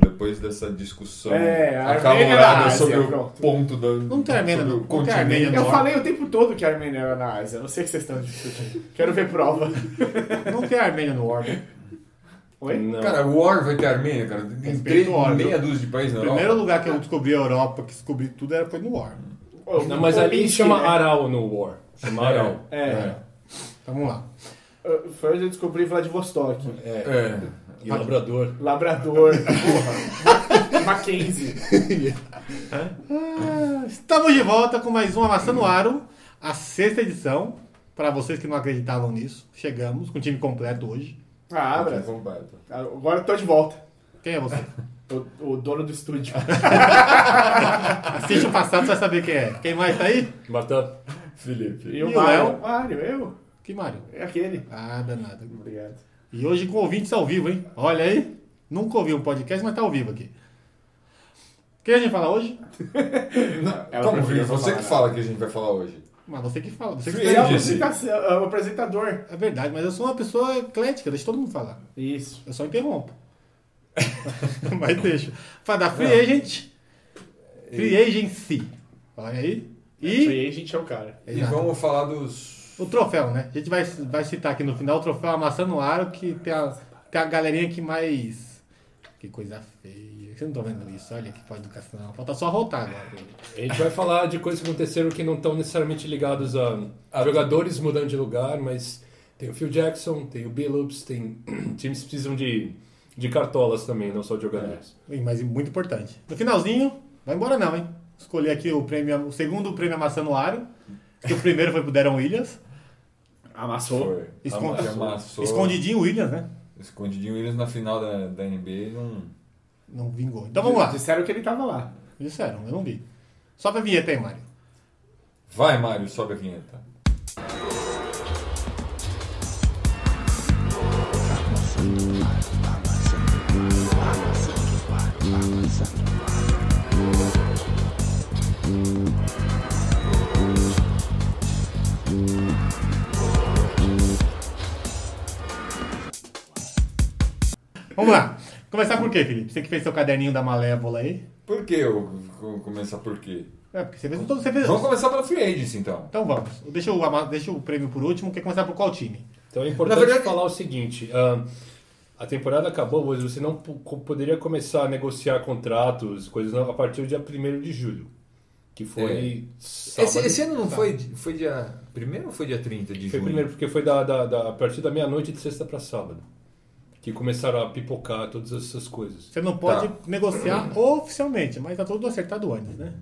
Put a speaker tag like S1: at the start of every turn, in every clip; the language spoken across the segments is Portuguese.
S1: depois dessa discussão
S2: É, a Armênia na
S1: acalorada
S2: Ásia,
S1: sobre o
S2: pronto.
S1: ponto da.
S3: Não tem Armênia,
S1: sobre o
S3: não. Não tem Armênia,
S1: continente.
S3: não.
S2: Eu falei o tempo todo que a Armênia era na Ásia, não sei o que vocês estão discutindo. Quero ver prova.
S3: Não tem Armênia no órgão.
S2: Oi?
S4: Não.
S1: Cara, o War vai ter Armênia, cara. Tem
S3: Respeito
S1: três,
S3: o órgão.
S1: meia dúzia de países na
S3: O
S1: Europa.
S3: primeiro lugar que eu descobri a Europa, que descobri tudo, era foi no órgão.
S2: Ô,
S4: Não, mas ali
S2: Minsk,
S4: chama
S2: né?
S4: Aral no War. Chama Aral.
S2: É.
S3: Então vamos lá.
S2: Uh, Foi onde eu descobri Vladivostok.
S4: É.
S1: É.
S4: E o Labrador.
S2: Labrador, porra. Mackenzie.
S3: Ah, Estamos de volta com mais um Amassando Aro, a sexta edição. Para vocês que não acreditavam nisso, chegamos com o time completo hoje.
S2: Ah, Abra.
S1: Completo.
S2: Agora eu tô de volta.
S3: Quem é você?
S2: O, o dono do estúdio.
S3: Assiste o passado, você vai saber quem é. Quem mais tá aí?
S4: Marta.
S1: Felipe.
S2: E o
S3: E o
S2: Mário.
S3: Léo?
S2: Mário, eu?
S3: Que Mário?
S2: É aquele.
S3: Ah, danado.
S2: Obrigado.
S3: E hoje com ouvintes ao vivo, hein? Olha aí. Nunca ouvi um podcast, mas tá ao vivo aqui. Quem a gente fala hoje?
S2: Ela
S1: Como, Felipe?
S2: preferiu
S1: Você
S2: falar,
S1: que
S2: né?
S1: fala que a gente vai falar hoje.
S3: Mas você que fala. Você que
S1: Fui
S2: Ele é
S3: escolhe.
S2: o
S1: Entendi.
S2: apresentação- é o apresentador.
S3: É verdade, mas eu sou uma pessoa eclética, deixa todo mundo falar.
S2: Isso.
S3: Eu só interrompo. mas deixa. Fala da Free Agent. Free Agency. Olha aí. E.
S2: E a gente é o cara.
S1: E
S3: Exato.
S1: vamos falar dos.
S3: O troféu, né? A gente vai, vai citar aqui no final o troféu Amassando o Aro, que tem a, tem a galerinha que mais. Que coisa feia. Vocês não estão vendo isso, olha que pode educação. Falta só voltar agora.
S4: A gente vai falar de coisas que aconteceram que não estão necessariamente ligados a jogadores mudando de lugar, mas tem o Phil Jackson, tem o Billups, tem times que precisam de, de cartolas também, não só de jogadores.
S3: Ui, Mas é muito importante. No finalzinho, vai embora não, hein? Escolhi aqui o prêmio, o segundo prêmio Amassando o Aro. Que o primeiro foi pro Deron Williams.
S2: Amassou.
S3: Esconde-
S1: Amassou. Amassou.
S3: Escondidinho Williams, né?
S1: Escondidinho eles na final da, da NBA não.
S3: Não vingou. Então vamos lá.
S2: Disseram que ele tava lá.
S3: Disseram, eu não vi. Sobe a vinheta aí, Mário.
S1: Vai, Mário, sobe a vinheta.
S3: Vamos lá. Começar por quê, Felipe? Você que fez seu caderninho da malévola aí?
S1: Por que eu vou começar por quê?
S3: É, porque você fez todo. Você fez...
S1: Vamos começar pela Free Agents, então.
S3: Então vamos. Deixa o, ama- deixa o prêmio por último. Quer começar por qual time?
S4: Então é importante
S1: Na verdade-
S4: falar o seguinte: ah, a temporada acabou, mas você não po- co- poderia começar a negociar contratos, coisas não, a partir do dia 1 de julho, que foi sábado.
S1: ano não foi, foi dia. Primeiro ou foi dia 30 de
S4: Foi um- primeiro, porque foi da, da- da- a partir da meia-noite de sexta para sábado que começaram a pipocar todas essas coisas.
S3: Você não pode negociar oficialmente, mas tá tudo acertado antes, né?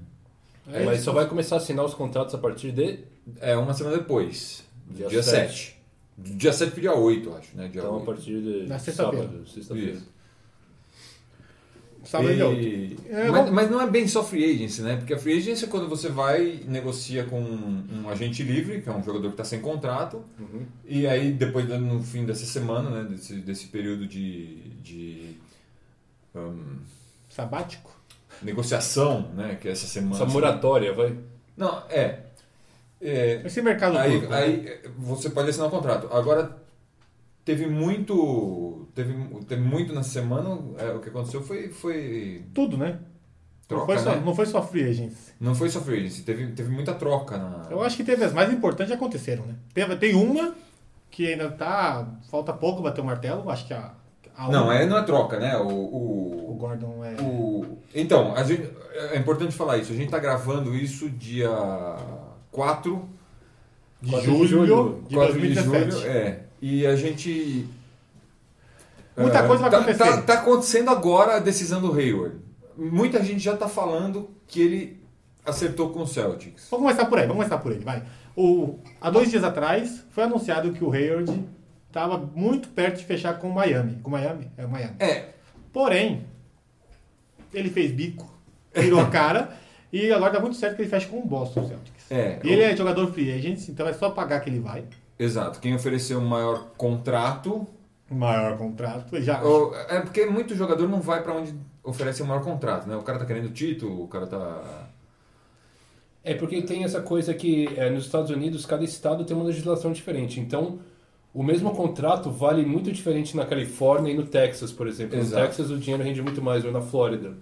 S3: É
S4: Mas
S3: isso.
S4: só vai começar a assinar os contratos a partir de.
S1: É uma semana depois. Dia,
S4: Dia
S1: 7. Do Dia 7 pro dia 8, acho, né? Dia
S4: Então, a
S1: 8.
S4: partir de.
S3: Na sexta-feira.
S4: sábado, sexta-feira.
S1: Isso.
S3: Sábado
S1: E-
S3: e... outro. Tá É,
S1: mas,
S3: vamos-
S1: mas não é bem só free agency, né? Porque a free agency é quando você vai e negocia com um, um agente livre, que é um jogador que está sem contrato,
S4: Uhum.
S1: e aí depois da- no fim dessa semana, né? Desse, desse período de, de hum,
S3: Sabático?
S1: negociação, né? Que é essa semana.
S4: Essa moratória, vai.
S1: Não, é. É,
S3: Esse mercado
S1: aí,
S3: turco, né?
S1: aí eh, você pode assinar o contrato. Agora teve muito, teve, teve muito na semana. eh, o que aconteceu foi foi
S3: Tudo, né?
S1: troca,
S3: não, foi só,
S1: né?
S3: não foi só free agents.
S1: Não foi só free agency, teve, teve muita troca na.
S3: Eu acho que teve as mais importantes já aconteceram, né? Teve, tem uma que ainda tá. Falta pouco bater o martelo. Acho que a. a
S1: Não,
S3: uma-
S1: é, não é troca, né? O,
S3: O
S1: o,
S3: Gordon é.
S1: o- Então, a gente, é importante falar isso. A gente tá gravando isso dia 4,
S3: De
S4: Quatro
S3: julho,
S4: de julho.
S3: de
S1: 4
S3: 2017.
S1: de julho. É. E a gente.
S3: Muita
S1: é,
S3: coisa vai
S1: tá,
S3: acontecer.
S1: Tá, tá acontecendo agora a decisão do Hayward. Muita gente já tá falando que ele acertou com o Celtics.
S3: Vamos começar por aí, vamos começar por ele, vai. O, há dois dias atrás, foi anunciado que o Hayward estava muito perto de fechar com o Miami. Com o Miami? É o Miami.
S1: É,
S3: Porém, ele fez bico, virou a cara, e agora dá muito certo que ele fecha com o Boston Celtics.
S1: é.
S3: E ele é jogador free agent, então é só pagar que ele vai.
S4: é-
S1: Exato. Quem ofereceu o maior contrato
S3: Maior contrato, ele já...
S1: Ou- é porque muito jogador não vai pra onde oferece o maior contrato, né? O cara tá querendo título, o cara tá.
S4: É porque tem essa coisa que é, nos Estados Unidos cada estado tem uma legislação diferente. Então, o mesmo contrato vale muito diferente na Califórnia e no Texas, por exemplo.
S1: Exato.
S4: No Texas o dinheiro rende muito mais, ou na Flórida.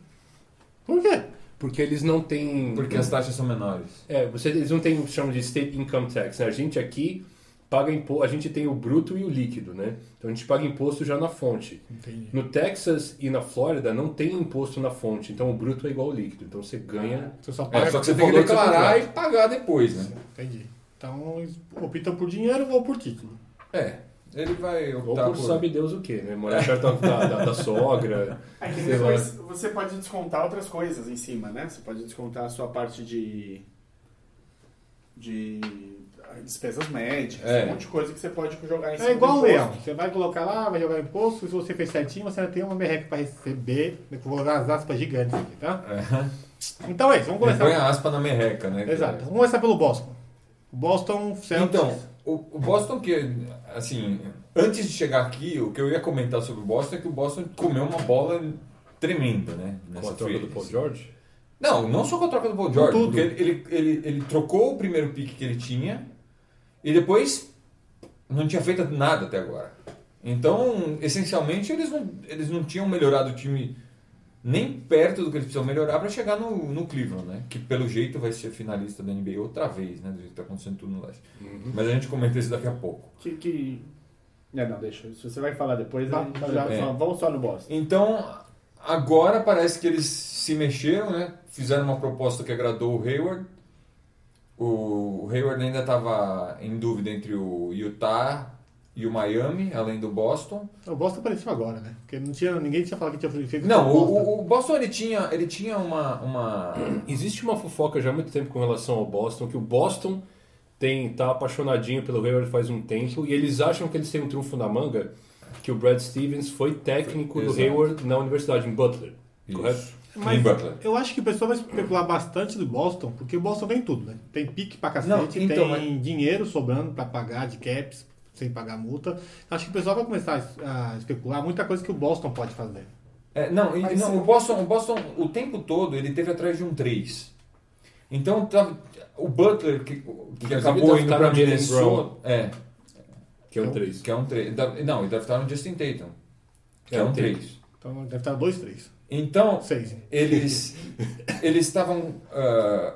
S3: Por quê?
S4: Porque eles não têm.
S1: Porque as taxas são menores.
S4: É, você, eles não têm o que chamam de state income tax, né? A gente aqui paga imposto, a gente tem o bruto e o líquido, né? Então a gente paga imposto já na fonte.
S3: Entendi.
S4: No Texas e na Flórida não tem imposto na fonte, então o bruto é igual ao líquido. Então você ganha.
S3: Você só
S1: É,
S3: paga.
S1: só que
S4: o
S1: você tem que
S4: valor do seu
S1: declarar e
S4: contrato.
S1: pagar depois, né?
S3: Entendi. Então eles optam por dinheiro ou por título.
S1: É. Ele vai
S4: Ou
S1: optar
S4: por
S1: por.
S4: sabe Deus o quê, né? Morar perto da, da- da sogra.
S2: É que
S4: Sei
S2: depois você pode descontar outras coisas em cima, né? Você pode descontar a sua parte de. de. ah, despesas médicas,
S1: É.
S2: um monte de coisa que você pode jogar em cima.
S3: É igual o
S2: do
S3: leão.
S2: imposto.
S3: Você vai colocar lá, vai jogar imposto. Se você fez certinho, você ainda tem uma merreca pra receber. Eu vou usar as aspas gigantes aqui, tá?
S1: É.
S3: Então é isso, vamos começar.
S1: Põe a aspa na merreca, né?
S3: Exato. Vamos começar pelo Boston. O Boston Celtics.
S1: Então, o, o Boston que, assim, antes de chegar aqui, o que eu ia comentar sobre o Boston é que o Boston comeu uma bola tremenda, né?
S4: Com a
S1: nessa
S4: troca
S1: free
S4: do Paul
S1: agency.
S4: George.
S1: Não, não só com a troca do Paul George,
S3: tudo.
S1: porque ele, ele, ele, ele trocou o primeiro pique que ele tinha e depois não tinha feito nada até agora. Então, essencialmente, eles não, eles não tinham melhorado o time nem perto do que eles precisam melhorar para chegar no, no Cleveland, né? Que pelo jeito vai ser finalista da NBA outra vez, né? Do jeito que tá acontecendo tudo no leste. Mas a gente comenta isso daqui a pouco.
S2: Que, que... É, Não, não, deixa. Se você vai falar depois,
S3: Tá,
S2: a gente
S3: tá,
S2: já-
S1: é.
S2: só- vamos só no boss.
S1: Então, agora parece que eles se mexeram, né? Fizeram uma proposta que agradou o Hayward. O Hayward ainda estava em dúvida entre o Utah e o Miami, além do Boston.
S3: O Boston apareceu agora, né? Porque não tinha, ninguém tinha falado que tinha feito
S1: Então. Não, o,
S3: proposta.
S1: o- o Boston ele tinha, ele tinha uma, uma.
S4: Existe uma fofoca já há muito tempo com relação ao Boston, que o Boston tem tá apaixonadinho pelo Hayward faz um tempo e eles acham que eles têm um trunfo na manga, que o Brad Stevens foi técnico do
S1: Exato.
S4: Hayward na universidade em Butler. Correto?
S1: Mas... Butler.
S3: eu acho que o pessoal vai especular bastante do Boston, porque o Boston tem tudo, né? Tem pique pra cacete,
S1: Não, então,
S3: tem dinheiro sobrando pra pagar de caps, sem pagar multa. Acho que o pessoal vai começar a a especular muita coisa que o Boston pode fazer.
S1: É, não, e-
S2: Mas
S1: não,
S2: se-
S1: o, Boston, o Boston, o tempo todo, ele teve atrás de um 3. Então, tava- o Butler, que, que
S4: Inclusive,
S1: acabou indo
S4: draftaram
S1: para
S4: o Jalen
S1: Minnesota... É,
S4: Que é um 3.
S1: que é um 3. Não, e draftaram o Justin Tatum, que é,
S4: É
S1: um
S4: um
S1: 3.
S3: Então deve estar dois, três,
S1: Então,
S3: seis.
S1: eles eles estavam... ah,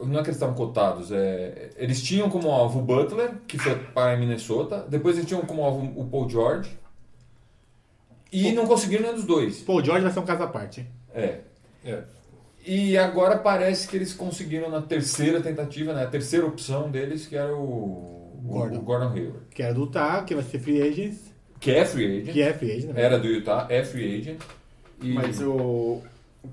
S1: não é que eles estavam cotados, é, eles tinham como alvo o Butler, que foi para Minnesota, depois eles tinham como alvo o Paul George, e não conseguiram nenhum dos dois.
S3: Pô, o George vai ser um caso à parte. hein?
S1: É,
S4: É.
S1: E agora parece que eles conseguiram na terceira tentativa, né? A terceira opção deles, que era o o
S3: Gordon.
S1: o Gordon Hayward.
S3: Que era do Utah, que vai ser free agent,
S1: Que é free agent.
S3: que é free agent, né?
S1: Era do Utah, é free agent. E
S2: Mas o.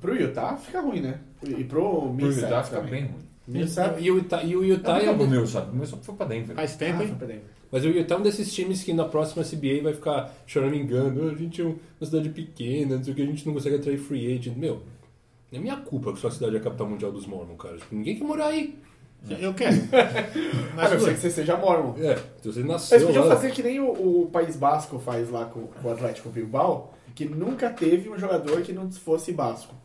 S2: Pro Utah fica ruim, né? E pro
S1: pro
S2: Millsap
S1: Utah fica
S2: também.
S1: bem ruim.
S2: Millsap-
S4: E o Utah, e o Utah
S1: Tá,
S4: é
S1: é
S4: um-
S1: o meu, sabe? O meu só foi pra Denver.
S3: Faz
S2: Ah,
S3: tempo, hein?
S2: foi pra Denver.
S4: Mas o Utah é um desses times que na próxima CBA vai ficar choramingando. "Ah, A gente é uma cidade pequena, não sei o que, a gente não consegue atrair free agent. Meu, é minha culpa que sua cidade é a capital mundial dos Mormon, cara. Tipo, Ninguém quer morar aí.
S3: Eu quero.
S2: Ah,
S3: Mas
S2: eu sei
S3: ué,
S2: que você um seja mormon.
S4: É, se você nasceu
S2: Eles podiam
S4: lá.
S2: fazer que nem o, o País Basco faz lá com, com o Atlético Bilbao, que nunca teve um jogador que não fosse basco.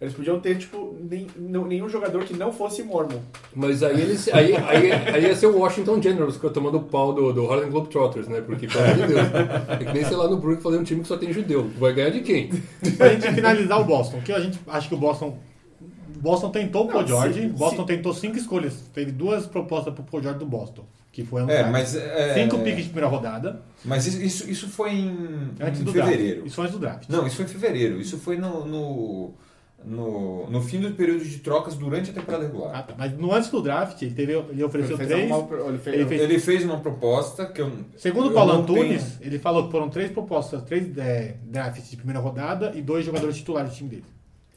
S2: Eles podiam ter, tipo, nem, não- nenhum jogador que não fosse mormon.
S4: Mas aí eles. Aí, aí, aí ia ser o Washington Generals que eu tomando o pau do, do Harlem Globetrotters, né? Porque, pelo amor de Deus. É que nem sei lá no Brook fazer um time que só tem judeu. Vai ganhar de quem?
S3: pra gente finalizar o Boston, que a gente acha que o Boston. Boston tentou o
S2: Não,
S3: Paul George,
S2: se-
S3: Boston
S2: se-
S3: tentou cinco escolhas. Teve duas propostas pro Paul George do Boston, que foi
S1: É,
S3: anunciado.
S1: mas. É,
S3: Cinco piques de primeira rodada,
S1: Mas isso- isso, isso foi em,
S3: antes
S1: em
S3: do
S1: fevereiro.
S3: draft. Isso antes do draft.
S1: Não, isso foi em fevereiro. Isso foi no, no, no, no fim do período de trocas durante a temporada regular.
S3: Ah, tá. Mas no antes do draft, ele, teve, ele ofereceu
S2: fez
S3: três.
S2: alguma- ele fez- um
S3: ele fez-
S1: Ele fez uma proposta que eu.
S3: Segundo
S1: eu
S3: o Paulo
S1: não tenho-
S3: Antunes, ele falou que foram três propostas, três é, drafts de primeira rodada e dois jogadores titulares do time dele.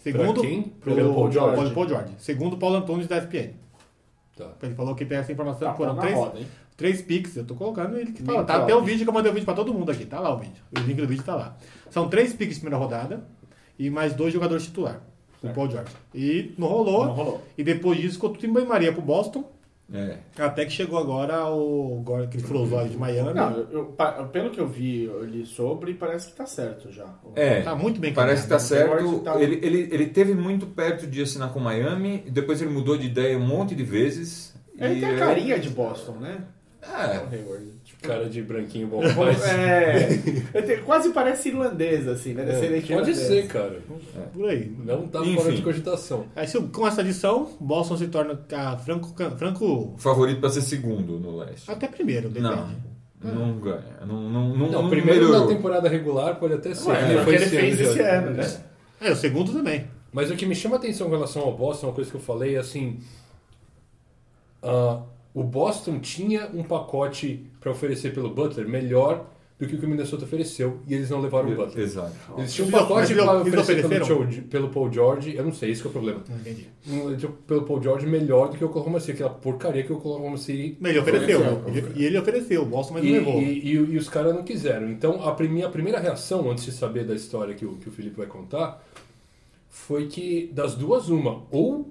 S3: Segundo,
S4: quem?
S3: Pro,
S4: Pelo
S3: Paul
S2: Paul George.
S3: George. Paul George. Segundo o Paulo Antunes da SPN.
S4: Tá.
S3: Ele falou que tem essa informação.
S2: Tá,
S3: que foram
S2: tá na
S3: três,
S2: roda, hein?
S3: três piques, eu tô colocando ele que
S2: Nem
S3: fala. Tá
S2: troca.
S3: até o vídeo que eu mandei o vídeo pra todo mundo aqui. Tá lá o vídeo. O link do vídeo tá lá. São três piques de primeira rodada e mais dois jogadores titular. O Paul George. E não rolou.
S2: Não rolou.
S3: E depois disso ficou tudo em banho-maria pro Boston.
S1: É.
S3: Até que chegou agora o Gordon, que ele furou os olhos de Miami.
S2: Não, eu- eu- pa- pelo que eu vi, eu li sobre, parece que tá certo já.
S1: É.
S3: Tá muito bem
S1: Parece que tá
S3: caminhado.
S2: George
S1: certo.
S2: tá-
S1: Ele, ele, ele teve muito perto de assinar com o Miami, depois ele mudou de ideia um monte de vezes.
S2: Ele
S1: e
S2: tem a
S1: eu-
S2: carinha de Boston, né?
S1: É,
S2: O Hayward. Tipo,
S4: Cara de branquinho bom.
S2: Bom,
S4: Mas...
S2: é, eu tenho- quase parece irlandês, assim, né? Descendente
S4: Pode
S2: irlandês.
S4: ser, cara.
S3: Por aí.
S4: Não tá fora
S1: Enfim.
S4: de cogitação.
S3: Aí, se- com essa adição, Boston se torna ah, franco, franco
S1: Favorito pra ser segundo no leste.
S3: até primeiro, depende.
S1: Não. Não ganha. Não, não, não,
S4: Não,
S1: não
S4: primeiro
S1: melhorou.
S4: na temporada regular pode até ser.
S2: Ué,
S4: que nem
S2: porque ele
S4: esse
S2: fez
S4: ano já.
S2: esse ano, né?
S3: É, o segundo também.
S4: Mas o que me chama a atenção em relação ao Boston, uma coisa que eu falei, é assim. ah, o Boston tinha um pacote pra oferecer pelo Butler melhor do que o que o Minnesota ofereceu e eles não levaram o Butler.
S1: Exato.
S4: Eles tinham um
S3: Eles
S4: pacote
S3: não-
S4: pra
S3: eles não
S4: oferecer pelo,
S3: ofereceram?
S4: Joe- pelo Paul George, eu não sei, esse que é o problema.
S3: Entendi.
S4: Um- Pelo Paul George melhor do que o Oklahoma City, aquela porcaria que o Oklahoma City
S3: Mas ele ofereceu.
S1: Ofereceu.
S3: né? E ele ofereceu, o Boston, mas
S4: e,
S3: não levou.
S4: e- e- e os caras não quiseram. Então, a primeira, a primeira reação, antes de saber da história que o, que o Felipe vai contar, foi que das duas, uma. Ou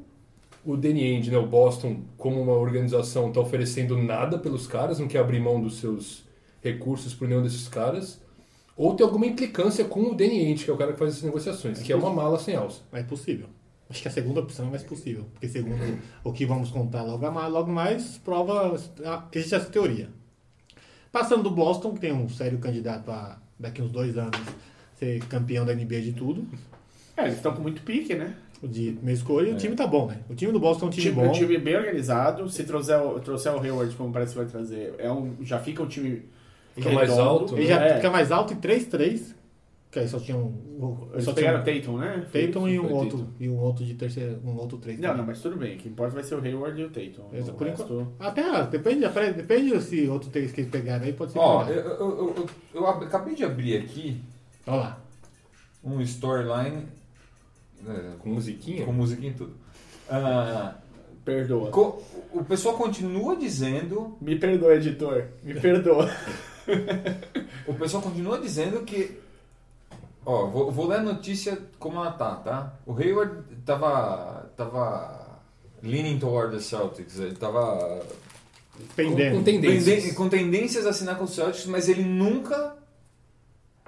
S4: o Danny End, né, o Boston, como uma organização, está oferecendo nada pelos caras, não quer abrir mão dos seus recursos por nenhum desses caras. Ou tem alguma implicância com o Danny End, que é o cara que faz essas negociações, que é uma mala sem alça.
S3: Mas é possível. Acho que a segunda opção é mais possível. Porque segundo o que vamos contar logo a mais, logo mais prova a- existe essa teoria. Passando do Boston, que tem um sério candidato a daqui uns dois anos ser campeão da NBA de tudo,
S2: É, eles estão com muito pique, né?
S3: de primeira escolha, e o time tá bom, né? O time do Boston é um time,
S2: É. Time,
S3: bom.
S2: um time bem organizado. Se trouxer o, trouxer o Hayward, como parece que vai trazer, é um, já fica um time.
S4: Fica mais alto,
S3: Ele
S4: né?
S3: já
S2: É.
S3: fica mais alto em 3-3, que aí só tinha um.
S2: Eles
S3: só
S2: pegaram o
S3: tinha
S2: Tatum, né?
S3: um Tatum e um
S4: Foi
S3: outro.
S4: Tatum.
S3: E um outro de terceiro. Um outro 3
S2: Não, não, mas tudo bem. O que importa vai ser o Hayward e o Tatum.
S3: Eu tô
S2: O
S3: por
S2: resto-
S3: Até, ah, depende, depende se outro 3 que eles pegaram aí pode ser.
S1: Ó,
S3: melhor.
S1: eu, eu, eu- eu- eu ab- acabei de abrir aqui
S3: Olha lá.
S1: um storyline né,
S4: Com musiquinha?
S1: com musiquinha e tudo. Ah,
S2: Perdoa.
S1: co- o pessoal continua dizendo,
S2: Me perdoa, editor. Me perdoa.
S1: o pessoal continua dizendo que Ó, vou, vou ler a notícia como ela tá, tá? O Hayward tava tava leaning toward the Celtics, ele tava
S3: Pendendo.
S4: Com, com tendências.
S1: Tenden- com tendências a assinar com o Celtics, mas ele nunca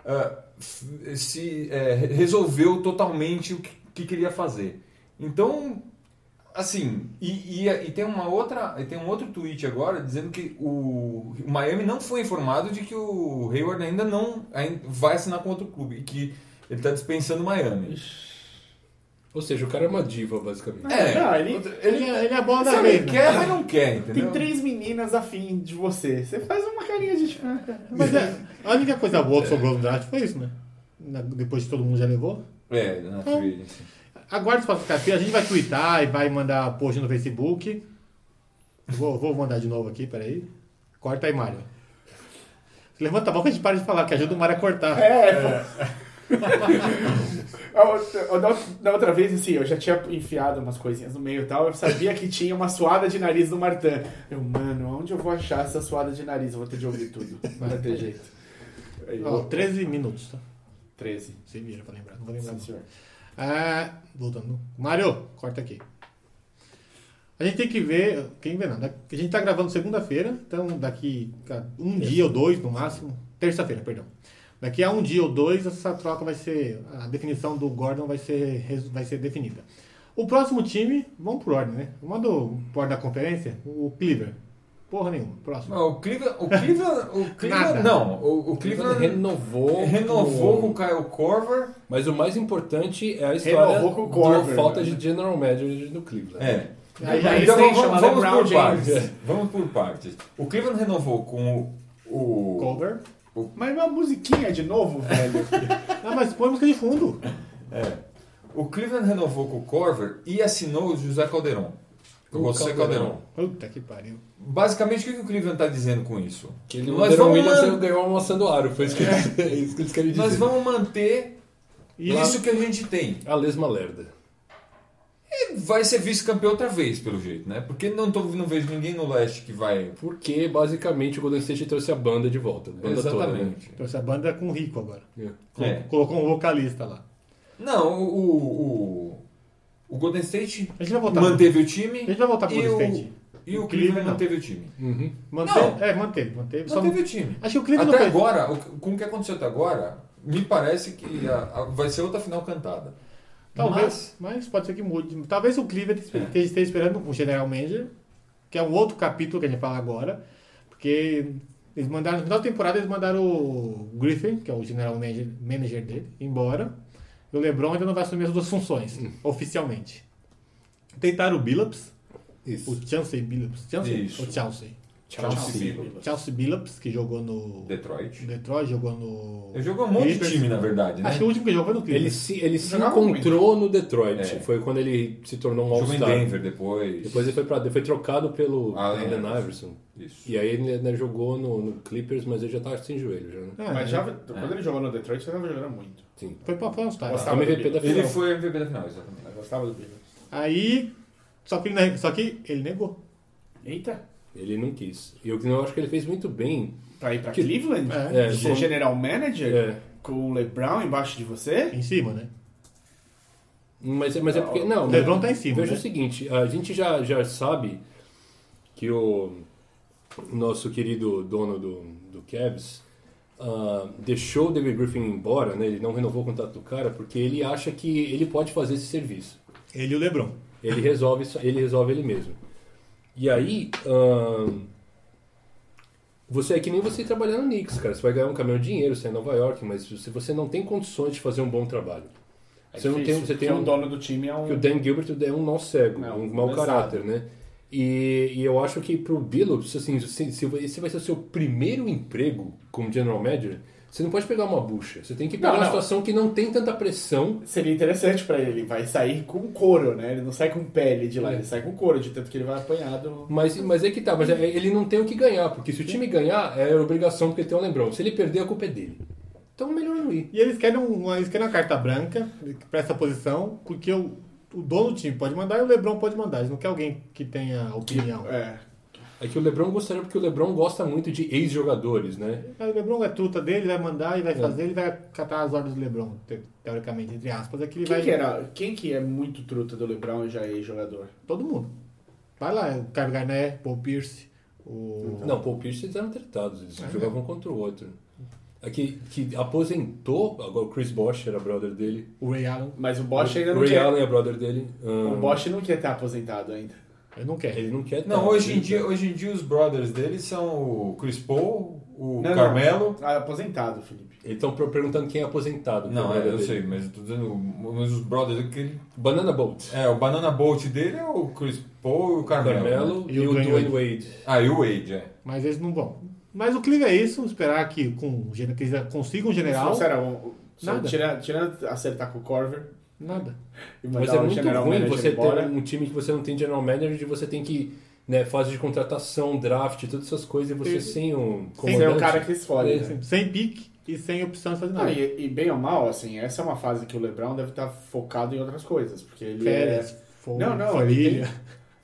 S1: ah, f- se eh, re- resolveu totalmente o que, que queria fazer. Então, assim, e, e, e tem uma outra, e tem um outro tweet agora dizendo que o, o Miami não foi informado de que o Hayward ainda não ain- vai assinar com outro clube e que ele está dispensando o Miami.
S4: Ou seja, o cara é uma diva, basicamente.
S1: É,
S2: Não, ele-
S3: Ele, é- ele é a bola da
S1: sabe,
S3: vez. né?
S1: quer, mas não quer, entendeu?
S2: Tem três meninas afim de você. Você faz uma carinha de. Ah, cara.
S3: Mas é, a única coisa boa que sobrou no draft foi isso, né? Na- depois que todo mundo já levou.
S1: É, na free agency.
S3: Aguarde os próximos capítulos. A gente vai twittar e vai mandar post no Facebook. Vou, vou mandar de novo aqui, peraí. Corta aí, Mário. Levanta a boca e a gente para de falar, que ajuda o Mário a cortar.
S2: É, pô. A outra- da outra- Da outra vez, assim, eu já tinha enfiado umas coisinhas no meio e tal. Eu sabia que tinha uma suada de nariz no Martin. Eu, mano, onde eu vou achar essa suada de nariz? Eu vou ter de ouvir tudo. Não vai ter jeito. Aí,
S3: Ó,
S2: eu,
S3: 13 minutos, tá?
S2: 13.
S3: Se vira pra lembrar. Não vou lembrar.
S2: Sim,
S3: não.
S2: senhor.
S3: Ah, voltando. Mário, corta aqui. A gente tem que ver. Quem vê nada. A gente tá gravando segunda-feira, então daqui a um dia ou dois no máximo. Terça-feira, perdão. Daqui a um dia ou dois, essa troca vai ser. A definição do Gordon vai ser, res- vai ser definida. O próximo time, vamos por ordem, né? Vamos do por ordem da conferência, o Cleaver. Porra nenhuma. Próximo.
S1: Não, o Cleveland, o Cleveland, o
S3: Nada.
S1: Cleveland não, o, o
S4: O Cleveland
S1: Cleveland
S4: renovou.
S1: renovou
S4: com-
S1: com o Kyle Corver.
S4: Mas o mais importante é a história
S2: Renovou com o
S4: do-
S2: Corver,
S4: falta
S2: né?
S4: de general manager no Cleveland.
S1: É.
S3: Aí, aí,
S2: eles
S1: então
S2: têm
S1: vamos,
S2: chamado
S1: vamos, vamos
S2: Brown
S1: por
S2: James.
S1: partes. Vamos por partes. O Cleveland renovou com o. o
S3: cover.
S2: Mas uma musiquinha de novo, velho.
S3: Ah, mas põe música de fundo.
S1: é. O Cleveland renovou com o Corver e assinou o José Calderon. O
S4: O
S1: José Calderon.
S3: Puta que pariu.
S1: Basicamente, o que que o Cleveland está dizendo com isso?
S4: Que ele, o
S1: Nós
S4: Deron
S1: vamos
S4: Williams
S1: man-
S4: ganhou uma sanduário, foi isso que, é isso que eles querem dizer.
S1: Nós vamos manter
S3: E
S1: isso que a gente tem.
S4: A lesma lerda.
S1: E vai ser vice-campeão outra vez, pelo jeito, né? Porque não, tô, não vejo ninguém no leste que vai.
S4: Porque, basicamente, o Golden State trouxe a banda de volta. a Banda né?
S1: Exatamente.
S3: Então essa banda é com o Rico agora.
S4: Toda, né?
S3: Colo-
S1: É.
S3: Colocou um vocalista lá.
S1: Não, o- o, o, o Golden State
S3: A gente vai voltar.
S1: manteve o
S3: A
S1: time
S3: gente vai voltar pro
S1: E
S3: Golden
S1: o-
S3: State.
S1: e
S3: o
S1: o
S3: Cleveland
S1: Cleveland
S3: não.
S1: manteve o time.
S4: Uhum.
S3: Manteve, é, manteve, manteve. Só-
S1: Manteve o time.
S3: Acho que o Cleveland
S1: Até
S3: não foi.
S1: agora, o- com o que aconteceu até agora, me parece que a- a- vai ser outra final cantada.
S3: Talvez, mas... pode ser que mude. Talvez o Cleveland espe- que é esteja esperando o General Manager, que é um outro capítulo que a gente fala agora, porque Eles mandaram, no final da temporada, eles mandaram o Griffin, que é o general manager, manager dele, embora. E o LeBron ainda não vai assumir as duas funções,
S1: Hum.
S3: oficialmente. Tentaram o Billups,
S5: Isso.
S3: o Chauncey Billups. Chauncey?
S1: Isso.
S3: O Chauncey.
S1: Chelsea Billups.
S3: Chauncey Billups, que jogou no
S1: Detroit.
S3: Detroit, jogou no...
S1: Ele jogou um monte de
S3: Clippers.
S1: time, na verdade, né?
S3: Acho que o último que jogou foi no
S4: Ele
S3: Clippers.
S4: se, ele se
S2: Jogava muito.
S4: encontrou no Detroit.
S1: É.
S4: Foi quando ele se tornou um
S1: Jogou em
S4: All-Star.
S1: Denver depois.
S4: Depois ele foi, pra, ele foi trocado pelo
S1: Ah, é.
S4: Allen Iverson.
S1: Isso.
S4: E aí ele né, jogou no, no Clippers, mas ele já tava sem joelho. Já, né?
S3: É,
S2: Mas já, quando ele jogou no Detroit, já tava jogando muito.
S4: Sim.
S3: Foi pra foi um style.
S2: Gostava
S4: Como
S2: do
S4: MVP da
S2: Billups.
S4: final.
S1: Ele foi MVP da final, exatamente.
S2: Eu gostava do Billups.
S3: Aí, só que, ele, ne- só que ele negou.
S2: Eita,
S4: Ele não quis. E eu, eu acho que ele fez muito bem.
S2: pra ir pra
S4: Que-
S2: Cleveland?
S3: É.
S2: Ser
S4: como-
S2: general manager?
S4: É.
S2: Com o LeBron embaixo de você?
S3: Em cima, né?
S4: Mas, mas é porque. Não,
S3: O
S4: mas-
S3: LeBron tá em cima,
S4: Veja
S3: né?
S4: o seguinte, a gente já, já sabe que o nosso querido dono do, do Cavs ah, deixou o David Griffin embora, né? ele não renovou o contrato do cara, porque ele acha que ele pode fazer esse serviço.
S3: Ele e o LeBron.
S4: Ele resolve, isso- ele, resolve ele mesmo. E aí, ahn, você é que nem você trabalhar no Knicks, cara. Você vai ganhar um caminhão de dinheiro, você é em Nova York, mas se você não tem condições de fazer um bom trabalho. Você não tem, você tem
S2: um dono do time, é um.
S4: que o Dan Gilbert é um nó cego,
S2: É,
S4: um,
S2: um
S4: mau
S2: lesado.
S4: caráter, né? E, e eu acho que pro Billups, assim, se, se esse vai ser o seu primeiro emprego como general manager, você não pode pegar uma bucha. Você tem que pegar
S2: Não,
S4: uma
S2: não.
S4: situação que não tem tanta pressão.
S2: Seria interessante pra ele, vai sair com couro, né? Ele não sai com pele de lá,
S4: É.
S2: ele sai com couro, de tanto que ele vai apanhar do.
S4: Mas, mas é que tá, mas é- ele não tem o que ganhar, porque se o time ganhar, é obrigação porque tem um lembrão. Se ele perder, a culpa é dele. Então melhor não ir.
S3: E eles querem, um, uma, eles querem uma carta branca pra essa posição, porque o, o dono do time pode mandar e o LeBron pode mandar. Eles não querem alguém que tenha opinião.
S2: É.
S4: É que o Lebron gostaria, porque o Lebron gosta muito de ex-jogadores, né?
S3: Aí O LeBron é truta dele, vai mandar e vai fazer, ele vai catar as ordens do LeBron, te- teoricamente, entre aspas. Aqui ele
S2: Quem
S3: vai.
S2: que, era, quem que é muito truta do LeBron e já é jogador?
S3: Todo mundo. Vai lá, é o Kevin Garnett, Paul Pierce, o.
S4: Não, Paul Pierce eles eram tratados, eles jogavam contra o outro. É que, que aposentou, agora o Chris Bosh era brother dele.
S3: O Ray Allen.
S2: Mas o Bosch ainda
S4: o
S2: não
S4: Ray
S2: quer.
S4: Allen é brother dele.
S2: O
S4: Ahn,
S2: Bosch não quer estar aposentado ainda.
S3: Ele não quer.
S4: Ele não quer
S1: Não,
S4: tá,
S1: hoje em,
S4: ele
S1: dia,
S4: tá.
S1: hoje em dia os brothers dele são o Chris Paul, o
S2: Não, não.
S1: Carmelo.
S2: Ah, aposentado, Felipe.
S4: Eles estão perguntando quem é aposentado. que é
S1: Não, é,
S4: brother
S1: eu
S4: dele.
S1: sei, mas eu tô dizendo. Mas os brothers dele.
S4: Banana Boat.
S1: É, o Banana Bolt dele é o Chris Paul e o Carmelo. né?
S4: Carmelo
S3: né?
S4: e, o Dwayne Wade.
S1: Ah, e o Wade, é.
S3: Mas eles não vão. Mas o clima é isso, esperar que, com, que eles consigam um general.
S2: Não, sério, o- o- só
S3: Nada.
S2: Tira, tira acertar com o Corver
S3: Nada.
S2: e
S4: Mas
S2: mandar
S4: é
S2: o
S4: muito
S2: general
S4: ruim
S2: manager
S4: você ter
S2: embora.
S4: um time que você não tem general manager e você tem que. Né, fase de contratação, draft, todas essas coisas, e você
S3: Sim.
S4: sem um comandante.
S2: Você é o cara que escolhe. né?
S3: Assim, Sem pique e sem opção de fazer
S2: Não,
S3: nada.
S2: e, e bem ou mal, assim, essa é uma fase que o LeBron deve estar focado em outras coisas, porque ele
S3: Férias,
S2: é-
S3: fome,
S2: Não, não,
S3: família.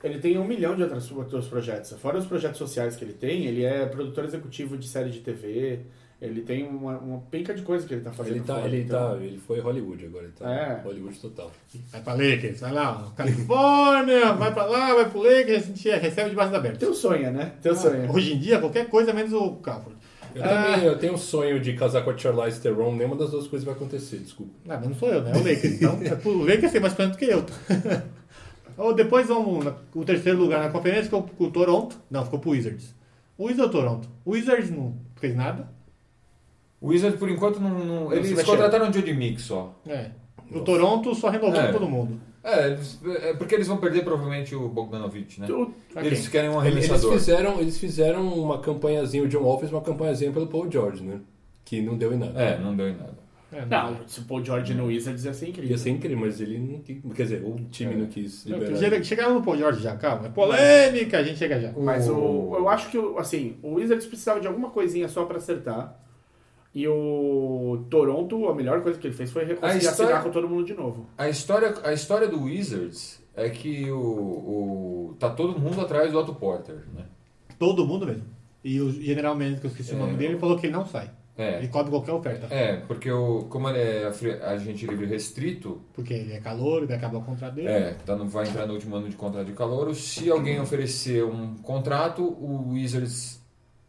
S2: ele tem um milhão de outras, outros projetos. Fora os projetos sociais que ele tem, ele é produtor executivo de série de TV, ele tem uma, uma penca de coisa que ele tá fazendo.
S4: Ele, tá,
S2: fora,
S4: ele,
S2: então-
S4: tá, ele foi Hollywood agora. Ele tá
S2: É.
S4: Hollywood total.
S3: Vai pra Lakers, vai lá, ó, Califórnia, vai pra lá, vai pro Lakers, a gente é- recebe de braços abertos.
S2: Teu sonho, né? Teu
S4: Ah,
S2: sonho.
S3: Hoje em dia, qualquer coisa menos o Crawford.
S4: Eu também eu tenho um sonho de casar com a Charlize Theron, nenhuma das duas coisas vai acontecer, desculpa.
S3: Não, mas não sou eu, né? É o Lakers. Então, é pro Lakers tem mais plano do que eu. Ou depois vamos na- o terceiro lugar na conferência, ficou pro Toronto. Não, ficou pro Wizards. O Wizards ou Toronto? O Wizards não fez nada.
S1: O Wizard, por enquanto, não. não- eles
S2: se mexeu.
S1: contrataram o Jody Mix só.
S3: É. O Toronto só renovou
S1: É.
S3: com todo mundo.
S1: É, eles- é porque eles vão perder provavelmente o Bogdanovich, né?
S2: Tu-
S3: Pra
S1: Eles
S3: quem?
S1: querem um
S4: Eles
S1: arremessador.
S4: fizeram, eles fizeram uma campanhazinha, o John Wall fez uma campanhazinha pelo Paul George, né? Que não deu em nada.
S1: É, não deu em nada.
S3: É,
S2: Não, se o Paul George no Wizards ia ser incrível.
S4: Ia ser incrível, mas ele não quis. Quer dizer, o time
S1: É.
S4: não quis
S3: Não,
S4: liberar.
S3: chega- Chegaram no Paul George já, calma. É polêmica, a gente chega já.
S2: Mas o, eu acho que, o- assim, o Wizards precisava de alguma coisinha só pra acertar. E o Toronto, a melhor coisa que ele fez foi
S1: A
S2: reconciliar,
S1: história-
S2: assinar com todo mundo de novo.
S1: A história, a história do Wizards é que o, o- tá todo mundo atrás do Otto Porter, né?
S3: Todo mundo mesmo. E o general manager, que eu esqueci o nome
S1: É.
S3: dele, falou que ele não sai.
S1: É.
S3: Ele cobre qualquer oferta.
S1: É, porque o, como ele é afri- agente livre restrito,
S3: Porque ele é calor, vai acabar o contrato dele.
S1: é, tá no, vai entrar no último ano de contrato de calor. Se alguém oferecer um contrato, o Wizards,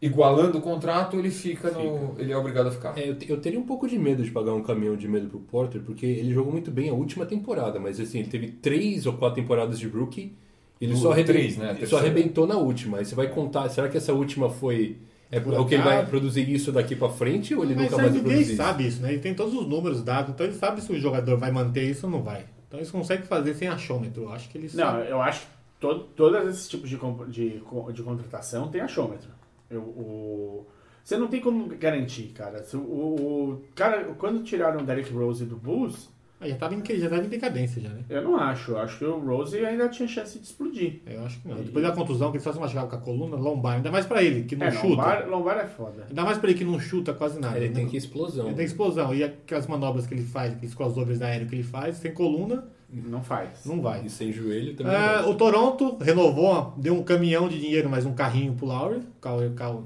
S1: igualando o contrato, ele fica no. Ele é obrigado a ficar.
S4: É, eu, te- eu teria um pouco de medo de pagar um caminhão de medo pro Porter, porque ele jogou muito bem a última temporada, mas assim, ele teve três ou quatro temporadas de rookie, ele
S1: Duas,
S4: só, arreben-
S1: três, né? A
S4: ele só
S1: terceira.
S4: arrebentou na última. Aí você vai contar, será que essa última foi É o que ele vai produzir isso daqui pra frente ou ele
S3: Mas
S4: nunca
S3: a
S4: mais vai
S3: NBA
S4: produzir? isso?
S3: sabe isso, né? Ele tem todos os números dados, então ele sabe se o jogador vai manter isso ou não vai. Então eles conseguem fazer sem achômetro. Eu acho que eles
S2: Não, é- eu acho que todo, todos esses tipos de, comp- de, co- de contratação tem achômetro. Eu, o, você não tem como garantir, cara. Se o, o- o- cara, quando tiraram o Derrick Rose do Bulls,
S3: Ah, já tava em, já tava em decadência já, né?
S2: eu não acho. Eu acho que o Rose ainda tinha chance de explodir.
S3: Eu acho que não. Depois da contusão, que ele só se machucava com a coluna, lombar, ainda mais pra ele, que não
S2: é,
S3: chuta.
S2: Lombar, Lombar é foda.
S3: Ainda mais pra ele que não chuta quase nada.
S4: Ele
S3: né?
S4: tem que explosão.
S3: Ele tem explosão. E aquelas manobras que ele faz, aqueles crossovers aéreos que ele faz, sem coluna,
S2: Não faz.
S3: não vai.
S4: E sem joelho também.
S3: É,
S4: não.
S3: o Toronto renovou, deu um caminhão de dinheiro, mais um carrinho pro Lowry. Cal, cal,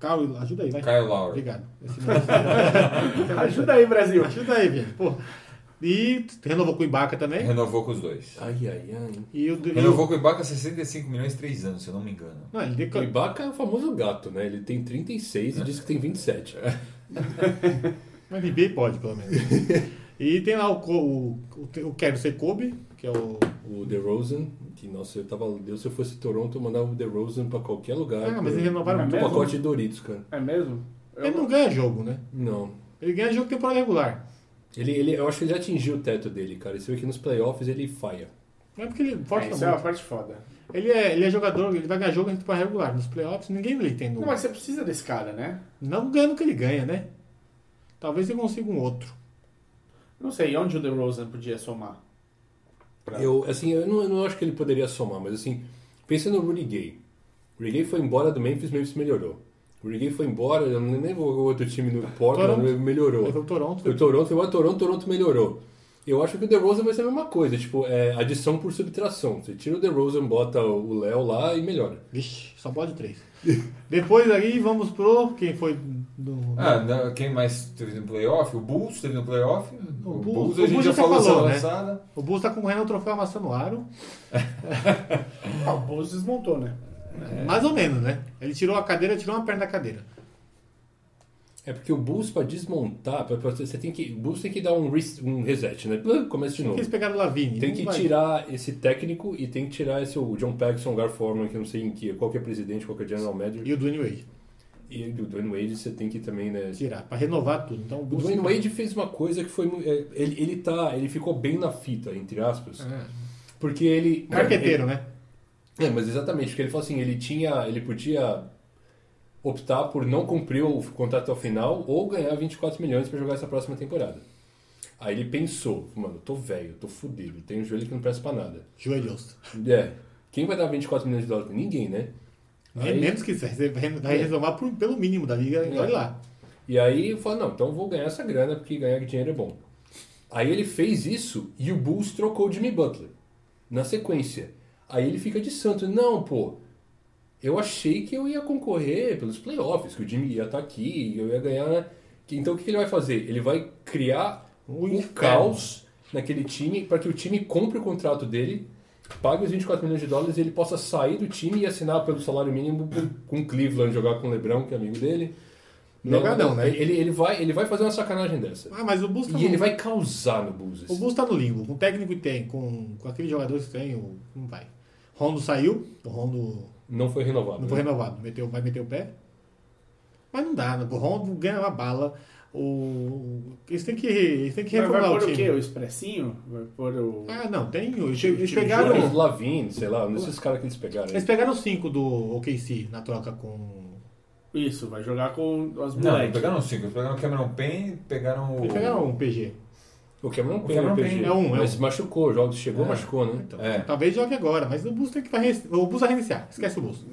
S3: cal, ajuda aí, vai.
S1: Kyle Lowry.
S3: Obrigado. Esse é nome- né?
S2: Ajuda aí, Brasil.
S3: ajuda aí, velho. Pô. E renovou com o Ibaka também.
S1: Renovou com os dois.
S4: Ai, ai, ai.
S3: E o, e Ah, o,
S1: Renovou com o Ibaka 65 milhões 3 anos, se eu não me engano.
S3: não, ele
S4: O
S3: deca-
S4: Ibaka é o famoso gato, né? Ele tem 36 e diz que tem 27.
S1: É.
S3: Mas NBA pode, pelo menos. e tem lá o, Co- o, o, o Quero Ser Kobe, que é o.
S4: O DeRozan, que nossa, eu tava. Deus, se eu fosse Toronto, eu mandava o DeRozan pra qualquer
S2: É
S4: lugar.
S3: Ah, mas
S4: Pro-
S3: eles renovaram
S2: Não,
S4: pro
S3: tudo.
S2: mesmo?
S4: pacote de Doritos, cara.
S2: É mesmo? Eu
S3: Ele não ganha jogo, né?
S4: Não.
S3: Ele ganha jogo temporada regular.
S4: Ele, ele, eu acho que ele já atingiu o teto dele, cara. E Você vê que nos playoffs ele falha.
S3: Não é porque ele
S2: É,
S3: força
S2: isso é uma
S3: muito.
S2: parte foda.
S3: Ele, é, ele é jogador, ele vai ganhar jogo em temporada regular. Nos playoffs, ninguém ele tem no.
S2: Não, mas você precisa desse cara, né?
S3: Não ganhando o que ele ganha, né? Talvez ele consiga um outro.
S2: Não sei, onde o DeRozan podia somar? Pra-
S4: Eu, assim, eu não, eu não acho que ele poderia somar, mas assim, pensa no Rudy Gay. O Rudy Gay foi embora do Memphis, o Memphis melhorou. O Rudy Gay foi embora, eu não lembro o outro time do Portland,
S3: Toronto.
S4: melhorou.
S3: Ele foi o Toronto.
S4: O Toronto foi embora, Toronto, Toronto melhorou. Eu acho que o DeRozan vai ser a mesma coisa, tipo, é adição por subtração. Você tira o DeRozan, bota o Léo lá e melhora.
S3: Vixe, só pode três. Depois aí vamos pro. Quem foi do.
S1: Ah, não, quem mais teve no playoff? O Bulls teve no playoff. O,
S3: Bulls-
S1: Bulls,
S3: o
S1: a gente
S3: Bulls
S1: já
S3: até
S1: falou
S3: falou,
S1: semana
S3: né?
S1: passada.
S3: O Bulls tá concorrendo ao troféu Massanuaro.
S2: Ah, o Bulls desmontou, né?
S3: Mais ou menos, né? Ele tirou a cadeira, tirou uma perna da cadeira.
S4: É porque o Bulls pra desmontar, pra, pra- você tem que, o Bulls tem que dar um, res- um reset, né?
S3: Por
S4: Começa de
S3: que
S4: novo.
S3: eles pegaram o Lavini?
S4: Tem
S3: Não
S4: que
S3: vai-
S4: tirar esse técnico e tem que tirar esse o John Paxson, o Gar Forman, que eu não sei em que, qual que é presidente, qual que é general manager.
S3: E o Dwayne Wade.
S4: E o Dwayne Wade você tem que também, né?
S3: Tirar, pra renovar tudo. Então,
S4: O Dwayne Wade fez uma coisa que foi mu- é, ele ele tá, ele ficou bem na fita, entre aspas,
S3: É.
S4: porque ele
S3: Marqueteiro, né?
S4: É, mas exatamente, porque ele falou assim, ele tinha, ele podia optar por não cumprir o contrato ao final ou ganhar 24 milhões pra jogar essa próxima temporada. Aí ele pensou, mano, eu tô velho, tô fudido, tenho um joelho que não presta pra nada.
S3: Joelhoso.
S4: É, quem vai dar 24 milhões de dólares pra ninguém, né?
S3: É
S4: Aí-
S3: menos que isso. Você vai vai renovar por- pelo mínimo da liga.
S4: É.
S3: Olha lá.
S4: E aí eu falo, não, então eu vou ganhar essa grana porque ganhar dinheiro é bom. Aí ele fez isso e o Bulls trocou o Jimmy Butler na sequência. Aí ele fica de santo, não, pô. Eu achei que eu ia concorrer pelos playoffs, que o Jimmy ia estar aqui, eu ia ganhar. né? Que- Então o que que ele vai fazer? Ele vai criar
S3: O
S4: um
S3: inferno.
S4: caos naquele time para que o time compre o contrato dele, pague os 24 milhões de dólares e ele possa sair do time e assinar pelo salário mínimo com Cleveland, jogar com o Lebron, que é amigo dele.
S3: Jogadão, né?
S4: Ele, ele, vai, ele vai fazer uma sacanagem dessa.
S3: Ah, mas o Bulls tá
S4: E ele
S3: no...
S4: vai causar no Bulls.
S3: O
S4: assim.
S3: Bulls tá no limbo. Com o técnico que tem, com, com aquele jogador que tem, o... não vai. Rondo saiu. O Rondo
S4: Não foi renovado.
S3: não
S4: né?
S3: foi renovado. Meteu, vai meter o pé. Mas não dá. né? O Rondo ganha uma bala. O... Eles têm que, eles têm que
S2: Mas vai
S3: reformular
S2: pôr
S3: o
S2: o quê?
S3: time.
S2: O expressinho? Vai pôr o...
S3: ah, não. Tem... Eles, eles pegaram...
S4: Jonas Lavin, sei lá, um desses caras que eles pegaram. aí.
S3: Eles pegaram os cinco do OKC na troca com.
S2: Isso, vai jogar com as
S1: Não,
S2: moleques.
S1: pegaram os cinco. Pegaram o Cameron Payne, pegaram o...
S3: Eles pegaram um PG.
S4: O Cameron Payne
S1: Cameron
S4: RPG,
S1: Payne
S3: é um, é
S4: mas machucou, jogos chegou,
S3: É.
S4: machucou, né?
S3: Então,
S1: É.
S3: Talvez jogue agora, mas o Bus tem que vai reiniciar. O Bus vai reiniciar. Esquece o Bus.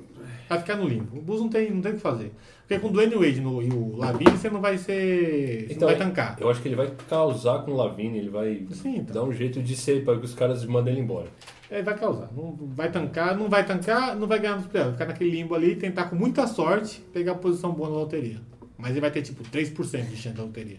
S3: Vai ficar no limbo. O Bus não tem, não tem o que fazer. Porque com o Dwayne Wade no- e o Lavine, você não vai ser. Você
S4: Então,
S3: não vai tancar.
S4: Eu acho que ele vai causar com o Lavin, ele vai
S3: tá. Sim, então.
S4: dar um jeito de ser para que os caras mandem ele embora.
S3: É, vai causar. Não vai tancar, não vai tancar, não vai ganhar nos playoffs. Vai Ficar naquele limbo ali, tentar com muita sorte pegar a posição boa na loteria. Mas ele vai ter tipo 3% de chance da loteria.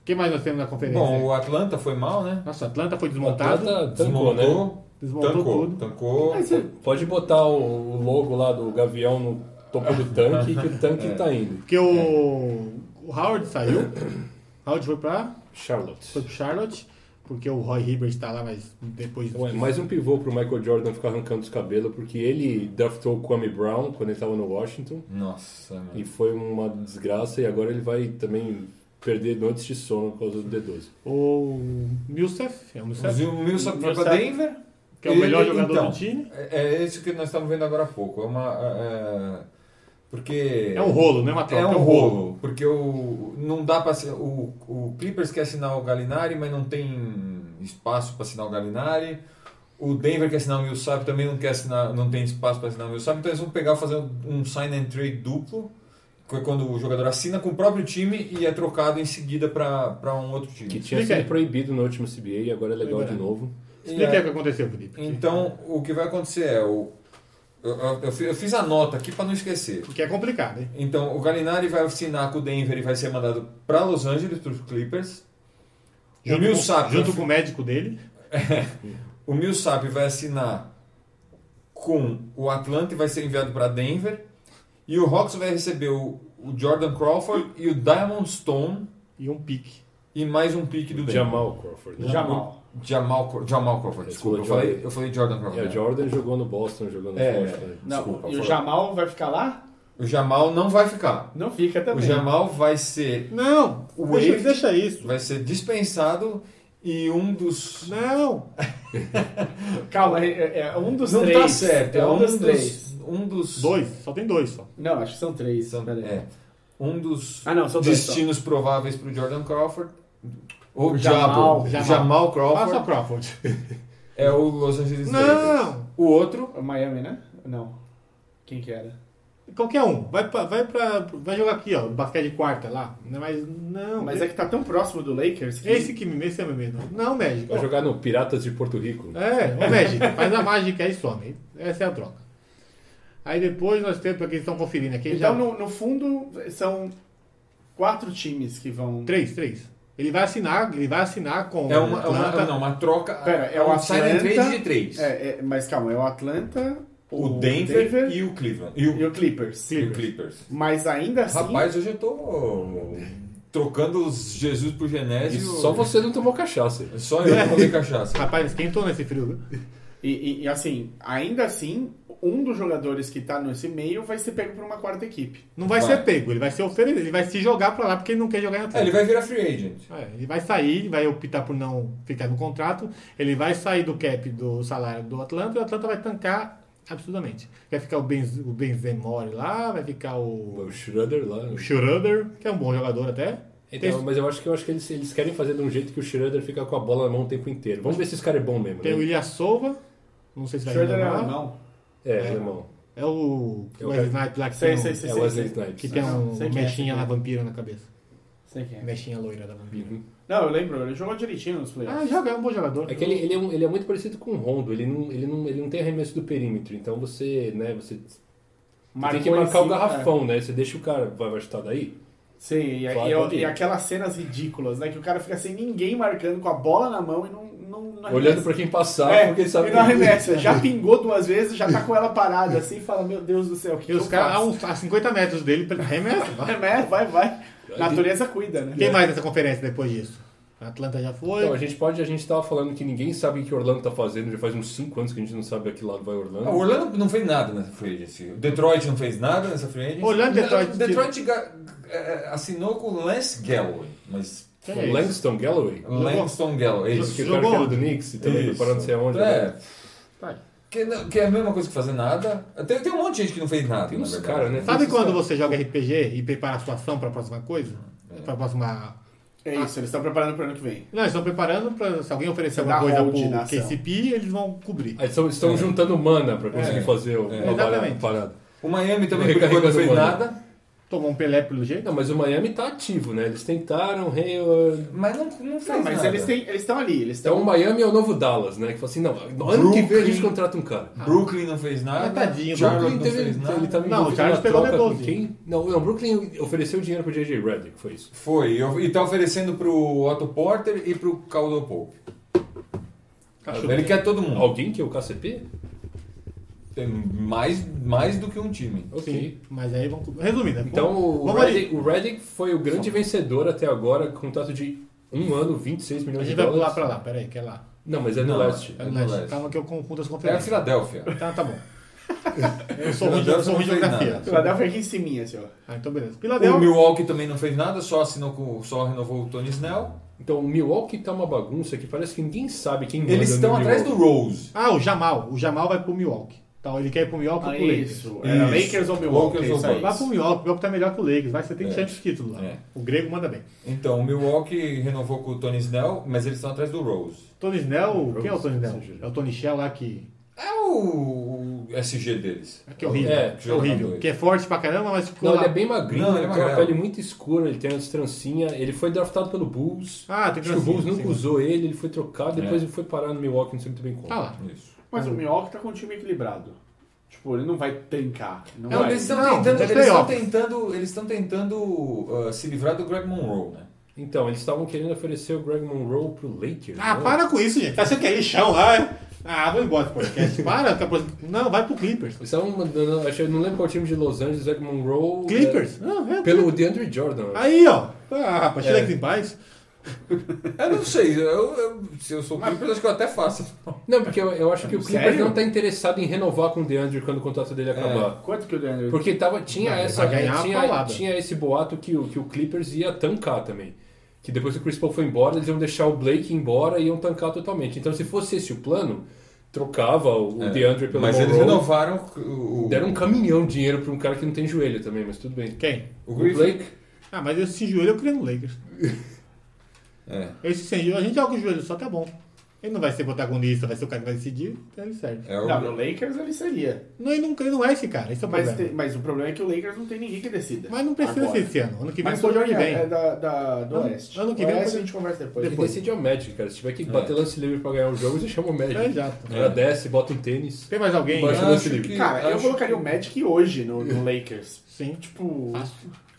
S3: O que mais nós temos na conferência?
S1: Bom, o Atlanta foi mal, né?
S3: Nossa, Atlanta foi desmontado.
S4: Atlanta tancou, né?
S1: Desmontou.
S3: Desmontou
S1: tancou,
S3: tudo. é-
S1: Tancou.
S2: Mas você-
S4: Pode botar o o logo lá do gavião no topo do tanque, que o tanque tá indo.
S3: Porque o, o Howard saiu. O Howard foi pra,
S4: Charlotte.
S3: foi pro Charlotte. porque o Roy Hibbert está lá, mas depois.
S1: é,
S4: Ué, mais um pivô pro Michael Jordan ficar arrancando os cabelos, porque ele draftou o Kwame Brown quando ele tava no Washington,
S1: Nossa, mano.
S4: e foi uma desgraça, e agora ele vai também perder noites de sono por causa do D12.
S3: O Milsef, é o Milsef,
S1: O Millsap foi pra
S2: Millsap.
S1: Denver.
S3: que é o melhor
S1: Ele-
S3: jogador
S1: então,
S3: do time.
S1: É, é isso que nós estamos vendo agora há pouco. É uma. é- é- porque.
S3: É um rolo, não é uma troca.
S1: É um rolo, porque o não dá para o, o Clippers quer assinar o Galinari, mas não tem espaço para assinar o Galinari. O Denver quer assinar o Millsap, também não quer assinar, não tem espaço para assinar o Millsap, então eles vão pegar fazer um, um sign and trade duplo, que é quando o jogador assina com o próprio time e é trocado em seguida para um outro time.
S4: Que tinha
S3: Explica aí.
S4: sido proibido no último CBA e agora é legal de
S3: Liberado.
S4: novo.
S3: Explica aí o que aconteceu, Felipe.
S1: É. Então, o que vai acontecer é o eu, eu- eu fi- eu fiz a nota aqui para não esquecer.
S3: Porque é complicado, hein?
S1: Então, o Galinari vai assinar com o Denver e vai ser mandado para Los Angeles, para os Clippers. o
S3: Junto,
S1: Millsap,
S3: com, junto com o médico dele.
S1: o Millsap vai assinar com o Atlanta e vai ser enviado para Denver. E o Hawks vai receber o, o Jordan Crawford e o Diamond Stone
S3: E um pique.
S1: e mais um pique do Denver.
S4: Jamal Crawford. né?
S2: Jamal.
S1: Jamal, Craw- Jamal Crawford, desculpa. Eu
S4: Desculpa,
S1: falei,
S4: Jordan.
S1: eu falei Jordan Crawford.
S4: É,
S1: né?
S4: Jordan jogou no Boston, jogou no
S1: É,
S4: Washington.
S2: Não,
S1: Desculpa,
S2: e o
S1: foi.
S2: Jamal vai ficar lá?
S1: O Jamal não vai ficar.
S2: Não fica
S1: O
S2: também.
S1: Jamal vai ser,
S3: Não!
S1: O
S3: Deixa,
S1: Wade-
S3: deixa isso.
S1: vai ser dispensado e um dos...
S3: Não!
S2: Calma, é, é um dos
S1: não
S2: três.
S1: tá certo,
S2: É um, dos três.
S1: Um dos...
S3: Dois, só tem dois só.
S2: Não, acho que são três.
S1: São-
S2: peraí.
S1: é, um dos
S2: Ah, não, são dois só.
S1: destinos prováveis para o Jordan Crawford. Ou
S2: O
S1: Jamal,
S2: Jamal-
S1: Jamal,
S3: Jamal Passa o
S1: Crawford
S3: Crawford.
S1: é o Los Angeles Lakers.
S3: Não!
S1: O outro,
S2: O Miami, né? Não. Quem que era?
S3: Qualquer um. Vai pra, vai pra. Vai jogar aqui, ó. Basquete de quarta lá. Não, Mas não.
S2: Mas é que tá tão próximo do Lakers que...
S3: Esse que me esse é meu medo. Não, Magic.
S4: Vai
S3: ó.
S4: jogar no Piratas de Porto Rico.
S3: É, o Magic. faz a mágica aí e some. Essa é a troca. Aí depois nós temos, porque eles estão conferindo aqui.
S2: Então,
S3: já...
S2: no, no fundo, são quatro times que vão...
S3: Três, três. Ele vai assinar, ele vai assinar com
S1: é uma, é uma-
S3: Atlanta.
S1: não, uma troca.
S2: Pera, é o
S1: um sign and
S2: Atlanta-
S1: trade de três.
S2: É, é, mas calma, é o Atlanta,
S1: O Denver, e o Cleveland. E o,
S2: e o Clippers.
S1: e o Clippers.
S2: Mas ainda assim...
S1: Rapaz, hoje eu tô trocando os Jesus por
S4: E
S1: Genésio.
S4: só você não tomou cachaça.
S1: Só eu que tomei cachaça.
S3: Rapaz, esquentou nesse frio. viu?
S2: E, e- e, assim, ainda assim, um dos jogadores que tá nesse meio vai ser pego por uma quarta equipe.
S3: Não vai,
S1: Vai.
S3: ser pego, ele vai ser oferecido, ele vai se jogar pra lá porque ele não quer jogar em
S1: É,
S3: Atlanta.
S1: ele vai virar free agent.
S3: É, ele vai sair, vai optar por não ficar no contrato, ele vai sair do cap do salário do Atlanta e o Atlanta vai tancar absurdamente. Vai ficar o, Benz, o Benzemore lá, vai ficar o,
S4: O Schroeder lá.
S3: o Schroeder, que é um bom jogador até.
S4: Então, mas eu acho que eu acho que eles, eles querem fazer de um jeito que o Schroeder fica com a bola na mão o tempo inteiro. Vamos ver se esse cara é bom mesmo.
S3: Tem o
S4: Né?
S3: Ilha Sova, não sei se vai
S2: Schroeder é
S3: renovar.
S2: alemão.
S4: É, alemão.
S3: É o
S4: Eu
S3: Wesley
S4: quero-
S3: Snipes lá que
S2: Sei,
S3: tem um-
S2: sei, sei,
S4: É
S2: sei,
S4: o Wesley
S2: sei.
S3: que
S4: Snipes.
S3: tem
S2: Não,
S3: um
S2: sei quem é, sei
S3: mexinha
S2: quem
S3: lá,
S2: é.
S3: vampira na cabeça.
S2: Sei quem é.
S3: Mexinha loira da vampira.
S4: Uhum.
S2: Não, eu lembro, ele jogou direitinho nos
S3: Ah,
S2: playoffs.
S3: joga, é um bom jogador.
S4: É que ele, ele, é um- ele é muito parecido com o Rondo, ele não, ele, não, ele não tem arremesso do perímetro, então você, né, você tem que
S2: em
S4: marcar o
S2: cima,
S4: garrafão, né? Você deixa o cara, vai, vai chutar daí?
S2: é. Sim, e,
S4: Claro,
S2: e-
S4: pode ir.
S2: e aquelas cenas ridículas, né? Que o cara fica sem ninguém marcando com a bola na mão e não. não, não
S4: Olhando
S2: arremessa.
S4: pra quem passar,
S2: É,
S4: porque ele sabe
S2: e não
S4: que-
S2: arremessa. Já pingou duas vezes, já tá com ela parada assim e fala: Meu Deus do céu, o que,
S3: E
S2: que
S3: os
S4: é um
S2: eu
S3: caras a,
S2: faço?
S3: uns- a 50 metros dele pra- arremessa.
S4: "Ah,
S3: vai.
S2: É, vai, vai. Natureza cuida, né?
S3: Quem mais nessa conferência depois disso? A Atlanta já foi.
S4: Então, a gente pode, a gente tava falando que ninguém sabe o que Orlando tá fazendo, já faz uns 5 anos que a gente não sabe a que lado vai Orlando.
S1: Ah, O Orlando não fez nada nessa free agency. O Detroit não fez nada nessa free agency.
S3: Olhando Detroit-
S1: Não, Detroit ga- eh, assinou com o Lance Galloway, mas
S3: Que é
S4: Então, O
S3: isso?
S4: Langston Galloway.
S1: Langston Galloway, é
S4: Que
S1: isso.
S4: o cara
S3: Jogou
S4: que era
S3: onde?
S4: do Knicks e também
S1: Isso.
S4: foi parar não sei aonde. né?
S1: É,
S3: Tá aí.
S1: que, não- que é a mesma coisa que fazer nada. Tem, tem um monte de gente que não fez nada.
S4: Tem
S1: na
S4: uns
S1: verdade.
S4: caras, né?
S3: Sabe
S4: Esses
S3: quando
S4: caras-
S3: você joga RPG e prepara a sua ação pra próxima coisa? Pra próxima.
S2: É isso, eles estão preparando pro ano que vem.
S3: Não, eles estão preparando pra. Se alguém oferecer
S2: Você
S3: alguma
S2: dá
S3: coisa
S2: hold na
S3: pro
S2: ação.
S3: KCP, eles vão cobrir.
S4: Ah, eles estão, estão juntando mana pra conseguir
S1: É.
S4: fazer o,
S1: É.
S4: a parada-
S3: Exatamente.
S4: parada.
S1: O Miami também por
S4: Recarregando
S1: enquanto, não fez
S4: o Orlando.
S1: nada,
S3: Tomou um Pelé pelo jeito.
S4: Não, mas o Miami tá ativo, né? Eles tentaram, Hayward.
S1: mas não, não fez
S2: Não, mas
S1: nada.
S2: eles têm- eles estão ali, eles
S4: Então
S2: estão.
S4: o Miami é o novo Dallas, né? Que fala assim, não, no ano que vem a gente
S1: Brooklyn.
S4: contrata um cara.
S1: Brooklyn não fez nada.
S3: Ah, tadinho,
S1: Charlotte
S4: Brooklyn
S1: não
S4: teve-
S1: fez nada.
S4: ele tá- tava
S3: Não,
S4: envolvido
S3: o Charles
S4: na
S3: pegou
S4: troca
S3: o
S4: com
S3: D12.
S4: quem? Não, não, Brooklyn ofereceu dinheiro pro J.J. Redick, foi isso.
S1: Foi, e eu- e tá oferecendo pro Otto Porter e pro Caldwell Pope. Ele quer todo mundo.
S4: Alguém que é o KCP?
S1: Tem É mais, mais do que um time.
S4: Ok.
S3: Sim. Mas aí vão cobrir. Resumindo, né?
S4: Então o
S3: vamos ali.
S4: Redick, o Redick foi o grande vencedor até agora, com contrato de Um ano, 26
S3: A
S4: milhões de
S3: gente vai pular
S4: dólares.
S3: pra lá, peraí, que é lá.
S4: Não, mas é no
S1: Não,
S4: leste.
S3: É
S1: É no
S3: no leste.
S1: leste.
S3: Calma que eu confundo as
S1: É a
S3: conferências.
S1: Filadélfia.
S3: Tá, tá bom. Eu sou ruim de-
S1: Filadélfia
S3: eu sou ruim de
S1: não fez
S3: geografia.
S1: nada.
S2: Filadélfia aqui em cima, assim, ó.
S3: Ah, então beleza.
S1: O
S3: Filadélfia.
S1: Milwaukee também não fez nada, só assinou com, só renovou o Tony Snell.
S4: Então, o Milwaukee tá uma bagunça que parece que ninguém sabe quem manda
S1: Eles
S4: no
S1: estão atrás do
S4: Milwaukee.
S1: Rose.
S3: Ah, o Jamal. O Jamal vai pro Milwaukee. Tá, ele quer ir pro Milwaukee ou
S2: Ah,
S3: pro Lakers.
S2: isso. Era
S1: Isso.
S2: Lakers ou Milwaukee, é
S1: Lakers ou
S2: isso aí.
S1: Bucks.
S3: Vai pro Milwaukee, o Milwaukee tá melhor que o Lakers, vai, você tem
S1: É.
S3: chance de título lá.
S1: É.
S3: O grego manda bem.
S1: Então, o Milwaukee renovou com o Tony Snell, mas eles estão atrás do Rose.
S3: Tony Snell,
S2: Rose,
S3: quem é o Tony Snell?
S2: Rose.
S3: É o Tony Shell lá que,
S1: É o, o SG deles.
S3: que é horrível.
S4: É,
S3: É, que é horrível.
S1: jogador.
S3: Que é forte pra caramba, mas ficou
S4: Não,
S3: lá.
S4: ele é bem magrinho,
S1: Não, ele é
S4: ele tem uma
S1: magrelo.
S4: pele muito escura, ele tem as trancinhas. Ele foi draftado pelo Bulls.
S3: Ah, tem
S4: Acho que o
S3: trancinha,
S4: Bulls nunca
S3: sim.
S4: usou ele, ele foi trocado, depois
S1: É.
S4: ele foi parar no Milwaukee, não sei muito bem como.
S3: Tá lá.
S1: Isso.
S2: Mas o Milwaukee tá com um time equilibrado. Tipo, ele não vai tancar. Não
S1: Não,
S2: vai.
S1: eles estão
S3: Não,
S1: tentando, eles
S3: mas
S1: estão
S3: playoffs.
S1: tentando, eles estão tentando ah, se livrar do Greg Monroe, né?
S4: Então, eles estavam querendo oferecer o Greg Monroe pro Lakers.
S3: Ah,
S4: né?
S3: para com isso, gente. Tá sendo que é lixão lá. é? Ah, vou embora do podcast. Para, tá por- não, vai pro Clippers.
S4: Eles estavam mandando, acho, eu não lembro qual time de Los Angeles, Greg Monroe.
S3: Clippers? Não, é
S4: é,
S3: o
S4: pelo
S3: Clippers.
S4: DeAndre Jordan.
S3: Aí, ó. Ah, rapaz, tira
S1: É.
S3: aqui em paz.
S1: Eu não sei, eu, eu- se eu sou Clippers, acho que eu até faço.
S4: Não, porque eu, eu acho que o Clippers
S2: Sério?
S4: não tá interessado em renovar com o DeAndre quando o contrato dele acabar.
S2: Quanto que o Deandre...
S4: Porque tava, tinha
S3: Não, ele
S4: essa é,
S3: vai ganhar a
S4: tinha,
S3: paulada.
S4: tinha esse boato que o, que o Clippers ia tancar também. Que depois que o Chris Paul foi embora, eles iam deixar o Blake embora e iam tancar totalmente. Então, se fosse esse o plano, trocava o, o
S1: É.
S4: DeAndre pelo
S1: Mas
S4: Monroe.
S1: eles renovaram o, o,
S4: Deram um caminhão de dinheiro pra um cara que não tem joelho também, mas tudo bem.
S3: Quem?
S1: o
S4: O
S1: Griffin.
S4: Blake,
S3: Ah, mas esse joelho eu criei no Lakers.
S1: É.
S3: Esse sem joelho, a gente joga com o joelho só, tá bom. Ele não vai ser protagonista, vai ser o cara que vai decidir, então ele serve.
S1: É o,
S2: Não, no Lakers ele seria.
S3: Não, ele não, ele não é esse cara, esse é o
S2: Mas,
S3: problema.
S2: tem- mas o problema é que o Lakers não tem ninguém que decida.
S3: Mas não precisa
S2: Agora.
S3: ser esse ano. Ano que vem
S2: Mas
S3: pode
S2: tudo
S3: ano que vem.
S2: É da, da- do
S3: Ano-
S2: Oeste.
S3: ano que vem
S2: Oeste
S3: eu-
S2: a gente conversa depois.
S4: ele decide é o Magic, cara. Se tiver que bater lance livre pra ganhar o jogo, você chama o Magic.
S3: É, exato.
S4: O cara desce, bota um tênis.
S3: Tem mais alguém?
S4: Mas-
S1: Eu acho que-
S2: Cara, eu
S1: acho
S2: colocaria o Magic hoje no, no Lakers.
S3: Sim.
S2: Tipo,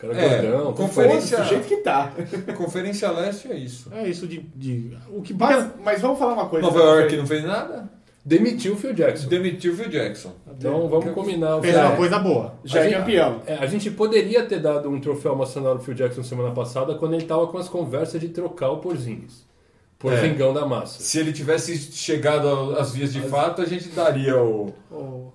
S4: O cara
S1: É,
S4: gordão.
S1: conferência-
S2: foda-se, do jeito que tá.
S1: que Conferência Leste é isso.
S3: É isso de. de- o que
S2: Mas, mas vamos falar uma coisa.
S1: Nova York não fez nada,
S4: Demitiu o Phil Jackson.
S1: demitiu o Phil Jackson.
S4: Então vamos combinar. o
S3: fez
S4: Phil-
S3: uma coisa boa.
S2: Já
S4: A
S2: é
S4: gente-
S2: campeão.
S4: É, a gente poderia ter dado um troféu maçonal pro Phil Jackson semana passada quando ele tava com as conversas de trocar o Porzingis. Porzingão da massa.
S1: Se ele tivesse chegado ao- às vias de fato, a gente daria o,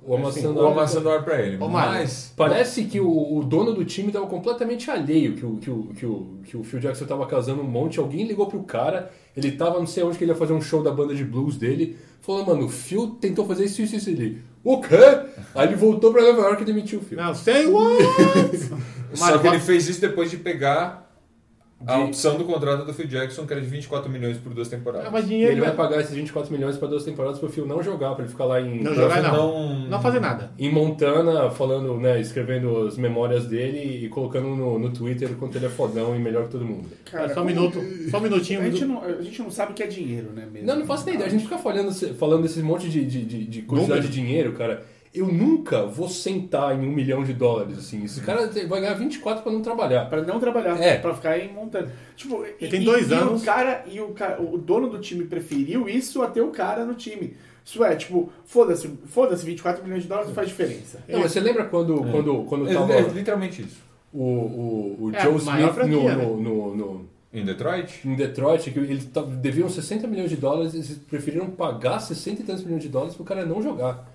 S4: O amassando
S1: o amassando do ar pra ele.
S3: Ô, Mário.
S1: Mas,
S4: Parece que o, o dono do time estava completamente alheio que o, que, o, que, o, que o Phil Jackson estava casando um monte. Alguém ligou pro cara, ele tava não sei onde que ele ia fazer um show da banda de blues dele. Falou, mano, o Phil tentou fazer isso, isso, isso ali. O quê? Aí ele voltou pra Nova York e demitiu o Phil.
S3: Não sei what!
S1: só que
S3: vai-
S1: ele fez isso depois de pegar a
S4: De-
S1: opção do contrato do Phil Jackson, que era de 24 milhões por duas temporadas.
S3: Ah, mas
S4: E ele
S3: dinheiro.
S4: vai pagar esses 24 milhões para duas temporadas pro Phil não jogar, pra ele ficar lá em,
S3: Não jogar
S1: Pra
S3: não.
S1: não-
S3: Não fazer nada.
S4: em Montana, falando, né, escrevendo as memórias dele e colocando no, no Twitter o quanto ele é fodão e melhor que todo mundo.
S3: É, só um minuto. Só um minutinho.
S2: A gente,
S3: do-
S2: não, a gente não sabe o que é dinheiro, né? Mesmo.
S4: Não, não faço nem ideia. A gente fica falando, falando desse monte de, de, de, de quantidade
S3: Número.
S4: de dinheiro, cara. Eu nunca vou sentar em um milhão de dólares, assim. Esse cara vai ganhar 24 pra não trabalhar.
S2: Pra não trabalhar,
S4: É.
S2: pra ficar aí montando. Tipo, ele
S3: tem dois anos.
S2: o cara, e o, ca- o dono do time preferiu isso a ter o cara no time. Isso é, tipo, foda-se, foda-se, 24 milhões de dólares não faz diferença.
S4: Não, mas você lembra quando, quando, quando
S1: É,
S4: tava
S1: é literalmente isso.
S4: o, o, o
S3: É,
S4: Joe
S3: a maior
S4: Smith no,
S3: franquia, né?
S4: no, no- no-
S1: Em Detroit?
S4: em Detroit, que eles tav- deviam 60 milhões de dólares, eles preferiram pagar 60 e tantos milhões de dólares pro cara não jogar.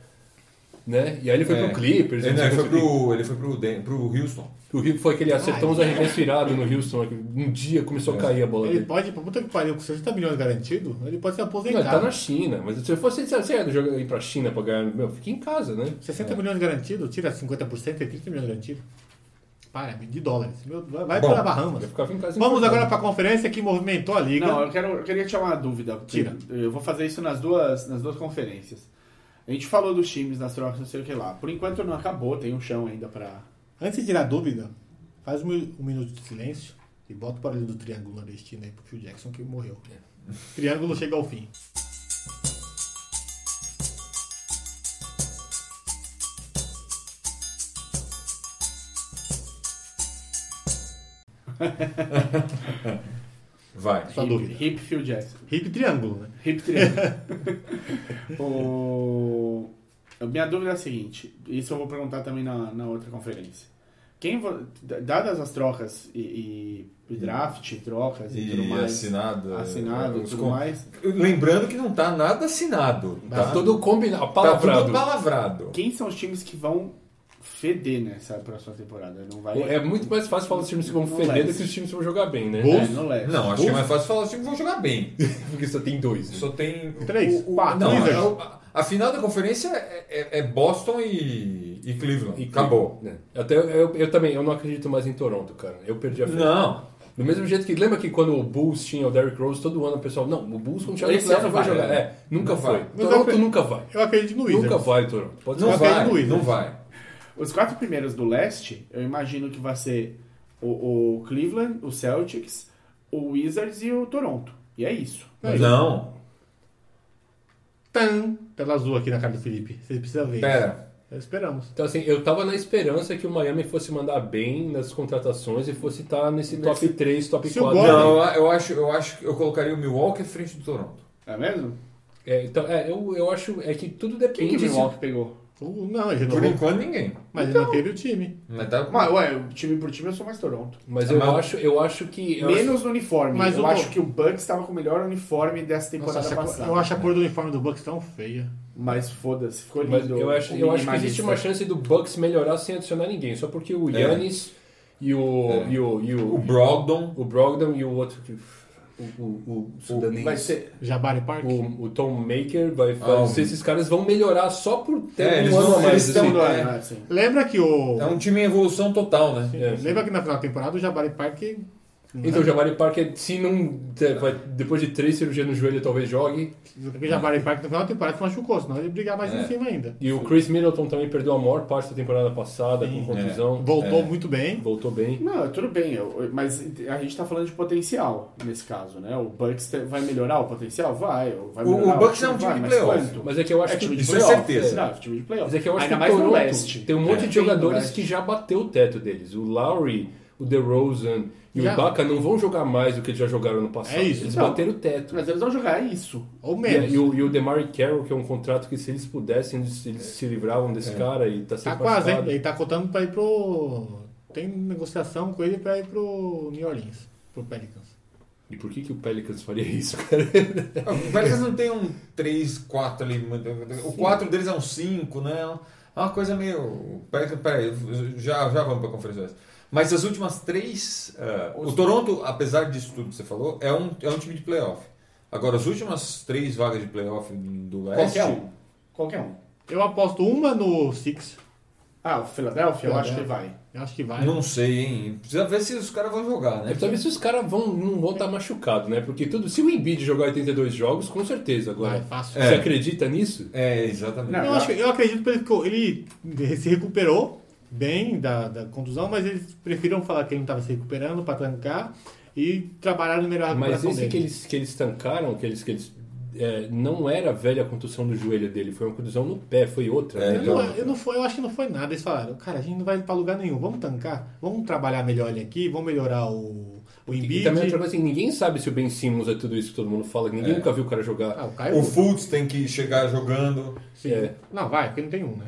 S4: Né? E aí ele foi
S1: É.
S4: pro Clippers,
S1: Ele,
S4: não
S1: não,
S4: sei
S1: ele foi
S4: quanto tempo.
S1: pro, ele foi pro, Den- pro Houston.
S4: O Rio foi que ele acertou uns arremessos irados no Houston. que Um dia começou
S1: É.
S4: a cair a bola
S3: Ele
S4: dele.
S3: pode, pra puta que pariu, com 60 milhões garantido, ele pode se
S4: Não,
S3: aposentar.
S4: ele tá na China, mas se eu fosse se você ia jogar- ir pra China pra ganhar, meu, fica em casa, né?
S3: 60 milhões garantido, tira 50%, é 30 milhões garantido. Para, é de dólares. Meu, vai vai
S1: Bom,
S3: para
S4: Eu
S3: Bahamas.
S4: ficava em casa.
S3: Vamos
S4: em-
S3: agora pra conferência que movimentou a liga.
S2: Não, eu, quero, eu queria tirar uma dúvida.
S3: Tira.
S2: Eu vou fazer isso nas duas, nas duas conferências. A gente falou dos times nas trocas, não sei o que lá. Por enquanto não acabou, tem um chão ainda pra.
S3: Antes de tirar dúvida, faz um, mi- um minuto de silêncio e bota o barulho do triângulo nordestino aí pro Phil Jackson que morreu.
S4: É.
S3: Triângulo chega ao fim.
S1: Vai.
S3: Sua dúvida.
S2: Hip Phil Jackson.
S3: Hip triângulo, né?
S2: Hip triângulo. o... Minha dúvida é a seguinte, isso eu vou perguntar também na, na outra conferência. Quem, vo- dadas as trocas e, e draft, trocas e, tudo
S1: E
S2: mais.
S1: assinado.
S2: assinado,
S1: é, os
S2: tudo
S1: con-
S2: mais.
S1: Lembrando que não tá nada assinado.
S4: Tá
S1: Tá,
S4: tudo combinado,
S1: tá tudo
S4: palavrado.
S1: palavrado.
S2: Quem são os times que vão feder nessa próxima temporada? Não vai.
S4: É muito mais fácil falar dos times que vão
S2: Não
S3: é.
S4: feder
S2: leva.
S4: do que os times que vão jogar bem, né?
S3: Bolsa.
S2: É, não leva.
S1: Não, acho que é mais fácil falar assim que vão jogar bem.
S4: Porque só tem dois. né?
S1: Só tem.
S3: Três,
S1: O, o,
S3: quatro,
S1: não,
S3: Wizards.
S1: a- a, a final da conferência é, é- é Boston e, e Cleveland.
S4: E-
S1: Acabou.
S4: né? Até eu, eu- eu também, eu não acredito mais em Toronto, cara. Eu perdi a fé.
S1: Não.
S4: Do mesmo jeito que, lembra que quando o Bulls tinha o Derrick Rose, todo ano o pessoal, não, o Bulls quando chegar no
S1: Esse
S4: playoff
S1: ano
S4: vai
S1: vai,
S4: jogar.
S1: né?
S4: É, nunca
S1: Não
S4: foi.
S1: vai.
S3: Mas
S4: Toronto
S3: eu-
S4: nunca vai.
S3: Eu acredito no Wizards.
S4: Nunca vai, Toronto. Pode
S1: Não
S4: ser.
S3: acredito
S1: vai,
S3: no
S1: não
S3: Wizards.
S1: vai.
S2: Os quatro primeiros do leste, eu imagino que vai ser o, o Cleveland, o Celtics, o Wizards e o Toronto. E é isso.
S3: Aí.
S1: Não.
S3: Tan, tela azul aqui na cara do Felipe. Você precisa ver.
S1: Pera.
S3: Nós esperamos.
S4: Então, assim, eu tava na esperança que o Miami fosse mandar bem nas contratações e fosse estar nesse top 3, top
S3: se o
S4: 4.
S3: Gordon-
S1: Não, eu, eu acho, eu acho que eu colocaria o Milwaukee à frente do Toronto.
S2: É mesmo?
S4: É, então, é, eu, eu acho é que tudo
S2: Quem
S4: depende.
S2: que o
S4: se-
S2: Milwaukee pegou?
S3: Uh, não, ele
S1: Por
S3: renovou.
S1: enquanto, ninguém.
S3: Mas
S4: Então.
S3: ele não teve o time.
S1: Mas tá,
S2: Mas, ué, time por time eu sou mais Toronto.
S4: Mas eu
S1: Mas-
S4: acho, eu acho que. eu
S2: Menos no uniforme.
S3: Mas
S2: eu
S3: o-
S2: acho que o Bucks estava com o melhor uniforme dessa temporada
S3: Nossa, essa cor-
S2: passada.
S3: eu
S4: né?
S3: acho a cor do uniforme do Bucks tão feia.
S2: Mas foda-se, ficou
S4: Mas
S2: lindo.
S4: eu acho,
S2: o
S4: eu acho que
S2: minimalista.
S4: existe uma chance do Bucks melhorar sem adicionar ninguém, só porque o
S1: É.
S4: Yannis e, o,
S1: É.
S4: e o. e o.
S1: o Brogdon.
S4: o Brogdon e o outro. que- O, o, o sudanês.
S2: Vai ser.
S3: Jabari Park.
S4: O, o Tom Maker vai
S1: Ah,
S4: fazer.
S1: o-
S4: Esses caras vão melhorar só por ter
S1: É,
S4: um
S1: eles
S4: ano
S1: vão-
S4: a mais.
S1: eles
S4: assim.
S1: estão
S2: Não,
S1: é.
S2: não, assim.
S3: Lembra que o.
S1: É um time em evolução total, né?
S4: É, sim.
S3: Lembra que na final da temporada o Jabari Park.
S4: Então o Jabari Parker, se não. te- vai- Depois de três cirurgias no joelho, talvez jogue.
S3: O Jabari Park no final da temporada se machucou, senão ele ia brigar mais
S1: É.
S3: em cima ainda.
S4: E o Chris Middleton também perdeu a maior parte da temporada passada
S3: Sim.
S4: com contusão.
S3: Voltou
S1: É.
S3: muito bem.
S4: Voltou bem.
S2: Não, tudo bem, eu- mas a gente tá falando de potencial nesse caso, né? O Bucks te- vai melhorar o potencial? Vai. vai
S1: O- o
S2: melhorar
S1: Bucks é um
S2: time?
S1: time
S2: Vai,
S1: de
S2: mas
S1: playoff.
S2: quanto?
S4: Mas é que eu acho
S2: É
S4: que
S2: time de
S1: Isso é
S2: playoff.
S1: certeza.
S2: É, time de playoff.
S4: Mas é que eu acho
S2: Ainda
S4: que
S2: mais
S4: o Toronto
S2: no leste.
S3: É.
S4: tem um monte de
S2: Tem no
S4: jogadores
S2: leste.
S4: que já bateu o teto deles. O Lowry, o DeRozan e
S3: Já.
S4: o Ibaka não vão jogar mais do que eles já jogaram no passado.
S3: É isso.
S4: Eles
S2: Não.
S4: bateram o teto.
S2: Mas eles vão jogar é isso.
S3: Ou
S4: E, é,
S3: menos.
S4: e o, e o DeMar Carroll, que é um contrato que se eles pudessem, eles, eles se livravam desse cara e tá sendo
S3: Tá quase, hein?
S4: machucado.
S3: Ele tá contando pra ir pro. Tem negociação com ele pra ir pro New Orleans, pro Pelicans.
S4: E por que, que o Pelicans faria isso, cara?
S1: O Pelicans não tem um 3, 4 ali. O 4 deles é um 5, né? É uma coisa meio. Peraí, peraí já, já vamos para a conferência. Oeste. Mas as últimas três. eh, o Toronto, apesar disso tudo que você falou, é um, é um time de playoff. Agora, as últimas três vagas de playoff do leste.
S4: é
S2: Qualquer um. Qualquer um.
S3: Eu aposto uma no Six.
S2: Ah, o Philadelphia, eu acho que vai.
S3: Eu acho que vai.
S1: Não sei, hein? Precisa ver se os caras vão jogar, né?
S4: É pra ver se os caras vão, não vão estar machucados, né? Porque tudo, se o Embiid jogar 82 jogos, com certeza
S3: Vai,
S4: agora.
S3: fácil.
S1: É.
S4: Você acredita nisso?
S1: É, exatamente.
S2: Não.
S3: Eu, acho que- eu acredito que ele ficou- ele, se recuperou bem da, da contusão, mas eles preferiram falar que ele não estava se recuperando para trancar e trabalharam melhor a
S4: Mas
S3: recuperação
S4: esse
S3: Ah, dele.
S4: que eles, que eles tancaram, que eles, que eles é, não era a velha contusão do joelho dele, foi uma contusão no pé, foi outra.
S1: É,
S3: Eu,
S4: né?
S3: não, eu, não foi, eu acho que não foi nada. Eles falaram, cara, a gente não vai pra lugar nenhum. Vamos tancar, vamos trabalhar melhor ele aqui, vamos melhorar o, o
S4: E
S3: Embiid.
S4: também outra coisa assim, ninguém sabe se o Ben Simmons é tudo isso que todo mundo fala, que ninguém nunca viu o cara jogar.
S3: Ah, o Caio.
S1: O Fultz tem que chegar jogando.
S3: Sim.
S4: É.
S3: Não, vai, porque não tem um, né?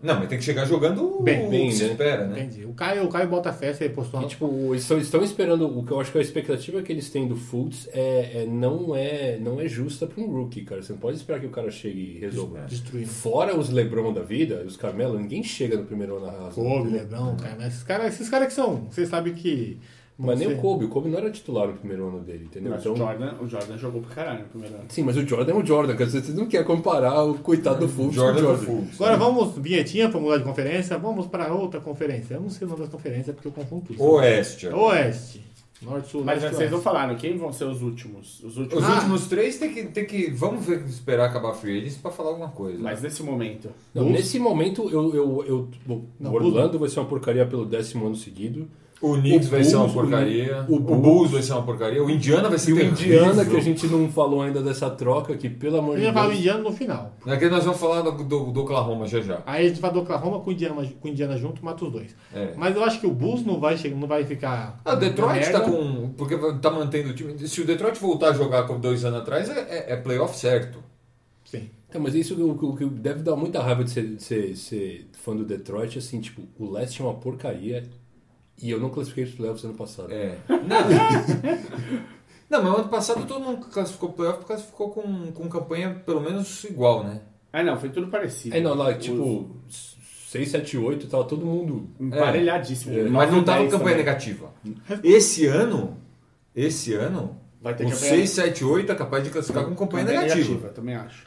S1: Não, mas tem que chegar jogando
S3: Bem,
S1: o
S4: bem,
S1: que se
S4: né?
S1: espera, né?
S3: Entendi. O Caio, o Caio bota festa e postou.
S4: E, tipo, eles estão, estão esperando. O que eu acho que a expectativa que eles têm do Fultz é, é- não, é, não é justa pra um rookie, cara. Você não pode esperar que o cara chegue e resolva.
S3: Destruindo.
S4: Fora os Lebron da vida, os Carmelo, ninguém chega no primeiro ano na raça.
S3: Kobe, né? Lebrão, cara. Mas esses caras esses caras que são. Você sabe que.
S4: Mas nem
S3: você-
S4: o Kobe, o Kobe não era titular no primeiro ano dele, entendeu?
S1: Então,
S4: Então,
S2: Mas o Jordan, o Jordan jogou pra caralho no primeiro ano.
S4: Sim, mas o Jordan é o Jordan, cara. Você não quer comparar o coitado do Fultz
S1: É, Jordan
S4: com o
S1: do
S4: Jordan.
S1: Fultz.
S3: Agora vamos, vinhetinha pra mudar de conferência, vamos para outra conferência. Eu não sei o nome das conferências porque eu confundo
S4: é
S3: tudo.
S1: Oeste. é. agora.
S3: Oeste. Norte, Sul,
S2: Mas
S3: Leste,
S2: vocês não
S3: Oeste.
S2: falaram quem vão ser os últimos. Os
S1: Os
S2: últimos.
S3: Ah.
S1: últimos três tem que, tem que. Vamos ver, esperar acabar a free agency pra falar alguma coisa.
S2: ah, Mas nesse momento.
S4: Não, nesse momento, eu, eu, eu, bom,
S3: Não,
S4: o Orlando vai ser uma porcaria pelo décimo ano seguido.
S1: o Knicks
S4: o
S1: vai ser uma
S4: Bulls, o
S1: porcaria.
S4: Ni- o
S1: O, Bulls vai ser uma porcaria. O Indiana vai ser
S4: E o
S1: terrível.
S4: Indiana, que a gente não falou ainda dessa troca, que pelo amor
S3: Eu
S4: de
S3: ia falar do
S4: Deus.
S3: indiano no final.
S1: Daqui é nós vamos falar do, do- do Oklahoma já já.
S3: Aí a gente vai do Oklahoma com o Indiana, com o Indiana junto, mata os dois.
S1: É.
S3: Mas eu acho que o Bulls não vai, chegar, não vai ficar.
S1: Ah, Detroit
S3: merda.
S1: tá com. Porque tá mantendo o time. Se o Detroit voltar a jogar como dois anos atrás, é, é, é playoff certo.
S3: Sim.
S4: Então, mas isso o, que- o que deve dar muita raiva de ser, de ser- ser fã do Detroit, assim, tipo, o leste é uma porcaria e eu não classifiquei os playoffs ano passado.
S1: É. Não. Não, mas ano passado todo mundo que classificou playoff classificou com, com campanha pelo menos igual, né?
S2: Ah, não, foi tudo parecido.
S4: É, não, lá, tipo, 6, 7, 8 e tal, tá, todo mundo.
S2: Emparelhadíssimo.
S1: é. Mas não tava
S2: 9, 10
S1: campanha
S2: também.
S1: negativa. Esse ano, esse ano,
S2: Vai ter
S1: o
S2: campanha-
S1: 6, 7, 8 é capaz de classificar com campanha negativa.
S2: Também acho.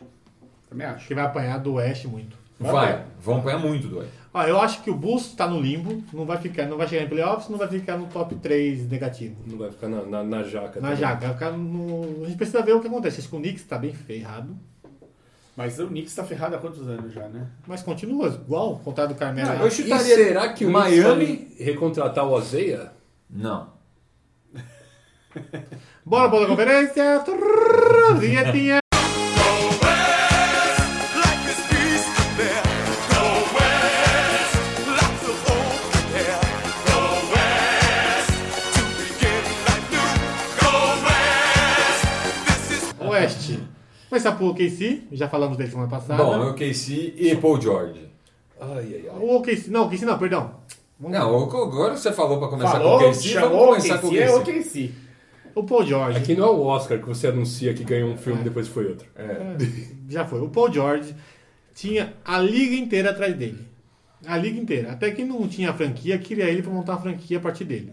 S2: Também acho.
S3: Que vai apanhar do Oeste muito.
S1: Vai, vão apanhar muito do Oeste.
S3: Ó, eu acho que o Bulls tá no limbo, não vai ficar, não vai chegar em playoffs, não vai ficar no top 3 negativo.
S4: Não vai ficar na, na, na jaca. tá
S3: Na
S4: também.
S3: jaca, vai ficar no... a gente precisa ver o que acontece. Acho que o Knicks tá bem ferrado,
S2: Mas o Knicks tá ferrado há quantos anos já, né?
S3: mas continua igual, contado do Carmelo.
S2: Ah,
S1: Eu
S4: E
S1: chutaria-
S4: será que o
S1: Miami-
S4: Miami recontratar o Azeia?
S1: Não.
S3: Bora, bola da conferência! Trrr, Vinhetinha! Oeste. Começar por OKC, já falamos dele semana passada.
S1: Bom, é o KC e Paul George.
S4: Ai, ai, ai.
S3: O OKC, não, OKC não, perdão. Vamos-
S1: Não, agora você falou pra começar
S2: Falou,
S1: com o KC, vamos
S2: chamou o
S1: começar com o
S2: KC, é o
S1: KC.
S2: KC.
S3: O Paul George.
S4: Aqui não é o Oscar que você anuncia que ganhou um filme e depois foi outro.
S2: É.
S3: É, Já foi. O Paul George tinha a liga inteira atrás dele. A liga inteira. Até quem não tinha franquia, queria ele pra montar uma franquia a partir dele.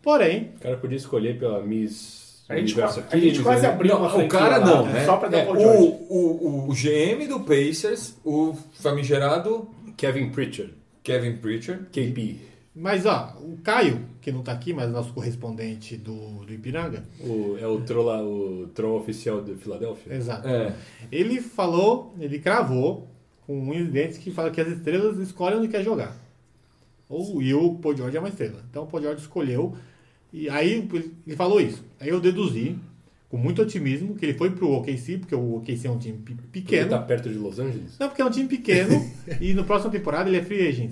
S3: Porém,
S4: O cara podia escolher pela Miss
S2: A gente,
S4: Universo
S2: qua- a gente
S4: Kids,
S2: quase
S4: né?
S2: abriu
S1: Não,
S2: uma
S1: o
S2: franquia
S1: cara
S2: lá,
S1: não,
S2: né?
S1: né?
S2: Só pra dar
S4: É,
S2: Paul George.
S1: O, o, o GM do Pacers, o famigerado
S4: Kevin Pritchard,
S1: Kevin Pritchard.
S4: KP,
S3: mas ó, o Caio, que não tá aqui, mas nosso correspondente do, do Ipiranga.
S4: o, é o troll, o troll oficial de Filadélfia.
S3: Exato.
S1: É.
S3: Ele falou, ele cravou com um dos dentes que fala que as estrelas escolhem onde quer jogar. Ou e o Paul George é uma estrela. Então o Paul George escolheu. E aí ele falou isso. Aí eu deduzi, com muito otimismo, que ele foi pro OKC, porque o OKC é um time pe-
S4: Ele
S3: pequeno.
S1: né?
S4: tá perto de Los Angeles?
S3: Não, porque é um time pequeno e no próximo temporada ele é free agent.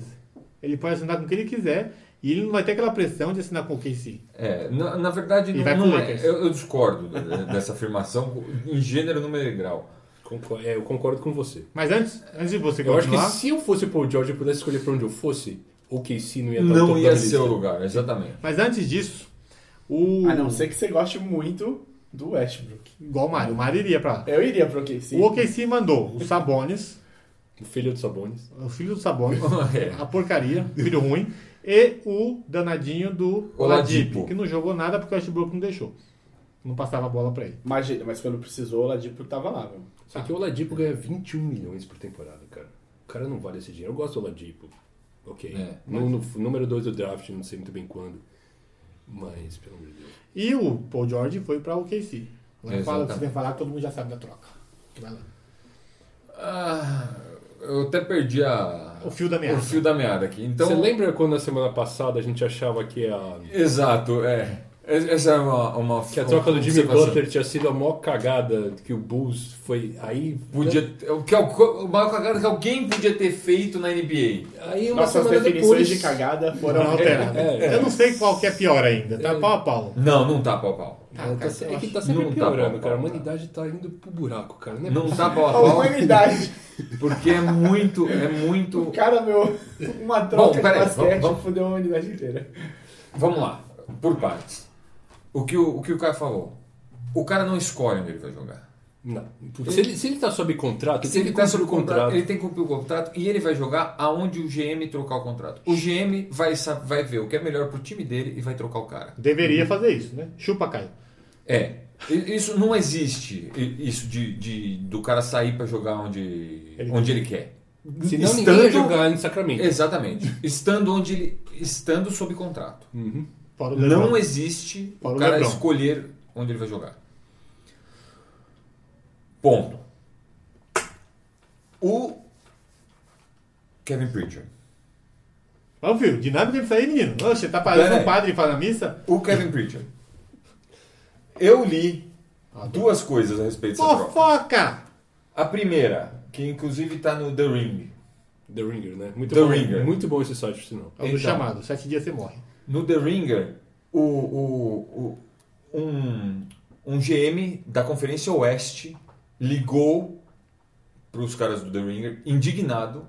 S3: Ele pode assinar com quem ele quiser e ele não vai ter aquela pressão de assinar com o KC.
S1: É, na, na verdade,
S3: E
S1: não,
S3: vai pro
S1: não é.
S3: Lakers.
S1: Eu, eu discordo de- de- dessa afirmação em gênero, número e grau.
S4: Concor- é, eu concordo com você.
S3: Mas antes, antes de você
S4: Eu acho que
S3: continuar,
S4: se eu fosse Paul George e pudesse escolher pra onde eu fosse, o KC não ia estar no
S1: Não
S4: topo
S1: ia
S4: da
S1: ser o
S4: lista.
S1: Então, lugar, exatamente.
S3: mas antes disso, o
S4: Ah,
S2: A não ser que você goste muito do Westbrook.
S3: igual o Mário, o Mário iria pra lá.
S2: Eu iria pro KC.
S3: O OKC mandou o Sabonis,
S4: O filho do Sabonis.
S3: o filho do Sabonis,
S1: É.
S3: a porcaria, o filho ruim, e o danadinho do
S1: Oladipo.
S3: Oladipo, que não jogou nada porque o Westbrook não deixou. Não passava a bola pra ele.
S2: Imagina, mas quando precisou, o Ladipo tava lá, meu.
S4: Só que o Oladipo ganha 21 milhões por temporada, cara. O cara não vale esse dinheiro. Eu gosto do Oladipo. Ok.
S1: É.
S4: no, no f- número 2 do draft, não sei muito bem quando. Mas, pelo amor de Deus.
S3: E o Paul George foi pra OKC. Não fala o
S1: Exatamente.
S3: que você tem que falar, todo mundo já sabe da troca. Vai lá.
S1: Ah, eu até perdi a,
S3: O fio da meada.
S1: Ah. o fio da meada aqui. Então,
S4: Você lembra quando na semana passada a gente achava que a,
S1: Exato, é. Es- Essa é uma. uma
S4: que a troca do Jimmy
S1: observação.
S4: Butler tinha sido a maior cagada que o Bulls foi. Aí.
S1: Podia, o que é o, o maior cagada que alguém podia ter feito na NBA.
S4: Aí uma
S2: Nossas
S4: semana
S2: definições
S4: depois.
S2: de cagada
S3: Foram
S2: foram...
S3: alteradas.
S4: é, é.
S3: Eu não sei qual que é pior ainda, tá?
S4: É.
S3: Pau a pau.
S1: Não, não tá pau a pau.
S3: Tá,
S4: É,
S3: cara,
S4: tá se-
S3: eu
S4: é que
S3: acho-
S4: tá sempre
S1: Não tá
S4: piorando,
S1: bom,
S4: cara. A
S1: não tá.
S4: humanidade tá indo pro buraco, cara. Não é
S1: Não
S4: possível.
S1: tá pau a
S2: A
S1: pau,
S2: humanidade.
S1: porque é muito. É muito.
S2: Cara, meu, uma troca de
S1: peraí,
S2: basquete
S1: vamos- vamos-
S2: fudeu a humanidade inteira.
S1: Vamos lá, por partes. O que o, o que o cara falou? O cara não escolhe onde ele vai jogar.
S4: Não. Se ele, se ele tá sob contrato,
S1: Se
S4: tem
S1: ele
S4: que
S1: tá
S4: cumprir
S1: sob
S4: o contrato.
S1: contrato, ele tem que cumprir o contrato e ele vai jogar aonde o GM trocar o contrato. O GM vai, sa- vai ver o que é melhor pro time dele e vai trocar o cara.
S3: Deveria fazer isso, né? Chupa, Caio.
S1: É. I- Isso não existe, i- isso de, de- do cara sair pra jogar onde ele, onde ele quer.
S4: Senão ninguém ia
S1: Estando-
S4: jogar em Sacramento.
S1: Exatamente. Estando onde ele. Estando sob contrato.
S3: Fora o LeBron.
S1: Não é- existe
S3: Fora
S1: o
S3: o
S1: cara
S3: LeBron.
S1: escolher onde ele vai jogar. Ponto. O Kevin Pritchard.
S3: Ó, filho, dinâmica disso aí, menino. Ô, Você tá parecendo
S1: Pera aí.
S3: um padre e fala na missa?
S1: O Kevin Pritchard. Eu li
S3: Ah, tá.
S1: duas coisas a respeito dessa troca.
S3: Fofoca!
S1: A primeira, que inclusive está no The Ring.
S4: The Ringer, né? Muito
S1: The
S4: bom.
S1: Ringer.
S4: Muito bom esse site, por sinal.
S3: É o do
S1: Então.
S3: chamado. Sete dias você morre.
S1: No The Ringer, o, o- o- um, um GM da Conferência Oeste ligou pros caras do The Ringer indignado,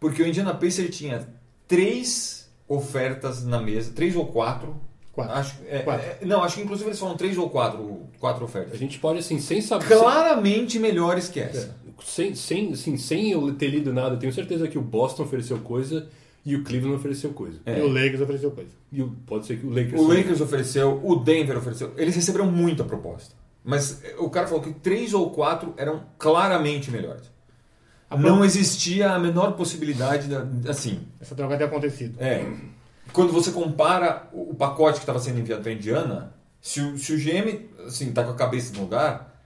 S1: porque o Indiana Pacers tinha três ofertas na mesa, três ou quatro.
S3: Quatro.
S1: Acho, é,
S3: Quatro.
S1: é, não, acho que inclusive eles falam três ou quatro, quatro
S4: A
S1: ofertas.
S4: gente pode, assim, sem saber.
S1: Claramente melhores que essa.
S4: Sem, sem, assim, sem eu ter lido nada, eu tenho certeza que o Boston ofereceu coisa e o Cleveland ofereceu coisa.
S1: É.
S3: E o Lakers ofereceu coisa.
S4: E o- pode ser que o Lakers.
S1: O Lakers ofereceu, o Denver ofereceu. Eles receberam muita proposta. Mas eh, o cara falou que três ou quatro eram claramente melhores. Não existia a menor possibilidade, da, assim.
S3: Essa troca ter acontecido.
S1: É. Quando você compara o o pacote que estava sendo enviado para Indiana, se o, se o GM assim, tá com a cabeça no lugar,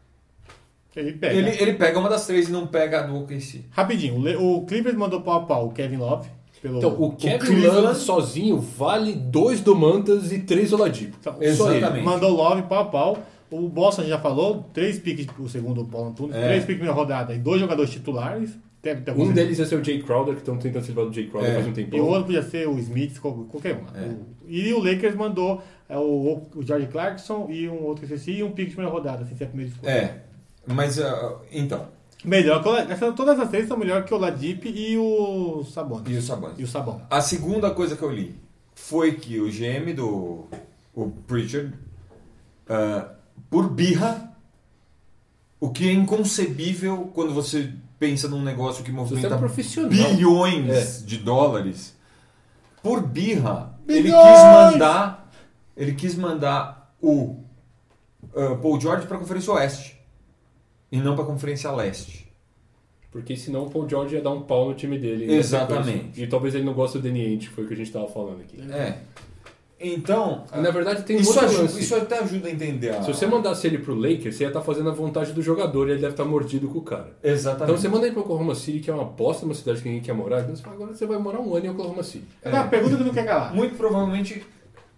S3: Ele pega.
S1: ele, ele pega uma das três e não pega a do OKC.
S3: Rapidinho, o Le- o Clippers mandou pau a pau o Kevin Love. Pelo...
S4: Então, o Kevin
S1: Cleveland-
S4: Love sozinho vale dois do Mantas e três Tá, do Ladipo.
S3: Então,
S1: Exatamente.
S3: só ele. Mandou Love pau a pau. O Boston já falou, três piques, o segundo Paulo Antunes,
S1: É.
S3: três piques na rodada e dois jogadores titulares. Deve ter algum-
S4: Um deles ia ser o Jay Crowder, que estão tentando se livrar do Jay Crowder
S1: É.
S4: faz um
S3: E o
S4: tempão.
S3: outro podia ser o Smith, qual- qualquer um.
S1: É.
S3: O- E o Lakers mandou é, o, o George Clarkson e um outro que eu esqueci, e um pique de primeira rodada, assim, se é a primeira escolha.
S1: É. Mas, ah, então.
S3: Melhor que o, essa, todas as três são melhor que o Ladip e o Sabonis.
S1: E o Sabonis.
S3: E o Sabon.
S1: A segunda coisa que eu li foi que o GM do o Pritchard, ah, por birra, o que é inconcebível quando você pensa num negócio que
S4: Você é
S1: movimenta
S4: um profissional. É.
S1: bilhões de dólares, por birra, ele
S3: Bilhões!
S1: quis mandar, ele quis mandar o ah, Paul George para a Conferência Oeste e não para a Conferência Leste.
S4: Porque senão o Paul George ia dar um pau no time dele.
S1: Exatamente.
S4: E talvez ele não goste do Danny Ainge, que foi o que a gente estava falando aqui.
S1: É. Então,
S4: Na verdade, tem um
S1: isso,
S4: outro
S1: aju-
S4: lance.
S1: isso até ajuda a entender. a-
S4: Se você mandasse ele pro Lakers, você ia estar fazendo a vontade do jogador e ele deve estar mordido com o cara. Então
S1: Exatamente.
S4: você manda ele pro Oklahoma City, que é uma bosta, uma cidade que ninguém quer morar. Então você fala, agora você vai morar um ano em Oklahoma City.
S3: É uma pergunta que não quer calar.
S1: Muito provavelmente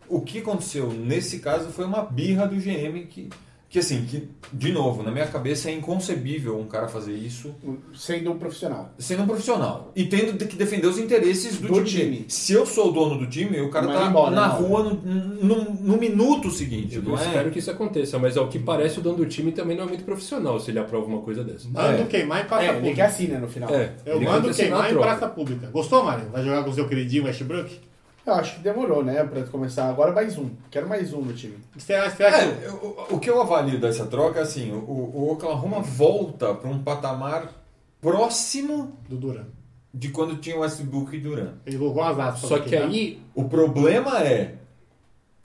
S1: o que aconteceu nesse caso foi uma birra do GM que, que assim, que, de novo, na minha cabeça é inconcebível um cara fazer isso
S2: Sendo um profissional.
S1: sendo um profissional e tendo de- que defender os interesses do,
S2: Do
S1: time.
S2: time.
S1: Se eu sou o dono do time, o cara
S2: Mas
S1: tá
S2: embora, né?
S1: na
S2: não.
S1: rua no, no, no minuto seguinte,
S4: Eu
S1: não
S4: espero
S1: é?
S4: que isso aconteça, mas ao que parece, o dono do time também não é muito profissional se ele aprova uma coisa dessa.
S3: Mando
S1: É.
S3: queimar e
S2: É,
S3: passa
S2: ele É. que
S3: pública.
S2: assina no final.
S3: Eu
S4: ele
S3: mando
S4: aconteceu na
S3: queimar em
S4: troca.
S3: praça pública. Gostou, Mário? Vai jogar com o seu queridinho Westbrook?
S2: Eu acho que demorou, né, pra começar. Agora mais um. Quero mais um no time.
S3: Será, será que.
S1: É, eu- o que eu avalio dessa troca é assim, o, o Oklahoma volta para um patamar próximo
S3: Do Duran.
S1: de quando tinha o Westbrook e Durant.
S3: né? Ele colocou as aspas.
S4: Só
S3: aqui,
S4: que
S3: tá?
S4: aí,
S1: O problema é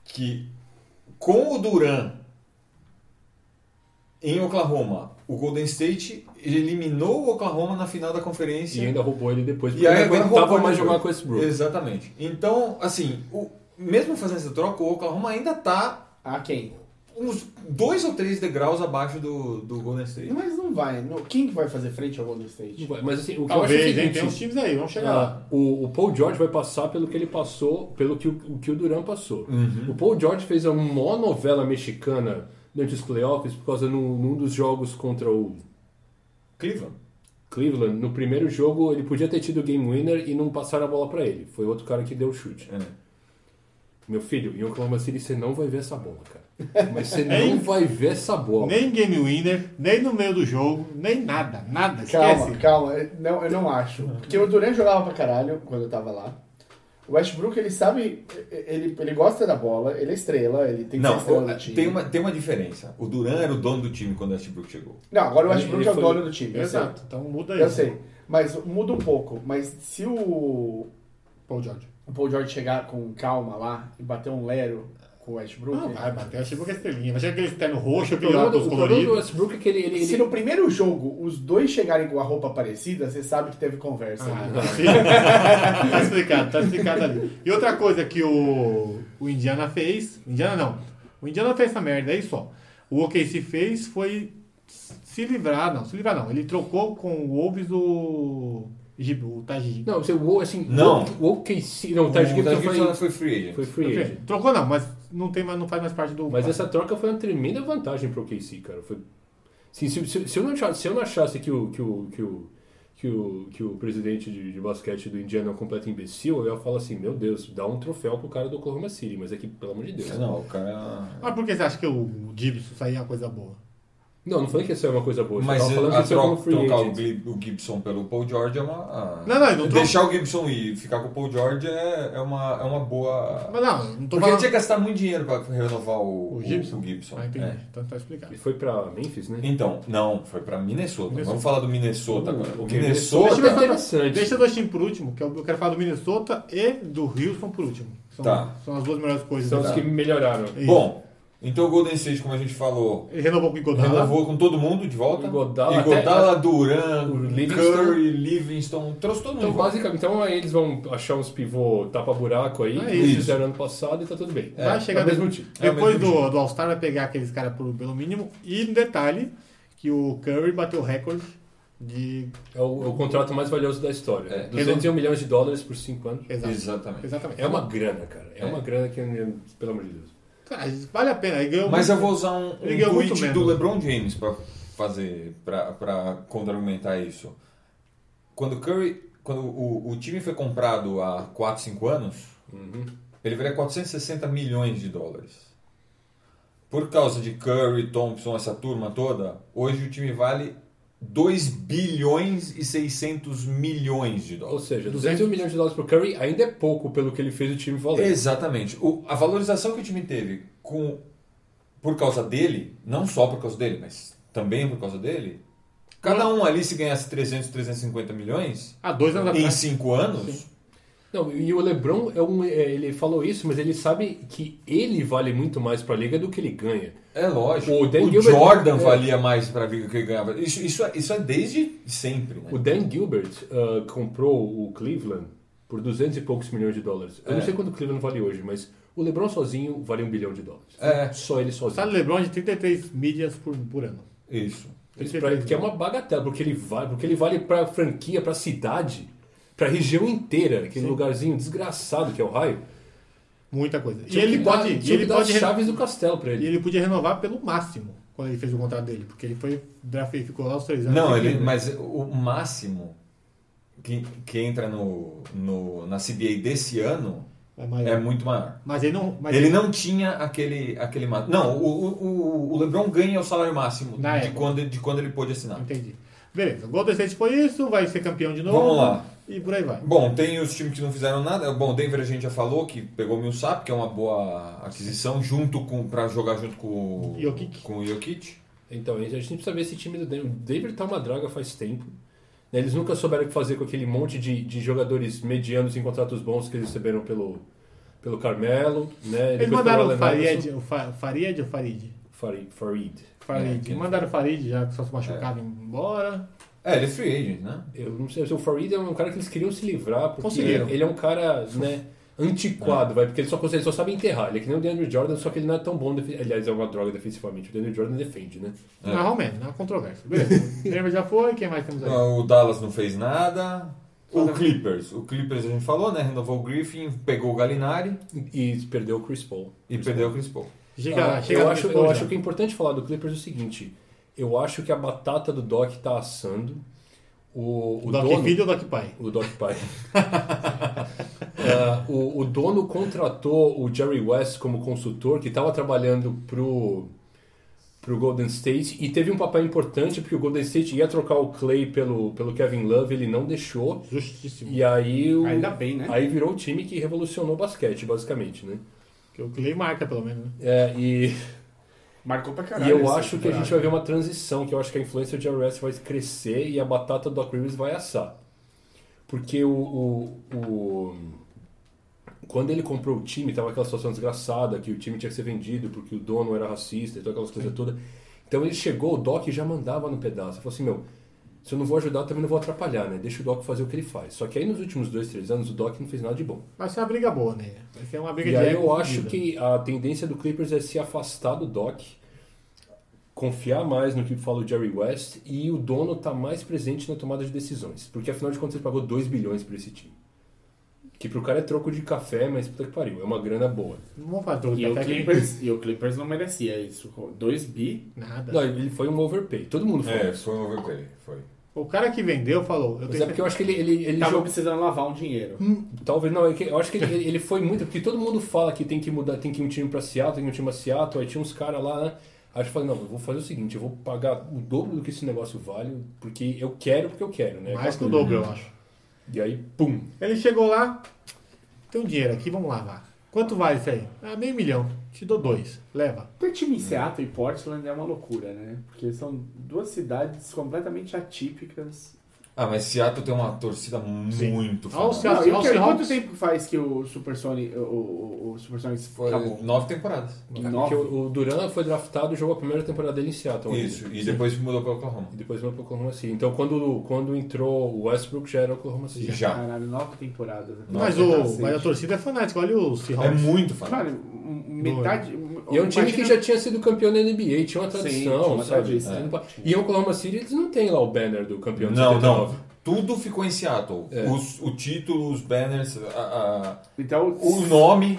S1: que com o Duran em Oklahoma, o Golden State eliminou o Oklahoma na final da conferência.
S4: e ainda roubou ele depois, porque
S1: E aí
S4: não
S1: agora
S4: aguentava
S1: roubou
S4: mais
S1: depois.
S4: jogar com esse Brook.
S1: Exatamente. Então, assim, o- mesmo fazendo essa troca, o Oklahoma ainda tá
S2: Ah, quem?
S1: uns dois ou três degraus abaixo do, do Golden State.
S2: Mas não vai. Não- Quem que vai fazer frente ao Golden State?
S4: Mas assim, o que eu acho
S3: Talvez,
S4: é o
S3: hein?
S4: seguinte,
S3: Tem um uns times aí, vamos chegar lá.
S4: Ah, o, o Paul George vai passar pelo que ele passou, pelo que o, o que o Duran passou. O Paul George fez a maior novela mexicana durante os playoffs por causa num, num dos jogos contra o
S1: Cleveland.
S4: Cleveland. No primeiro jogo ele podia ter tido o game winner e não passaram a bola pra ele. Foi outro cara que deu o chute.
S2: né?
S1: É.
S4: Meu filho, em Oklahoma City você não vai ver essa bola, cara. Mas você
S3: Hein?
S4: não vai ver essa bola.
S3: Nem game winner, nem no meio do jogo, nem nada, nada.
S2: Calma,
S3: Esquece.
S2: calma. Eu- Não, eu não acho. Porque o Durant jogava pra caralho quando eu tava lá. O Westbrook, ele sabe... Ele, ele gosta da bola, ele é estrela, ele tem que ser
S1: Não,
S2: estrela
S1: o-
S2: do time.
S1: tem uma, tem uma diferença. O Duran era o dono do time quando o Westbrook chegou.
S2: Não, agora o
S4: Ele-
S2: Westbrook
S4: ele
S2: é o
S4: foi-
S2: dono do time. eu sei.
S3: Exato. Então muda isso.
S2: Eu sei. Mas muda um pouco. Mas se o,
S3: Paul George.
S2: o Paul George chegar com calma lá e bater um lero com o Westbrook...
S3: Não, Ah, vai bater a Chibuca estrelinha. Vai chegar aquele externo roxo,
S4: O problema,
S3: aquele
S4: do,
S3: dos
S4: o problema do
S3: coloridos.
S4: Westbrook é que ele. ele,
S2: Se
S4: ele...
S2: no primeiro jogo os dois chegarem com a roupa parecida, você sabe que teve conversa.
S3: Ah,
S2: né?
S3: não, sim. tá explicado, tá explicado ali. E outra coisa que o, o Indiana fez. Indiana não. O Indiana fez essa merda aí só. O OKC fez foi se livrar, não, se livrar não. Ele trocou com o Wolves o. Gib- O Tajiri.
S4: Não, você, o- assim,
S1: Não.
S4: O o OKC. Não, Então, o Taj Gibson
S1: Taj
S4: foi,
S1: foi free agent.
S4: foi free agent.
S3: Trocou não, mas não, tem, mais- não faz mais parte do.
S4: Mas essa troca foi uma tremenda vantagem pro KC, cara. Foi... Sim, se, se- se eu não achasse, se eu não achasse que o, que o, que o, que o, que o presidente de, de basquete do Indiana é um completo imbecil, eu ia falar assim, meu Deus, dá um troféu pro cara do Oklahoma City, mas é que, pelo amor de Deus.
S1: Não, o cara.
S3: Mas por que você acha que o Gibson saía uma é coisa boa?
S4: Não, não falei que isso é uma coisa boa.
S1: Mas
S4: eu tava falando que
S1: a
S4: isso é como
S1: troca,
S4: free
S1: trocar o
S4: agent.
S1: Gli- o Gibson pelo Paul George é uma. a-
S3: Não, não, eu não tô-
S1: Deixar o Gibson ir e ficar com o Paul George é, é, uma, é uma boa.
S3: Mas não, não tô
S1: Porque ele
S3: falando...
S1: tinha que gastar muito dinheiro pra renovar o,
S3: O Gibson?
S1: o Gibson.
S3: Ah, entendi.
S1: É.
S3: Então tá explicado.
S4: Ele foi pra Memphis, né?
S1: Então, não, foi pra Minnesota.
S3: Minnesota.
S1: Vamos falar do Minnesota
S4: Uh,
S1: agora. O
S4: o é
S1: Minnesota.
S3: Deixa eu, falar-
S4: Interessante.
S3: deixa dois times por último, que é eu eu quero falar do Minnesota e do Houston por último. São,
S1: Tá.
S3: são as duas melhores coisas.
S4: São os
S3: dessa-
S4: que melhoraram.
S3: Isso.
S1: Bom, então o Golden State, como a gente falou,
S3: Ele renovou com o Godala.
S1: renovou com todo mundo de volta.
S4: Iguodala,
S1: Iguodala, Duran,
S4: o Livingston.
S1: Curry, Livingston, trouxe todo mundo.
S4: Então,
S1: de volta.
S4: basicamente, então aí eles vão achar uns pivô tapa-buraco aí,
S3: Ah,
S4: que eles
S1: É isso.
S4: fizeram ano passado e tá tudo bem.
S3: Vai chegar
S4: é o mesmo time.
S1: É o
S3: Depois
S1: mesmo
S3: do, do All-Star vai pegar aqueles caras por- pelo mínimo. E um detalhe, que o Curry bateu o recorde de...
S4: É o, é o contrato mais valioso da história. né?
S1: É.
S4: 201 milhões de dólares por 5 anos.
S3: Exato.
S1: Exatamente.
S3: Exatamente.
S4: É uma grana, cara. É,
S1: É.
S4: uma grana que, pelo amor de Deus.
S3: É, Cara, vale a pena. Ele ganhou
S1: Mas eu
S3: muito-
S1: vou usar um, um
S3: Ele ganhou muito
S1: tweet
S3: menos.
S1: do LeBron James pra fazer, pra, pra contra-argumentar isso. Quando o Curry, quando o, o time foi comprado há 4, 5 anos, ele valia 460 milhões de dólares. Por causa de Curry, Thompson, essa turma toda, hoje o time vale 2 bilhões e 600 milhões de
S4: Ou
S1: dólares.
S4: seja,
S3: 200
S4: 200 milhões de dólares pro Curry ainda é pouco pelo que ele fez o time valer.
S1: Exatamente. O- a valorização que o time teve com, por causa dele, não só por causa dele, mas também por causa dele, cada um ali se ganhasse 300, 350 milhões
S3: Há dois anos
S1: em
S3: atrás.
S1: 5 anos,
S4: Não, e o LeBron é um, é, ele falou isso, mas ele sabe que ele vale muito mais pra liga do que ele ganha.
S1: é lógico.
S4: O
S1: O,
S4: Dan Gilbert-
S1: Jordan
S4: é.
S1: valia mais para ver o que ele ganhava. Isso, isso, é, isso é desde sempre.
S4: O
S1: Né?
S4: Dan Gilbert ah, comprou o Cleveland por 200 e poucos milhões de dólares. Eu não
S1: É.
S4: sei quanto o Cleveland vale hoje, mas o LeBron sozinho vale um bilhão de dólares.
S1: É.
S4: Só ele sozinho.
S3: Sabe LeBron de 33 mídias por, por ano.
S1: Isso.
S4: Eles pra, que é uma bagatela, porque ele vale, porque ele vale pra franquia, pra cidade, pra região inteira, aquele lugarzinho desgraçado que é o raio.
S3: Muita coisa. E
S4: Tinha que
S3: ele
S4: dar-
S3: pode... E
S4: tinha que
S3: ele
S4: dar
S3: pode
S4: as chaves do castelo pra
S3: E
S4: ele.
S3: ele podia renovar pelo máximo quando ele fez o contrato dele, porque ele foi draft e ficou lá os três anos.
S1: Não,
S3: seguidos,
S1: ele,
S3: né?
S1: mas o máximo que, que entra no, no, na CBA desse ano
S3: é maior.
S1: é muito maior.
S3: Mas ele não. Mas
S1: ele não tinha aquele, aquele ma- Não, o, o- o, o LeBron ganha o salário máximo
S3: Na
S1: de
S3: época.
S1: quando, de quando ele pôde assinar.
S3: Entendi. Beleza. O Golden State foi isso, vai ser campeão de novo.
S1: Vamos lá.
S3: E por aí vai.
S1: Bom, tem os times que não fizeram nada. Bom, o Denver a gente já falou que pegou o Millsap, que é uma boa aquisição, junto com para jogar junto com, o-
S3: Jokic.
S1: com o Jokic.
S4: Então, a gente precisa ver esse time do Denver. O Denver tá uma draga faz tempo. né? Eles nunca souberam o que fazer com aquele monte de, de jogadores medianos em contratos bons que eles receberam pelo, pelo Carmelo. Né?
S3: Eles
S4: Depois
S3: mandaram
S4: pelo
S3: o
S4: Allen
S3: Farid,
S4: Iverson.
S3: o Fa- Farid ou Farid?
S4: Farid. Farid.
S3: Farid.
S4: É,
S1: que-
S3: mandaram o Farid, já que só se machucava e ia embora.
S1: É, ele é free agent, né?
S4: Eu não sei, o Farid é um cara que eles queriam se livrar, porque
S3: Conseguiram.
S4: ele é um cara, né, antiquado, vai, porque ele só, consegue- ele só sabe enterrar. Ele é que nem o DeAndre Jordan, só que ele não é tão bom, defi- aliás, é uma droga defensivamente. O DeAndre Jordan defende, né?
S1: É.
S3: Mas realmente, não é uma controvérsia. Beleza. Lembra já foi, quem mais temos aí?
S1: Ah, O Dallas não fez nada. O Clippers. O Clippers a gente falou, né? Renovou o Griffin, pegou o Galinari
S4: E perdeu o Chris Paul.
S1: e perdeu o Chris Paul.
S3: Chega,
S4: Ah,
S3: chega
S4: eu
S3: no
S4: acho,
S3: Minnesota
S4: eu
S3: já.
S4: acho que é importante falar do Clippers o seguinte, eu acho que a batata do Doc tá assando, o, o
S3: Doc
S4: dono...
S3: Filho ou Doc Pai?
S4: O Doc Pai. Ah, o, o dono contratou o Jerry West como consultor, que estava trabalhando pro, pro Golden State, e teve um papel importante, porque o Golden State ia trocar o Clay pelo, pelo Kevin Love, ele não deixou.
S3: Justíssimo.
S4: E aí o,
S2: Ainda bem, né?
S4: aí virou o time que revolucionou o basquete, basicamente, né?
S3: Que é o Clay marca, pelo menos, né?
S4: É, e,
S2: Marcou pra caralho. é
S4: e eu
S2: essa
S4: acho que a gente vai ver uma transição, que eu acho que a influência do Jerry West vai crescer e a batata do Doc Rivers vai assar. Porque o, o- o- Quando ele comprou o time, tava aquela situação desgraçada, que o time tinha que ser vendido porque o dono era racista e todas aquelas coisas todas. Então ele chegou, o Doc já mandava no pedaço. Ele falou assim, meu, se eu não vou ajudar, eu também não vou atrapalhar, né? Deixa o Doc fazer o que ele faz. Só que aí nos últimos dois, três anos, o Doc não fez nada de bom.
S3: Vai ser uma briga boa, né? Vai ser uma briga
S4: E
S3: de
S4: aí
S3: ego
S4: eu acho
S3: fodida.
S4: que a tendência do Clippers é se afastar do Doc, confiar mais no que fala o Jerry West e o dono tá mais presente na tomada de decisões. Porque afinal de contas ele pagou 2 bilhões por esse time. Que pro cara é troco de café, mas puta que pariu, é uma grana boa.
S3: Não vamos falar troco
S2: E
S3: de
S2: o,
S3: café aqui.
S2: Clippers, e o Clippers não merecia isso. 2 bi.
S3: Nada.
S4: Não, ele foi um overpay, todo mundo foi.
S1: É, foi um overpay. Foi.
S3: O cara que vendeu falou. Eu
S4: Mas é
S3: tenho
S4: porque eu acho que ele, ele, ele
S2: Tava
S4: jogou-
S2: precisando lavar um dinheiro.
S4: Hum, Talvez não, é que eu acho que ele, ele foi muito, porque todo mundo fala que tem que mudar, tem que ir um time pra Seattle, tem que ir um time pra Seattle, aí tinha uns caras lá, né? Aí eu falei, não, eu vou fazer o seguinte, eu vou pagar o dobro do que esse negócio vale, porque eu quero, porque eu quero, né?
S3: Mais que o dobro, eu acho.
S4: E aí, pum.
S3: Ele chegou lá, tem um dinheiro aqui, vamos lavar. Quanto vale isso aí? Ah, meio milhão. Te dou dois. Leva.
S2: Ter time em Seattle e Portland é uma loucura, né? Porque são duas cidades completamente atípicas.
S1: Ah, mas Seattle tem uma torcida
S3: Sim.
S1: muito
S3: Ah, o
S1: famosa.
S3: Seattle-
S2: Não, e
S3: Seahawks-
S2: que- quanto
S3: Seahawks-
S2: tempo faz que o Super Sonic, o, o, o Super Sonic
S1: Foi
S2: acabou?
S1: nove temporadas.
S4: Porque o, o Duran foi draftado e jogou a primeira temporada dele em
S2: Então,
S4: Seattle. ainda.
S1: Isso,
S2: é
S1: e depois mudou para Oklahoma.
S4: E depois foi pro Oklahoma City. Então, quando, quando entrou o Westbrook, já era Oklahoma City.
S1: Já.
S2: Caralho, nove temporadas.
S3: Mas,
S1: Nossa,
S3: o,
S2: cacete.
S3: mas a torcida é fanática. Olha o
S1: É
S3: Seahawks.
S1: muito famoso.
S2: Então, Cara, m- metade.
S4: E é um time que já tinha sido campeão da NBA, tinha uma
S2: Sim,
S4: tradição,
S2: tinha uma
S4: sabe?
S2: tradição.
S4: Você não pode- E em Oklahoma City eles não tem lá o banner do campeão de
S2: é
S1: Não,
S4: 79.
S1: não. Tudo ficou em Seattle.
S4: É.
S1: Os- o título, os banners, a- a-
S2: Então,
S1: o nome.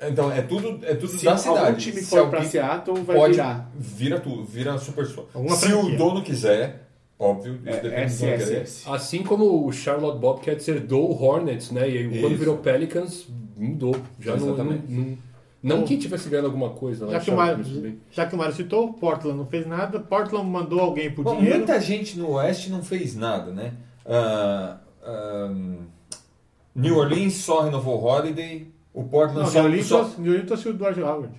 S1: Então, é tudo, é tudo
S2: se
S1: da
S2: algum
S1: cidade.
S2: time
S1: Se
S2: for pra
S1: alguém-
S2: Seattle, vai
S1: pode
S2: virar.
S1: vira tudo, vira super só.
S3: Alguma
S1: Se
S3: franquia.
S1: o dono quiser, óbvio, isso
S2: É,
S1: depende do dono querer.
S2: SSS.
S4: Assim como o Charlotte Bobcats herdou o Hornets, né? E aí, quando
S1: Isso.
S4: virou Pelicans, mudou. Já não, não,
S1: Exatamente.
S4: não, não
S3: Bom,
S4: que tivesse ganhando alguma coisa lá
S3: Já
S4: em
S3: que, o
S4: Charlotte,
S3: Mário,
S4: mas tudo bem.
S3: já que o Mário citou, Portland não fez nada. Portland mandou alguém por
S1: Bom,
S3: dinheiro.
S1: muita gente no Oeste não fez nada, né? Ah, ahn, New Orleans só renovou o Holiday, o Portland
S3: Não,
S1: só,
S3: New Orleans
S1: só-
S3: trouxe- New Orleans trouxe o Dwight Howard.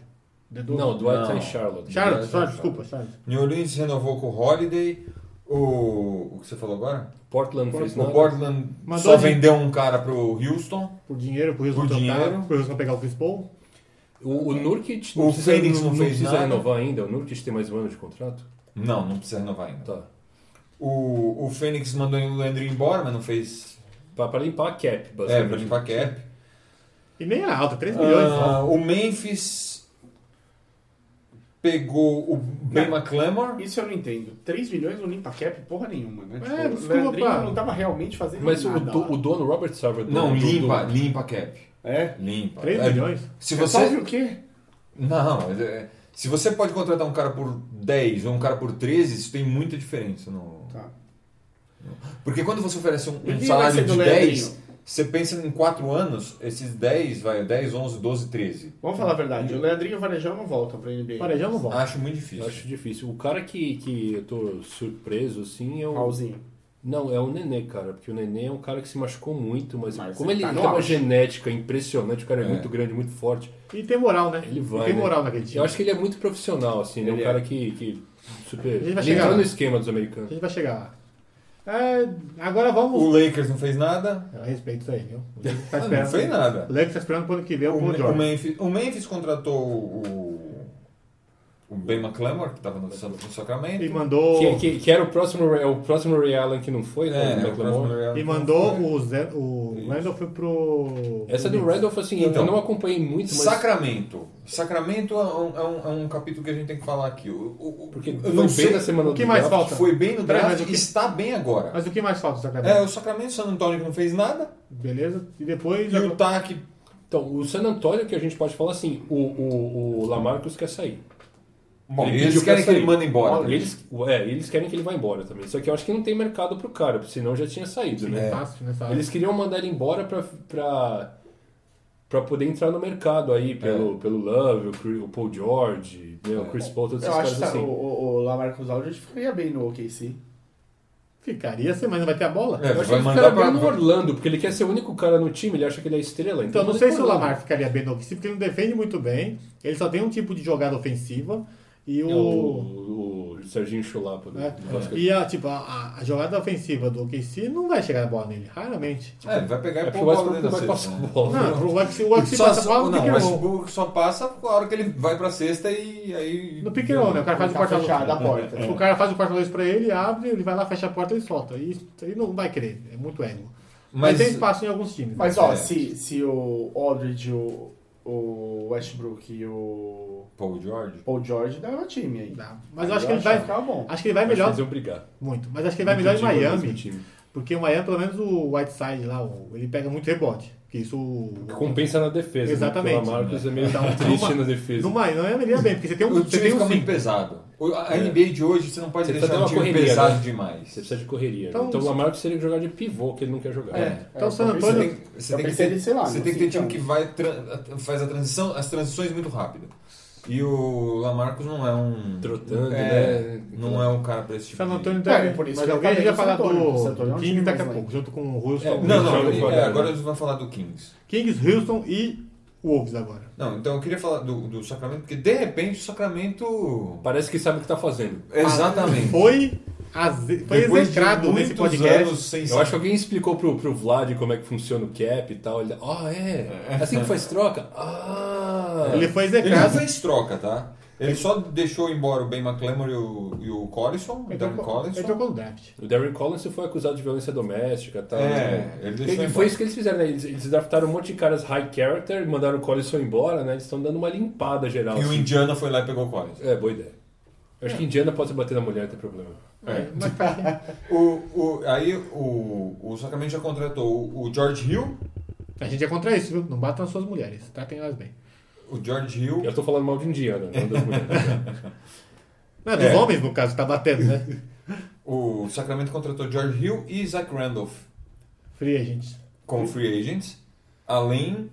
S4: Não, Dwight tá
S1: Não.
S4: em
S3: Charles,
S4: Charlotte.
S1: Charlotte,
S3: sorry,
S1: Charlotte.
S3: desculpa, Charles.
S1: New Orleans renovou com o Holiday, o o que você falou agora?
S4: Portland fez
S1: O
S4: nada.
S1: Portland
S3: Mandou
S1: só
S3: de-
S1: vendeu um cara pro Houston,
S3: Por dinheiro, por Houston
S1: Por
S3: trocar,
S1: dinheiro.
S3: por Houston pegar o Chris Paul.
S4: O, o Nurkic
S1: O
S4: não precisa,
S1: Phoenix não fez
S4: precisa
S1: nada.
S4: renovar ainda. O Nurkic tem mais um ano de contrato.
S1: não, não precisa renovar ainda.
S4: Tá.
S1: O, o Phoenix mandou o Landry embora, mas não fez
S4: Pra, pra limpar a cap, basicamente.
S1: é, pra limpar cap.
S3: E nem é alta, 3 milhões.
S1: Ah, o Memphis pegou o Ben
S2: Não.
S1: McLemore.
S2: Isso eu não entendo. 3 milhões não limpa cap porra nenhuma, né?
S3: É,
S2: o
S3: desculpa,
S2: Leandrinho
S3: pá.
S2: não tava realmente fazendo
S4: Mas
S3: Ah,
S4: o,
S2: nada.
S4: do-
S2: lá.
S4: o dono, Robert Sarver...
S1: Não,
S4: dono do-
S1: limpa,
S4: do-
S1: limpa cap.
S2: É?
S1: Limpa.
S3: 3
S1: É,
S3: milhões.
S1: Se
S2: Resolve
S1: você
S2: o quê?
S1: Não, é- se você pode contratar um cara por 10 ou um cara por 13, isso tem muita diferença no
S2: Tá.
S1: Porque quando você oferece um,
S2: E
S1: um
S2: quem vai ser
S1: salário
S2: do
S1: de
S2: Leandrinho?
S1: 10, você pensa em 4 anos, esses 10 vai 10, 11, 12, 13.
S2: Vamos falar a verdade. O Leandrinho e o Varejão não voltam pra NBA.
S3: Varejão não volta.
S1: Acho muito
S4: Eu
S1: difícil.
S4: acho difícil. O cara que, que eu tô surpreso, assim,
S2: Um
S4: é o...
S2: Raulzinho.
S4: Não, é o Nenê, cara. Porque o Nenê é um cara que se machucou muito, mas,
S2: Mas
S4: como
S2: ele
S4: ele,
S2: tá no
S4: tem uma
S2: auge.
S4: genética impressionante, o cara é,
S1: É.
S4: muito grande, muito forte.
S3: E tem moral, né?
S4: Ele vai,
S3: E tem
S4: né?
S3: moral naquele time.
S4: Eu acho que ele é muito profissional, assim. Ele é um
S2: Ele é.
S4: cara que... que super...
S3: Ele vai
S4: Ele
S3: chegar
S4: entrou
S3: lá.
S4: no esquema dos
S3: A
S4: americanos.
S3: gente vai chegar lá. É, agora vamos.
S1: O Lakers não fez nada.
S3: Eu respeito isso aí, viu? O Lakers tá
S1: Ah, não
S3: esperando.
S1: fez nada.
S3: O Lakers tá esperando pro ano que vem o
S1: O,
S3: Paul
S1: Me- o
S3: George.
S1: Memphis, o Memphis contratou o, o Ben McLemore, que estava no, San- no Sacramento.
S3: E mandou.
S4: Que, que, que era o próximo, Ray- o próximo Ray Allen que não foi,
S1: É,
S4: né? do
S1: o
S4: McLemore.
S1: próximo Real-
S3: E mandou
S1: Foi.
S3: o, Zé, o
S1: Isso.
S3: Randall foi pro.
S4: Essa
S3: pro
S4: do
S3: Knicks.
S4: Randolph, assim,
S1: Então,
S4: eu não acompanhei muito, mas...
S1: Sacramento. Sacramento é um, é um- é um capítulo que a gente tem que falar aqui. O- o- o-
S4: Porque
S1: eu
S4: foi
S1: não
S4: bem
S1: sei
S4: na semana
S3: o que
S4: do
S3: mais
S4: draft.
S3: falta?
S1: Foi bem no
S3: Peraí,
S1: draft
S3: mas o
S1: e
S3: que-
S1: está bem agora.
S3: Mas o que mais falta do Sacramento?
S1: É, o Sacramento, San Antonio que não fez nada.
S3: Beleza? E
S1: E
S3: depois.
S1: o Utah que
S4: Então, o San Antonio, que a gente pode falar assim, o, o, o Lamarcus quer sair.
S1: Bom,
S4: Ele
S1: eles
S4: pediu
S1: querem que
S4: pra
S1: ele
S4: sair.
S1: manda embora.
S4: E Eles, é, eles querem que ele vá embora também. Só que eu acho que não tem mercado pro cara, senão já tinha saído, né?
S3: É fácil nessa área.
S4: Eles queriam mandar ele embora pra, pra, pra poder entrar no mercado aí, pelo, pelo Love, o, Cri- o Paul George, né, o Chris Paul, todos
S2: Eu
S4: esses
S2: acho que
S4: caras
S2: tá, o,
S4: assim.
S2: o, o Lamarcus Aldridge ficaria bem no OKC.
S3: Ficaria assim, mas não vai ter a bola?
S1: É,
S4: Eu acho que
S1: vai
S4: ele
S1: mandar
S4: ficaria
S3: tá
S1: pra...
S4: bem no Orlando, porque ele quer ser o único cara no time, ele acha que ele é estrela.
S3: Então,
S4: Então,
S3: não
S4: manda
S3: sei
S4: pro
S3: se o
S4: Orlando.
S3: Lamar ficaria bem no ofensivo, porque ele não defende muito bem. Ele só tem um tipo de jogada ofensiva. E
S4: É
S3: o.
S4: O, É o Serginho Chulapa. do-
S3: né?
S4: do basquete.
S3: E a, tipo, a, a jogada ofensiva do OKC não vai chegar a bola nele, raramente.
S1: É, ele vai pegar
S4: É
S1: e
S4: porque
S1: pôr
S4: o
S1: o bola
S4: Westbrook
S1: dentro
S4: não
S1: da
S4: vai
S1: cesta.
S4: passar a
S1: né?
S4: bola.
S3: Não, é o OKC, o OKC
S1: Só-
S3: passa a bola
S1: só-
S3: no
S1: não, o
S3: pick and roll.
S1: Westbrook só passa a hora que ele vai pra cesta e aí.
S3: No pick and roll, né? O cara faz o
S2: Tá
S3: quarta
S2: fechado
S4: É,
S2: a porta.
S3: O cara faz o quarta luz pra ele, abre, ele vai lá, fecha a porta e solta. E isso ele não vai querer, é muito ego.
S1: Mas,
S3: Mas, tem espaço em alguns times. né?
S2: Mas ó,
S1: É.
S2: se, se o Aldridge, o, o Westbrook e o
S1: Paul George?
S2: Paul George dava time aí.
S3: Dá. Mas eu acho que ele vai.
S2: ficar bom.
S3: Acho que ele vai
S4: Mas um
S3: melhor.
S4: eles iam brigar.
S3: Muito. Mas acho que ele vai
S4: Muito
S3: melhor em
S4: time, mesmo
S3: Miami.
S4: time.
S3: Porque o Miami, pelo menos o Whiteside lá, o- ele pega muito rebote. Que isso.
S4: Que Compensa na defesa.
S3: Exatamente.
S4: Né? Porque o Lamarcus é meio
S3: Dá um-
S4: triste
S3: uma-
S4: na defesa.
S3: No Miami ele ia bem, porque você tem um.
S1: O
S3: Você
S1: time
S3: tem
S1: fica
S3: um
S1: muito
S3: cinco.
S1: pesado. O- A NBA de hoje você não pode
S4: Você precisa
S1: deixar
S4: ter
S1: um
S4: uma
S1: time
S4: correria,
S1: pesado
S4: né?
S1: demais.
S4: Você precisa de correria.
S3: Então-
S4: Então, o Lamarcus teria que jogar de pivô, que ele não quer jogar.
S1: É.
S3: Então,
S2: eu
S3: San
S2: pensei-
S3: Antonio-
S1: Você tem, você tem
S2: Eu
S1: que
S2: pensei
S1: ter,
S2: nele, sei lá,
S1: você
S2: no
S1: tem que ter time
S2: cinco
S1: que vai, tran- faz a transição, as transições muito rápido. E o Lamarcus não é um.
S4: Trotando,
S1: é,
S4: né?
S1: Não é um cara pra esse tipo.
S3: San
S1: de-
S3: Antônio
S2: É,
S3: deve.
S2: por isso
S3: mas
S2: que eu
S3: alguém
S2: falei
S3: já
S2: do
S3: falar
S2: San Antônio. San Antônio é
S3: do
S2: um
S3: Kings
S2: time
S3: daqui a
S2: mais
S3: pouco, junto com o Houston.
S4: É,
S1: Não,
S4: Joga
S1: não, é,
S4: fora, né?
S1: agora eles vão falar do Kings.
S3: Kings, Houston e Wolves agora.
S1: Não, então eu queria falar do, do Sacramento, porque de repente o Sacramento.
S4: Parece que sabe o que tá fazendo.
S1: Exatamente.
S3: Foi, aze... foi
S1: Depois de
S3: execrado nesse
S1: muitos
S3: podcast.
S1: anos sem
S4: Eu acho que alguém explicou pro, pro Vlad como é que funciona o cap e tal. Ele, ah, é? Assim que faz troca? Ah!
S3: Ele foi
S1: Ele não
S3: execrado.
S1: fez troca, tá? Ele só deixou embora o Ben McLemore e o, e o Collison, o Dan Collison.
S3: Entrou com o draft.
S4: O Darren Collins foi acusado de violência doméstica e tal. né?
S1: É, ele deixou
S4: E
S1: embora.
S4: foi isso que eles fizeram, né? Eles, eles draftaram um monte de caras high character, mandaram o Collison embora, né? Eles estão dando uma limpada geral.
S1: E o É.
S4: assim.
S1: Indiana foi lá e pegou o Collison.
S4: É, boa ideia. Eu acho que Indiana pode bater na mulher, não tem problema.
S1: É.
S3: Mas
S1: O, o, aí o, o Sacramento já contratou o George Hill.
S3: a gente é contra isso, viu? Não batam as suas mulheres, tratem elas bem.
S1: O George Hill.
S4: Eu tô falando mal de Indiana, não das mulheres.
S3: Não, é dos
S1: É.
S3: homens, no caso, tá batendo, né?
S1: O Sacramento contratou George Hill e Zach Randolph
S3: Free agents.
S1: como free agents, além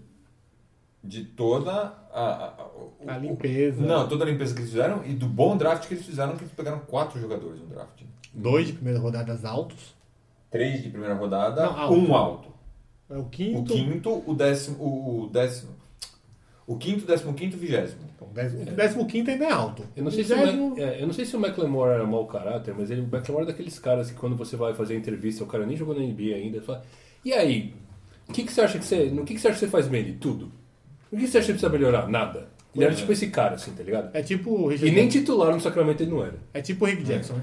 S1: de toda a, a- o-
S3: A
S1: o-
S3: limpeza.
S1: Não, toda a limpeza que eles fizeram e do bom draft que eles fizeram, que eles pegaram quatro jogadores no draft.
S3: Dois de primeira rodadas altos.
S1: Três de primeira rodada,
S3: Não, alto.
S1: um alto.
S3: É o
S1: O
S3: quinto.
S1: quinto, o décimo, o, o décimo. O quinto, décimo quinto, vigésimo.
S3: Então, o décimo, o décimo quinto ainda é alto.
S4: Eu não, sei se o
S3: Vigésimo-
S4: Mac- é, eu não sei se o McLemore era mau caráter, mas ele, o McLemore é daqueles caras que quando você vai fazer a entrevista, o cara nem jogou na NBA ainda, fala, e aí, o que, que você acha que você. No que, que você acha que você faz bem? Ele, tudo. O que você acha que precisa melhorar? Nada. Ele era
S1: é.
S4: tipo esse cara, assim, tá ligado?
S3: É tipo o Richard
S4: E nem titular no Sacramento ele não era.
S3: É tipo o Rick Jackson, né?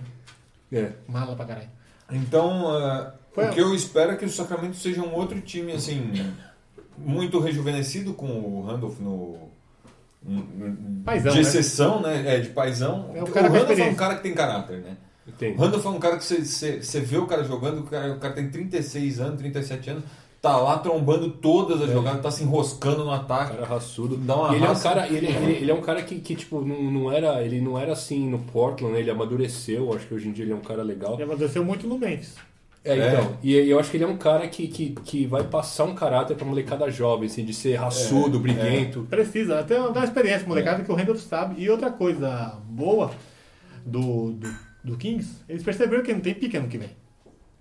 S4: É.
S3: Mala pra caralho.
S1: Então, ah,
S3: Foi um-
S1: o que eu espero é que o Sacramento seja um outro time, assim, muito rejuvenescido com o Randolph no. no-
S3: Paizão,
S1: de
S3: né?
S1: exceção, né? É, de paizão.
S3: É um
S1: o
S3: cara com
S1: Randolph é um
S3: experiência.
S1: cara que tem caráter, né?
S4: Entende?
S1: Randolph é um cara que você- você você vê o cara jogando, o cara, o cara tem 36 anos, 37 anos, tá lá trombando todas as
S3: É.
S1: jogadas, tá se enroscando no ataque.
S4: cara raçudo.
S1: Dá uma
S4: E ele é um
S1: raça.
S4: cara, ele, ele, ele é um cara que, que tipo, não, não era. Ele não era assim no Portland, né? ele amadureceu, acho que hoje em dia ele é um cara legal.
S3: Ele aconteceu muito no Memphis.
S4: É,
S1: É.
S4: então. E eu acho que ele é um cara que, que, que vai passar um caráter pra molecada jovem, assim, de ser raçudo, briguento.
S3: Precisa, até dá uma
S4: É.
S3: experiência, molecada, que o Randolph sabe. E outra coisa boa do, do, do Kings, eles perceberam que não tem pique ano que vem.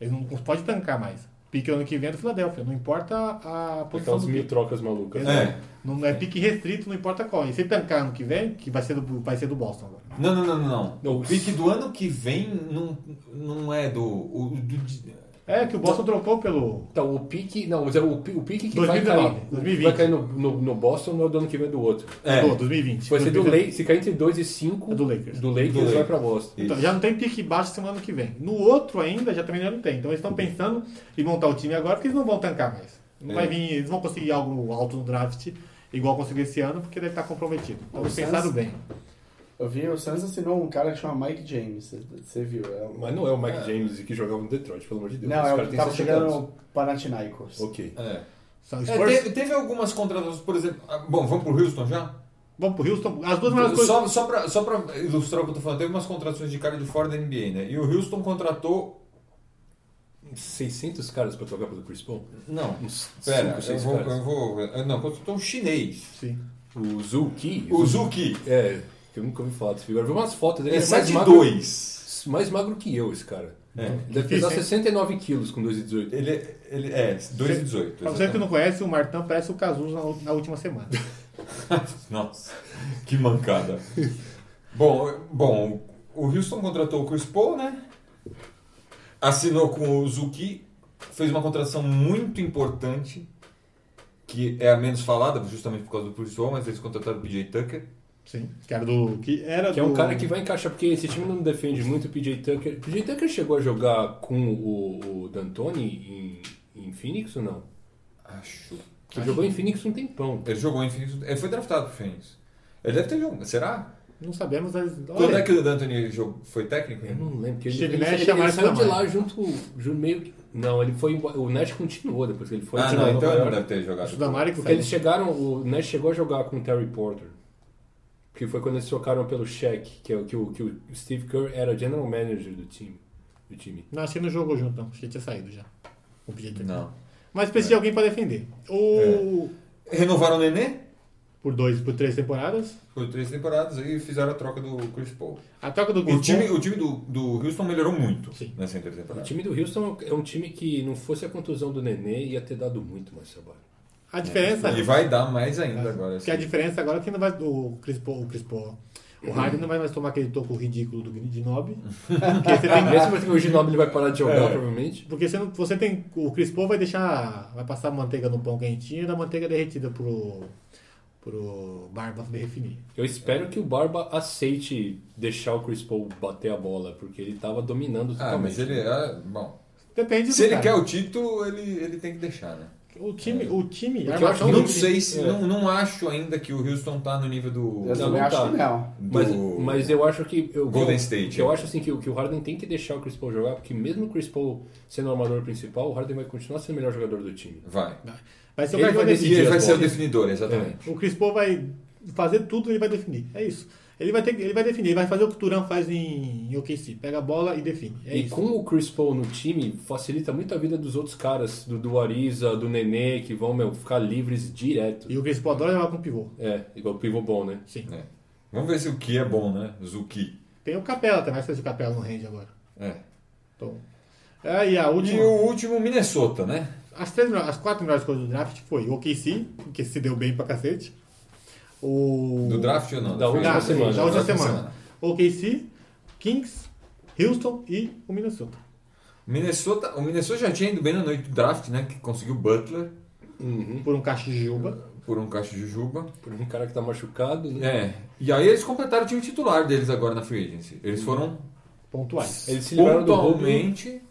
S3: Eles não podem tancar mais. Pique ano que vem é do Filadélfia, não importa a posição
S4: Aquelas
S3: do
S4: mil
S3: pique.
S4: trocas malucas.
S1: É.
S3: Não é pique restrito, não importa qual. E se tancar ano que vem, que vai ser do, vai ser do Boston agora.
S1: Não, não, não, não, não.
S4: Não,
S1: O pique do ano que vem não, não é do. O, do de-
S3: É, que o Boston trocou pelo.
S4: Então, o pique. Não, mas é o, pi- o pique que
S3: 2019,
S4: vai cair.
S3: 2020.
S4: Vai cair no, no, no Boston não é do ano que vem do outro.
S1: é.
S3: do 2020.
S4: Vai ser do
S3: 2020.
S4: Lakers. Se cair entre 2 e 5
S3: É do Lakers.
S4: do Lakers,
S1: Do Lakers.
S4: vai pra Boston.
S3: Então,
S1: Isso.
S3: já não tem pique baixo semana que vem. No outro ainda, já também já não tem. Então eles estão pensando em montar o time agora, porque eles não vão tancar mais. Não
S1: É.
S3: vai vir, eles vão conseguir algo alto no draft, igual conseguiu esse ano, porque deve estar comprometido. Então eles
S2: Nossa,
S3: pensaram
S2: essa-
S3: bem.
S2: Eu vi, o Suns assinou um cara que chama Mike James, você- você viu? É um-
S4: Mas não é o Mike James que jogava no Detroit, pelo amor de Deus.
S2: Não,
S4: Esse
S2: é
S4: cara
S2: o que
S4: tem
S2: tava
S4: 60
S2: chegando
S4: anos.
S2: no Panathinaikos.
S4: Ok.
S1: É.
S3: Só o
S1: É,
S3: Spurs-
S1: te- teve algumas contratações, por exemplo. ah, Bom, vamos pro Houston já?
S3: Vamos pro Houston. As duas melhores coisas.
S1: Só, só, pra, só pra ilustrar o que eu tô falando, teve umas contratações de cara de fora da NBA, né? E o Houston contratou.
S4: 600 caras pra trocar pelo Chris Paul?
S1: Não,
S4: Uns
S1: pera,
S4: 5,
S1: eu
S4: 6
S1: vou,
S4: caras.
S1: eu vou. eu- Não, contratou um chinês.
S3: Sim.
S4: O Zulki.
S1: O Zuki.
S4: É, que eu nunca ouvi falar desse figura. Eu vi umas fotos dele.
S1: É
S4: ele mais
S1: 7
S4: magro-
S1: 2
S4: Mais magro que eu, esse cara.
S1: É.
S4: Ele deve
S3: Difícil,
S4: pesar
S3: hein?
S4: 69 quilos com 2,18.
S1: Ele, ele é 2 e 18.
S3: Pra você que não conhece, o Martin parece o Cazuza na, u- na última semana.
S1: Nossa, que mancada. bom, eu- bom, o Houston contratou o Chris Paul, né? Assinou com o Zuki, fez uma contratação muito importante, que é a menos falada, justamente por causa do Chris Paul, mas eles contrataram o PJ Tucker.
S3: Sim. Que era do. Que, era
S4: Que é um
S3: do-
S4: cara que vai encaixar, porque esse time não defende muito o PJ Tucker. O PJ Tucker chegou a jogar com o, o D'Antoni em, em Phoenix ou não?
S1: Acho.
S4: Que jogou em Phoenix um tempão.
S1: Ele jogou em Phoenix, ele foi draftado pro Phoenix. Ele deve ter jogado, será?
S3: Não sabemos. Mas,
S1: Quando é
S3: olha,
S1: que o D'Antoni jogou- foi técnico?
S4: Eu não lembro. Porque ele,
S3: Steve
S4: ele,
S3: Nash
S4: ele-
S3: chamaram
S4: ele saiu
S3: essa
S4: de
S3: mãe.
S4: lá junto, junto meio que... Não, ele foi... embora- O Nash continuou depois que ele foi.
S1: Ah,
S4: de
S1: não,
S4: novo
S1: então ele
S4: pra-
S1: não deve ter jogado.
S3: o Damari que
S4: Porque
S3: saiu.
S4: eles chegaram, o Nash chegou a jogar com o Terry Porter. Que foi quando eles trocaram pelo Shaq, que, é o- que, o- que o Steve Kerr era general manager do time. Do time.
S3: Não, acho que não jogou junto, não. Acho que tinha saído já. O PJ Tucker.
S1: Não. É.
S3: Mas precisa de alguém pra defender. O.
S1: Renovaram o Nenê?
S3: por dois, por três temporadas.
S1: Foi três temporadas e fizeram a troca do Chris Paul.
S3: A troca do
S1: O
S3: Chris
S1: time,
S3: Paul-
S1: o time do, do Houston melhorou muito
S3: Sim.
S1: nessa intertemporada.
S4: O time do Houston é um time que, não fosse a contusão do Nenê, ia ter dado muito mais trabalho.
S3: a
S4: é
S3: diferença.
S1: Ele É, vai dar mais ainda agora. assim.
S3: Porque a diferença agora é que não vai, o Chris Paul, o Chris Paul, o Harden não vai mais tomar aquele toco ridículo do Ginobili. porque você tem
S4: Mesmo porque o Ginobili vai parar de
S1: É.
S4: jogar, provavelmente.
S3: Porque você, não- você tem. O Chris Paul vai deixar. Vai passar manteiga no pão quentinho e da manteiga derretida pro. pro Barba definir.
S4: Eu espero que o Barba aceite deixar o Chris Paul bater a bola, porque ele tava dominando
S1: Ah,
S4: totalmente.
S1: mas ele. Ah, bom.
S3: Depende do
S1: Se ele
S3: cara.
S1: quer o título, ele, ele tem que deixar, né?
S3: o time. O time. a
S4: eu
S3: armação
S4: acho que
S3: do
S1: Não
S3: time-
S1: sei se.
S4: é.
S1: Não, não acho ainda que o Houston tá no nível do.
S2: Eu
S4: Não,
S2: também
S4: não
S2: acho
S4: tá.
S2: que não.
S1: do-
S4: Mas, mas eu acho que. Eu,
S1: Golden
S4: eu-
S1: State,
S4: Eu
S1: é.
S4: acho assim que, o- que o Harden tem que deixar o Chris Paul jogar, porque mesmo o Chris Paul sendo o armador principal, o Harden vai continuar sendo o melhor jogador do time.
S1: Vai.
S3: Vai ser o
S4: Ele
S3: cara que vai
S4: vai
S1: E
S3: decidir.
S1: ele vai
S4: as
S1: ser o
S4: bolas.
S1: definidor, exatamente.
S4: É.
S3: O Chris Paul vai fazer tudo e ele vai definir. É isso. Ele vai, ter, ele vai definir, ele vai fazer o que o Turan faz em, em OKC. Pega a bola e define. É
S4: e
S3: isso.
S4: com o Chris Paul no time, facilita muito a vida dos outros caras, do, do Ariza, do Nenê, que vão meu, ficar livres direto.
S3: E o Chris Paul adora jogar com pivô.
S4: É, igual o pivô bom, né?
S3: Sim.
S1: É. Vamos ver se o que é bom, né? Zuki.
S3: Tem o Capela também, mas se o Capela não rende agora.
S1: É.
S3: Então. É, e a última.
S1: E o último, Minnesota, né?
S3: As, três, melhor- as quatro melhores coisas do draft foi o OKC, que se deu bem pra cacete. O...
S1: Do draft ou não? Ah,
S4: Da última
S3: da,
S4: semana.
S3: Da última semana. O OKC, Kings, Houston e o Minnesota.
S1: Minnesota, o Minnesota já tinha ido bem na noite do draft, né? Que conseguiu Butler
S3: Por um caixa de juba.
S1: por um caixa de juba.
S4: Por um cara que tá machucado, né?
S1: É. E aí eles completaram o time titular deles agora na free agency. Eles foram
S3: Pontuais.
S4: Eles Uhum. se livraram do Rubio.
S1: É. pontualmente.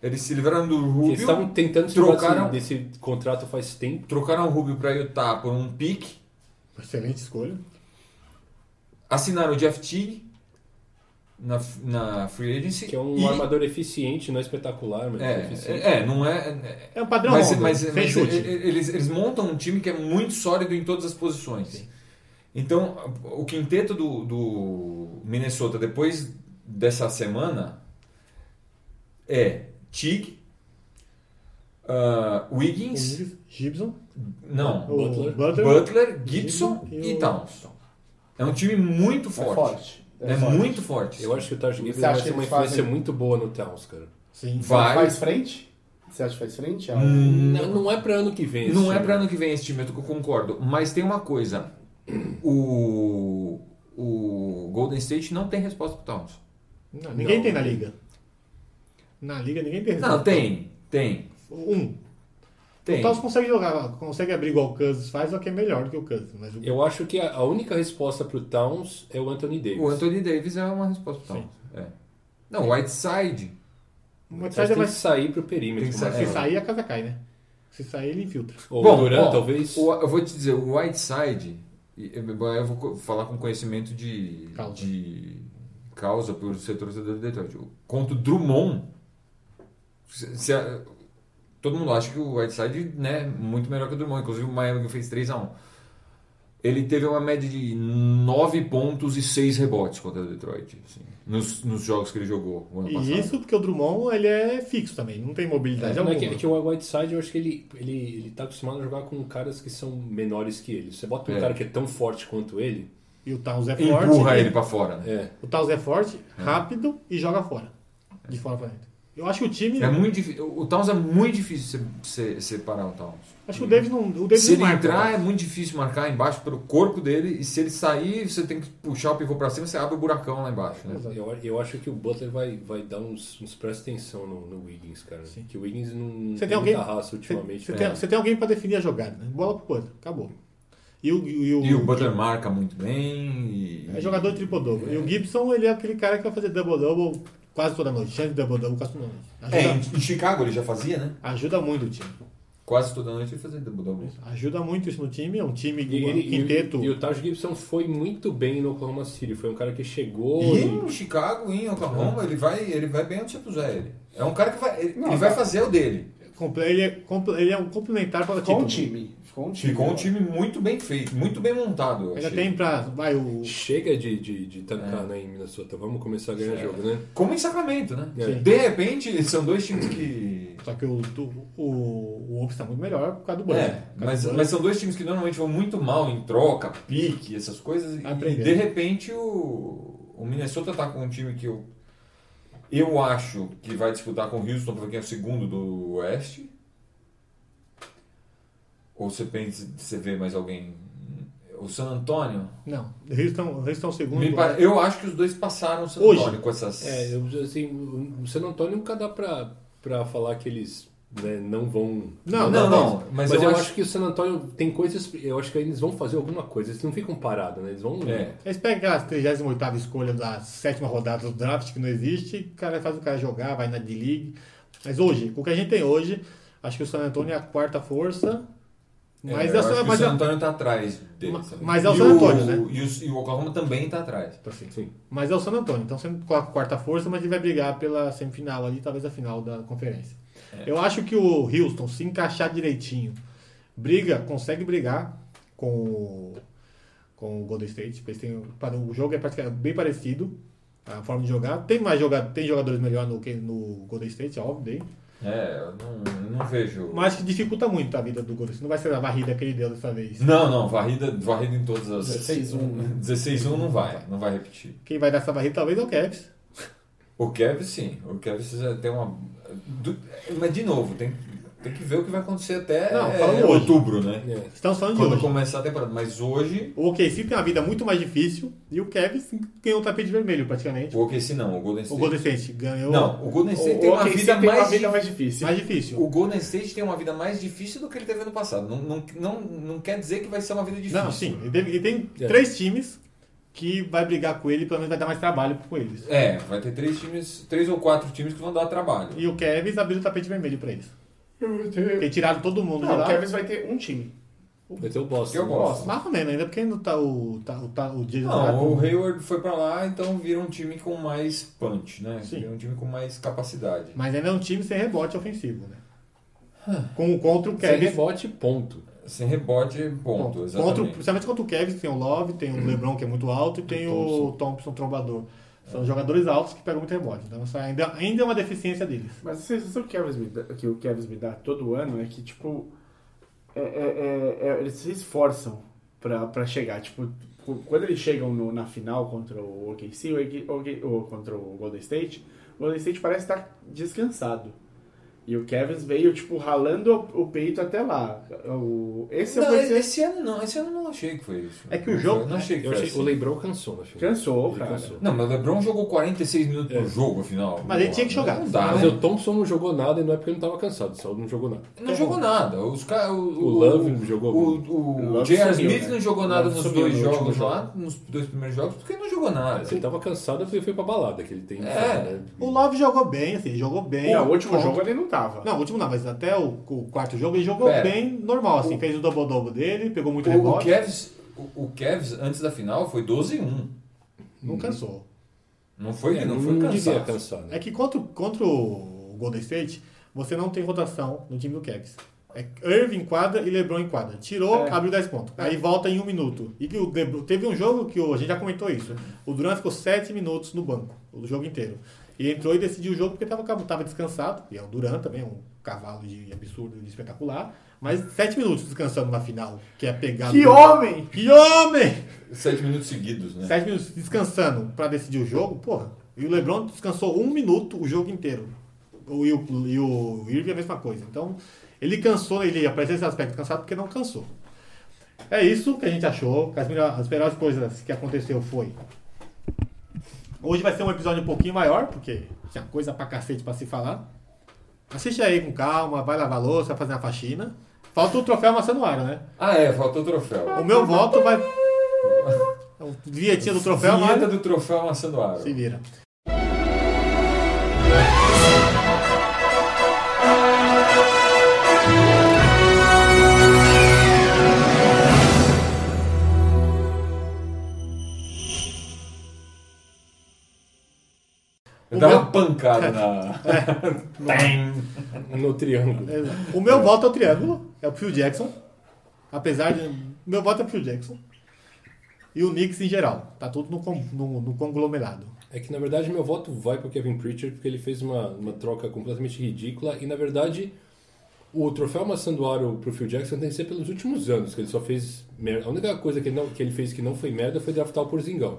S1: Eles se livraram do
S4: que
S1: Rubio.
S4: Eles estavam tentando se
S1: Trocaram-
S4: trocar desse, desse contrato faz tempo.
S1: Trocaram o Rubio para Utah por um pique.
S3: Excelente escolha.
S1: Assinaram o Jeff Teague na, na free agency.
S4: Que é um
S1: e-
S4: armador eficiente, não é espetacular, mas é, eficiente.
S1: É, é, não é. é-
S3: É um padrão
S1: mas
S3: Honda,
S1: mas,
S3: sem
S1: mas
S3: chute.
S1: e- e- eles, eles montam um time que é muito sólido em todas as posições. Então, o quinteto do, do Minnesota depois dessa semana é Tig, ah,
S3: O
S1: Wiggins,
S3: Willis, Gibson,
S1: não,
S3: o
S4: Butler.
S3: Butler,
S1: Butler, Gibson
S3: Gibson e
S1: e
S3: o-
S1: Townsend. É um time muito forte.
S2: É forte.
S1: É,
S2: forte.
S1: muito forte.
S4: Eu acho que o Taj Gibbs
S2: Você
S4: vai
S2: acha
S4: ser
S2: que
S4: uma
S2: eles
S4: influência
S2: fazem-
S4: muito boa no Towns, cara.
S3: Sim.
S1: Vai.
S2: Faz Tá frente? Você acha que faz frente? É um-
S4: Não, não é pra ano que vem.
S1: Não
S4: esse
S1: é
S4: time.
S1: para ano que vem esse time, eu concordo. Mas tem uma coisa. O, o Golden State não tem resposta pro Towns.
S3: Não, ninguém
S1: Não.
S3: tem na liga. Na liga ninguém tem.
S1: Não, tem. Tem.
S3: Um.
S1: Tem.
S3: O Towns consegue jogar, consegue abrir igual o Cousins faz, só que é melhor do que o Cousins. Mas o
S4: Eu acho que a a única resposta pro Towns é o Anthony Davis.
S1: O Anthony Davis é uma resposta pro Towns. É. Não, o Whiteside.
S3: Mas
S4: Mas tem
S3: vai
S4: que sair pro perímetro.
S1: Tem que sair.
S4: mas-
S3: é Se
S1: É.
S3: sair, a casa cai, né? Se sair, ele infiltra.
S4: Ou
S1: Bom,
S4: o Duran,
S1: ó,
S4: talvez.
S1: o- eu vou te dizer, o Whiteside, e- eu eu vou co- falar com conhecimento de
S3: Causa.
S1: de causa por ser torcedor de Detroit. Eu- Contra o Drummond, se- se a- todo mundo acha que o Whiteside né, é muito melhor que o Drummond. Inclusive o Miami fez 3x1. Ele teve uma média de 9 pontos e 6 rebotes contra o Detroit, assim, nos, nos jogos que ele jogou o ano passado.
S3: E isso porque o Drummond ele é fixo também, não tem mobilidade
S4: Não,
S3: alguma.
S4: é, que, é que o Whiteside, eu acho que ele, ele, ele tá acostumado a jogar com caras que são menores que ele. Você bota um
S1: É.
S4: cara que é tão forte quanto ele,
S3: E o Towns é forte.
S1: Empurra ele pra fora. né?
S4: é.
S3: O Towns é forte, rápido e joga fora. De fora pra dentro. Eu acho que o time.
S1: É muito difícil. O Towns é muito difícil você você separar o Towns.
S3: Acho que o Davis não. O Davis
S1: Se ele
S3: não marca.
S1: entrar, é muito difícil marcar embaixo pelo corpo dele. E se ele sair, você tem que puxar o pivô pra cima, você abre o buracão lá embaixo. Né?
S4: Eu, eu acho que o Butler vai, vai dar uns, uns presta atenção no, no Wiggins, cara. Que o Wiggins não
S3: Você tem
S4: tem
S3: alguém-
S4: muita raça ultimamente.
S3: Você
S1: é.
S4: né?
S3: tem, você tem alguém pra definir a jogada, né? Bola pro Butler, acabou. E o, e o,
S1: E o Butler marca muito bem. E...
S3: É jogador triplo double. E o Gibson, ele é aquele cara que vai fazer double double quase toda noite. Chance de double double quase toda noite.
S1: É,
S3: Ajuda,
S1: Chicago ele já fazia, né?
S3: ajuda muito o time.
S1: Quase toda noite ele fazia double double.
S3: Ajuda muito isso no time. É um time
S4: E, ele-
S3: um quinteto.
S4: e, e o Taj Gibson foi muito bem no Oklahoma City. Foi um cara que chegou
S1: E
S4: e,
S1: em Chicago, em Oklahoma, ele vai, ele vai bem onde você puser ele. É um cara que vai. Ele,
S2: Não,
S1: ele vai
S2: tá.
S1: fazer o dele.
S3: Comple- Ele é, compl- ele é um complementar para o
S2: Ficou um
S3: título.
S2: time. Ficou um time.
S1: Ficou um time muito bem feito, muito bem montado. eu
S3: é. Ainda
S1: achei.
S3: tem pra. Vai, o.
S4: chega de, de, de tancar né, em Minnesota. Vamos começar a ganhar jogo, né?
S1: Como em Sacramento, né?
S4: Sim.
S1: De repente, são dois times que.
S3: Só que o, do- o, o Wolves tá muito melhor por causa do Burnley.
S1: É,
S3: Por causa
S1: mas,
S3: do Burnley.
S1: mas são dois times que normalmente vão muito mal em troca, pique, essas coisas. E,
S3: Aprendendo.
S1: de repente o, o Minnesota tá com um time que eu, eu acho que vai disputar com o Houston para quem é o segundo do Oeste. Ou você pensa, você vê mais alguém? O San Antonio?
S3: Não, eles estão, eles estão é segundo.
S1: Me pare- Eu acho que os dois passaram o San
S3: Hoje.
S1: Antonio com essas.
S4: É, eu, assim, o o San Antônio nunca dá pra, pra falar que eles né, não vão.
S1: não,
S3: Não,
S4: dá
S1: não,
S4: mais.
S1: mas
S4: Mas,
S1: eu
S4: eu,
S1: acho-
S4: acho... que o San Antônio tem coisas. Eu acho que eles vão fazer alguma coisa. Eles não ficam parados, né? Eles vão.
S1: É.
S3: Eles pegam aquela 38 escolha da sétima rodada do draft que não existe, e o cara faz o cara jogar, vai na D-League. Mas hoje, com o que a gente tem hoje, acho que o San Antonio é a quarta força. Mas,
S1: eu
S3: é,
S1: acho que
S3: só, mas,
S1: o
S3: é-
S1: San Antonio tá atrás deles. sabe?
S3: mas é o
S1: E
S3: San Antonio, né?
S1: E o, e o Oklahoma também tá atrás.
S4: Assim, sim.
S3: mas é o San Antonio. Então você não coloca a quarta força, mas ele vai brigar pela semifinal ali, talvez a final da conferência. Eu acho que o Houston, se encaixar direitinho, briga, consegue brigar com o, com o Golden State. porque Eles têm, para- o jogo é praticamente bem parecido, a forma de jogar. Tem mais jogadores, tem jogadores melhor no, que no Golden State, óbvio, tem.
S1: É, eu não, eu não vejo.
S3: Mas que dificulta muito a vida do Golden State. Não vai ser a varrida que ele deu dessa vez.
S1: Não, não, varrida, varrida em todas as.
S2: 16-1, né?
S1: 16-1 não vai, não vai repetir.
S3: Quem vai dar essa varrida talvez é o Cavs.
S1: O Kevin sim, o Kevin precisa ter uma. do- Mas de novo, tem, tem que ver o que vai acontecer até
S3: Não,
S1: é,
S3: falando hoje.
S1: outubro, né?
S4: É.
S3: Estamos falando de
S1: Quando
S3: hoje.
S1: começar a temporada. Mas hoje,
S3: O OKC tem uma vida muito mais difícil e o Cavs ganhou o tapete vermelho praticamente.
S1: o OKC não, o Golden
S3: O
S1: State.
S3: Golden State ganhou
S1: Não, o Golden State tem
S2: O
S1: uma
S2: OKC
S1: vida
S2: tem uma
S1: mais.
S2: vida
S1: difícil.
S2: mais difícil.
S3: mais difícil.
S1: O Golden State tem uma vida mais difícil do que ele teve ano passado. Não, não, não, não quer dizer que vai ser uma vida difícil.
S3: Não, sim. E tem, e tem
S4: É.
S3: três times que vai brigar com ele, pelo menos vai dar mais trabalho com eles.
S1: É, vai ter três times, três ou quatro times que vão dar trabalho.
S3: E o Cavs abriu o tapete vermelho pra eles.
S2: Meu Deus.
S3: Porque tiraram todo mundo de
S2: Não, o
S3: lá.
S2: Kevin vai ter um time.
S4: Vai ter o Boston.
S1: Que eu gosto.
S3: Mas ou menos ainda, porque ainda tá o, tá, o, tá, o Jason Tatum.
S1: é Não, o Hayward foi pra lá, então vira um time com mais punch, né?
S3: Sim.
S1: Vira um time com mais capacidade.
S3: Mas ainda é um time sem rebote ofensivo, né? Com, contra o
S4: Sem
S3: Cavs.
S4: rebote, ponto.
S1: Sem rebote, ponto,
S3: Contra, o-
S1: exatamente.
S3: principalmente contra o Kevin, que tem o Love, tem o LeBron, que é muito alto, e tem o Thompson, trombador. São jogadores altos que pegam muito rebote. Então, isso ainda, ainda é uma deficiência deles.
S2: Mas a sensação que o Kevin me dá, que o Kevin me dá todo ano é que, tipo, é- é- é- é- eles se esforçam pra, pra chegar. Tipo, qu- quando eles chegam no- na final contra o OKC ou, AK ou contra o Golden State, o Golden State parece estar descansado. E o Kevin veio, tipo, ralando o, o peito até lá. O, esse
S1: Não,
S2: é o
S1: esse ano não, esse ano eu não achei que foi isso.
S3: É que o jogo-
S1: Eu Não achei que
S4: Eu
S1: foi
S4: achei,
S1: assim.
S4: o Lebron cansou, no final.
S2: Cansou,
S4: Ele
S2: cara.
S4: cansou.
S1: Não, mas o LeBron jogou 46 minutos
S4: É.
S1: por jogo, afinal.
S3: Mas ele tinha que jogar.
S1: Não dá,
S4: Mas
S1: né?
S4: o Thompson não jogou nada e não é porque ele não tava cansado, só não jogou nada.
S1: Não
S3: Tá
S1: jogou nada. Os ca... o,
S4: O Love não jogou
S1: O, o,
S2: Love
S1: J.R.
S2: sumiu,
S1: Smith
S2: né?
S1: não jogou nada
S2: Love
S1: nos
S2: sumiu
S1: dois
S2: no último
S1: jogos lá, nos dois primeiros jogos, porque não jogou nada.
S4: Ele
S3: tá
S4: tava cansado é porque foi pra balada, que ele tem.
S1: É.
S4: né?
S3: O Love jogou bem, assim, jogou bem.
S2: Não, né? o último
S3: Contra-
S2: jogo é- ele não tava.
S3: Não, o último não, mas até o, o quarto jogo ele jogou
S1: Pera.
S3: bem normal, assim, fez o double-double dele, pegou muito
S1: O, o,
S3: rebote,
S1: Cavs, o, o Cavs, antes da final, foi 12-1.
S3: não cansou.
S1: Não foi,
S4: É,
S1: não
S4: não,
S1: foi um
S4: devia
S1: cansado.
S4: cansar, né?
S3: É que contra, contra o Golden State, você não tem rotação no time do Cavs. É Irving em quadra e LeBron em quadra. Tirou,
S2: É.
S3: abriu 10 pontos. Aí volta em um minuto. E que o LeBron, teve um jogo que o- a gente já comentou isso. O Durant ficou 7 minutos no banco, o jogo inteiro. E entrou e decidiu o jogo porque estava tava descansado. E é o Durant também, um cavalo de absurdo, de espetacular. Mas 7 minutos descansando na final, que é pegado.
S2: Que homem!
S3: Que homem!
S1: Sete minutos seguidos, né?
S3: Sete minutos descansando pra decidir o jogo, porra. E o LeBron descansou um minuto o jogo inteiro. O- E o, e o Irving é a mesma coisa. Então, ele cansou, ele apareceu esse aspecto cansado porque não cansou. É isso que a gente achou. que As melhores, as melhores coisas que aconteceu foi. Hoje vai ser um episódio um pouquinho maior, porque tinha coisa pra cacete pra se falar. Assiste aí com calma, vai lavar a louça, vai fazer uma faxina. Falta o troféu Massanuário, né?
S1: Ah, é, faltou o troféu.
S3: O meu voto vai. O Vietinha do troféu,
S1: Vinheta
S3: mas.
S1: do troféu amassando aro.
S3: Se vira.
S1: Eu
S3: O
S1: dava
S3: meu-
S1: uma pancada na.
S4: No triângulo.
S3: O meu voto é o triângulo, é o Phil Jackson. Apesar de. O meu voto é o Phil Jackson. E o Knicks em geral. Tá tudo no, con- no, no conglomerado.
S4: É que na verdade meu voto vai pro Kevin Pritchard porque ele fez uma, uma troca completamente ridícula e na verdade o troféu maçã do aro pro Phil Jackson tem que ser pelos últimos anos, que ele só fez merda. A única coisa que ele, não, que ele fez que não foi merda foi draftar o Porzingão.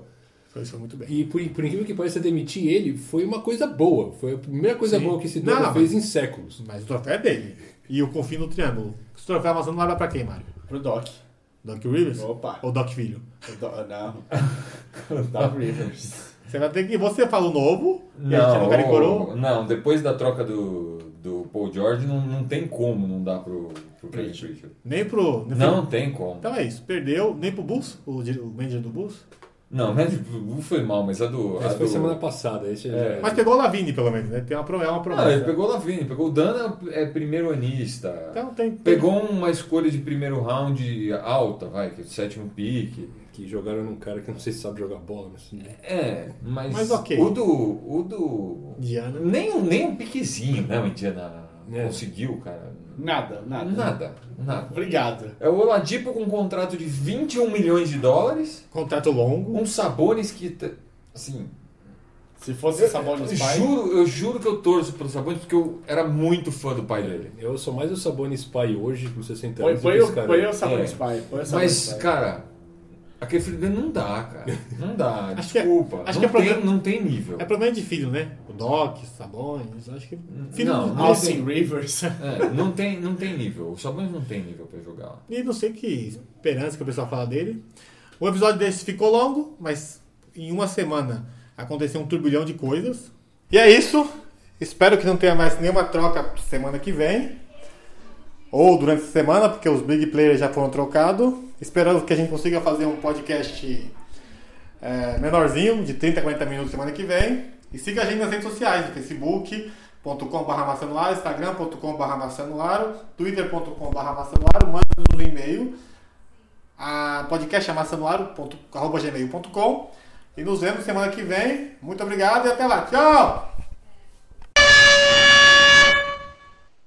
S3: Foi isso, muito bem.
S4: E por, por incrível que pareça, demitir ele foi uma coisa boa. Foi a primeira coisa
S3: Sim.
S4: boa que esse
S3: Não,
S4: dono
S3: não,
S4: fez em séculos.
S3: Mas o troféu é dele. E eu confio no triângulo. Esse troféu amassando não vai pra quem, Mário?
S2: Pro Doc.
S3: Doc Rivers?
S2: Opa.
S3: Ou Doc Filho?
S2: O Do- não. O Doc Rivers.
S3: Você vai ter que. Você fala o novo, e a gente
S1: Não,
S3: não caricorou.
S1: não, depois da troca do, do Paul George, não, não tem como não dar pro, pro Kevin
S2: Pritchard.
S1: Pritchard.
S3: Nem pro. nem
S1: Não
S3: pro-
S1: tem como.
S3: Então é isso. Perdeu, nem pro Bulls, o, dir- o manager do Bulls.
S1: Não, mas tipo, o foi mal, mas a do. a
S4: Mas foi
S1: Ah, do-
S4: semana passada. Esse já- é.
S3: Mas pegou o Lavini, pelo menos, né? Tem uma, pro- é uma promessa.
S1: Não, Ah, ele pegou o Lavini, pegou o Dana, é primeiro anista.
S3: Então tem.
S1: Pegou uma escolha de primeiro round alta, vai, que é o sétimo pique.
S4: Que jogaram num cara que não sei se sabe jogar bola, mas.
S1: É, mas,
S3: Mas ok.
S1: o do. O do.
S3: Indiana.
S1: Nem, um- nem um piquezinho, né? O Indiana
S4: É.
S1: conseguiu, cara.
S2: Nada, nada.
S1: Nada, nada.
S2: Obrigado.
S1: É o Oladipo com um contrato de 21 milhões de dólares,
S3: Contrato longo.
S1: um Sabonis que. tá- Assim,
S2: Se fosse Sabonis pai.
S1: juro, eu juro que eu torço pelo Sabonis porque eu era muito fã do pai dele.
S4: Eu sou mais o Sabonis pai hoje, com 60
S2: Põe,
S4: anos. do
S2: põe,
S4: que esse
S2: o-
S4: cara.
S2: põe o Sabonis
S1: É.
S2: pai. Põe o Sabonis
S1: Mas,
S2: pai.
S1: cara, aquele filho dele não dá, cara. Não dá,
S3: Acho que é-
S1: desculpa. não,
S3: acho que
S1: tem,
S3: é problema-
S1: não tem nível.
S3: É problema de filho, né? O Doc, Sabonis, acho que. Filho
S1: Não, não
S2: Austin Rivers.
S1: É, não, tem, não tem nível. O Sabonis não tem nível pra jogar.
S3: E não sei que esperança que o pessoal fala dele. O episódio desse ficou longo, mas em uma semana aconteceu um turbilhão de coisas. E é isso. Espero que não tenha mais nenhuma troca semana que vem. Ou durante essa semana, porque os big players já foram trocados. Esperando que a gente consiga fazer um podcast é, menorzinho, de 30 a 40 minutos semana que vem. E siga a gente nas redes sociais, no facebook.com.br maçanuaro, instagram.com.br maçanuaro, twitter.com.br maçanuaro, manda um e-mail, a podcast é maçanuaro.com.br e nos vemos semana que vem. Muito obrigado e até lá. Tchau!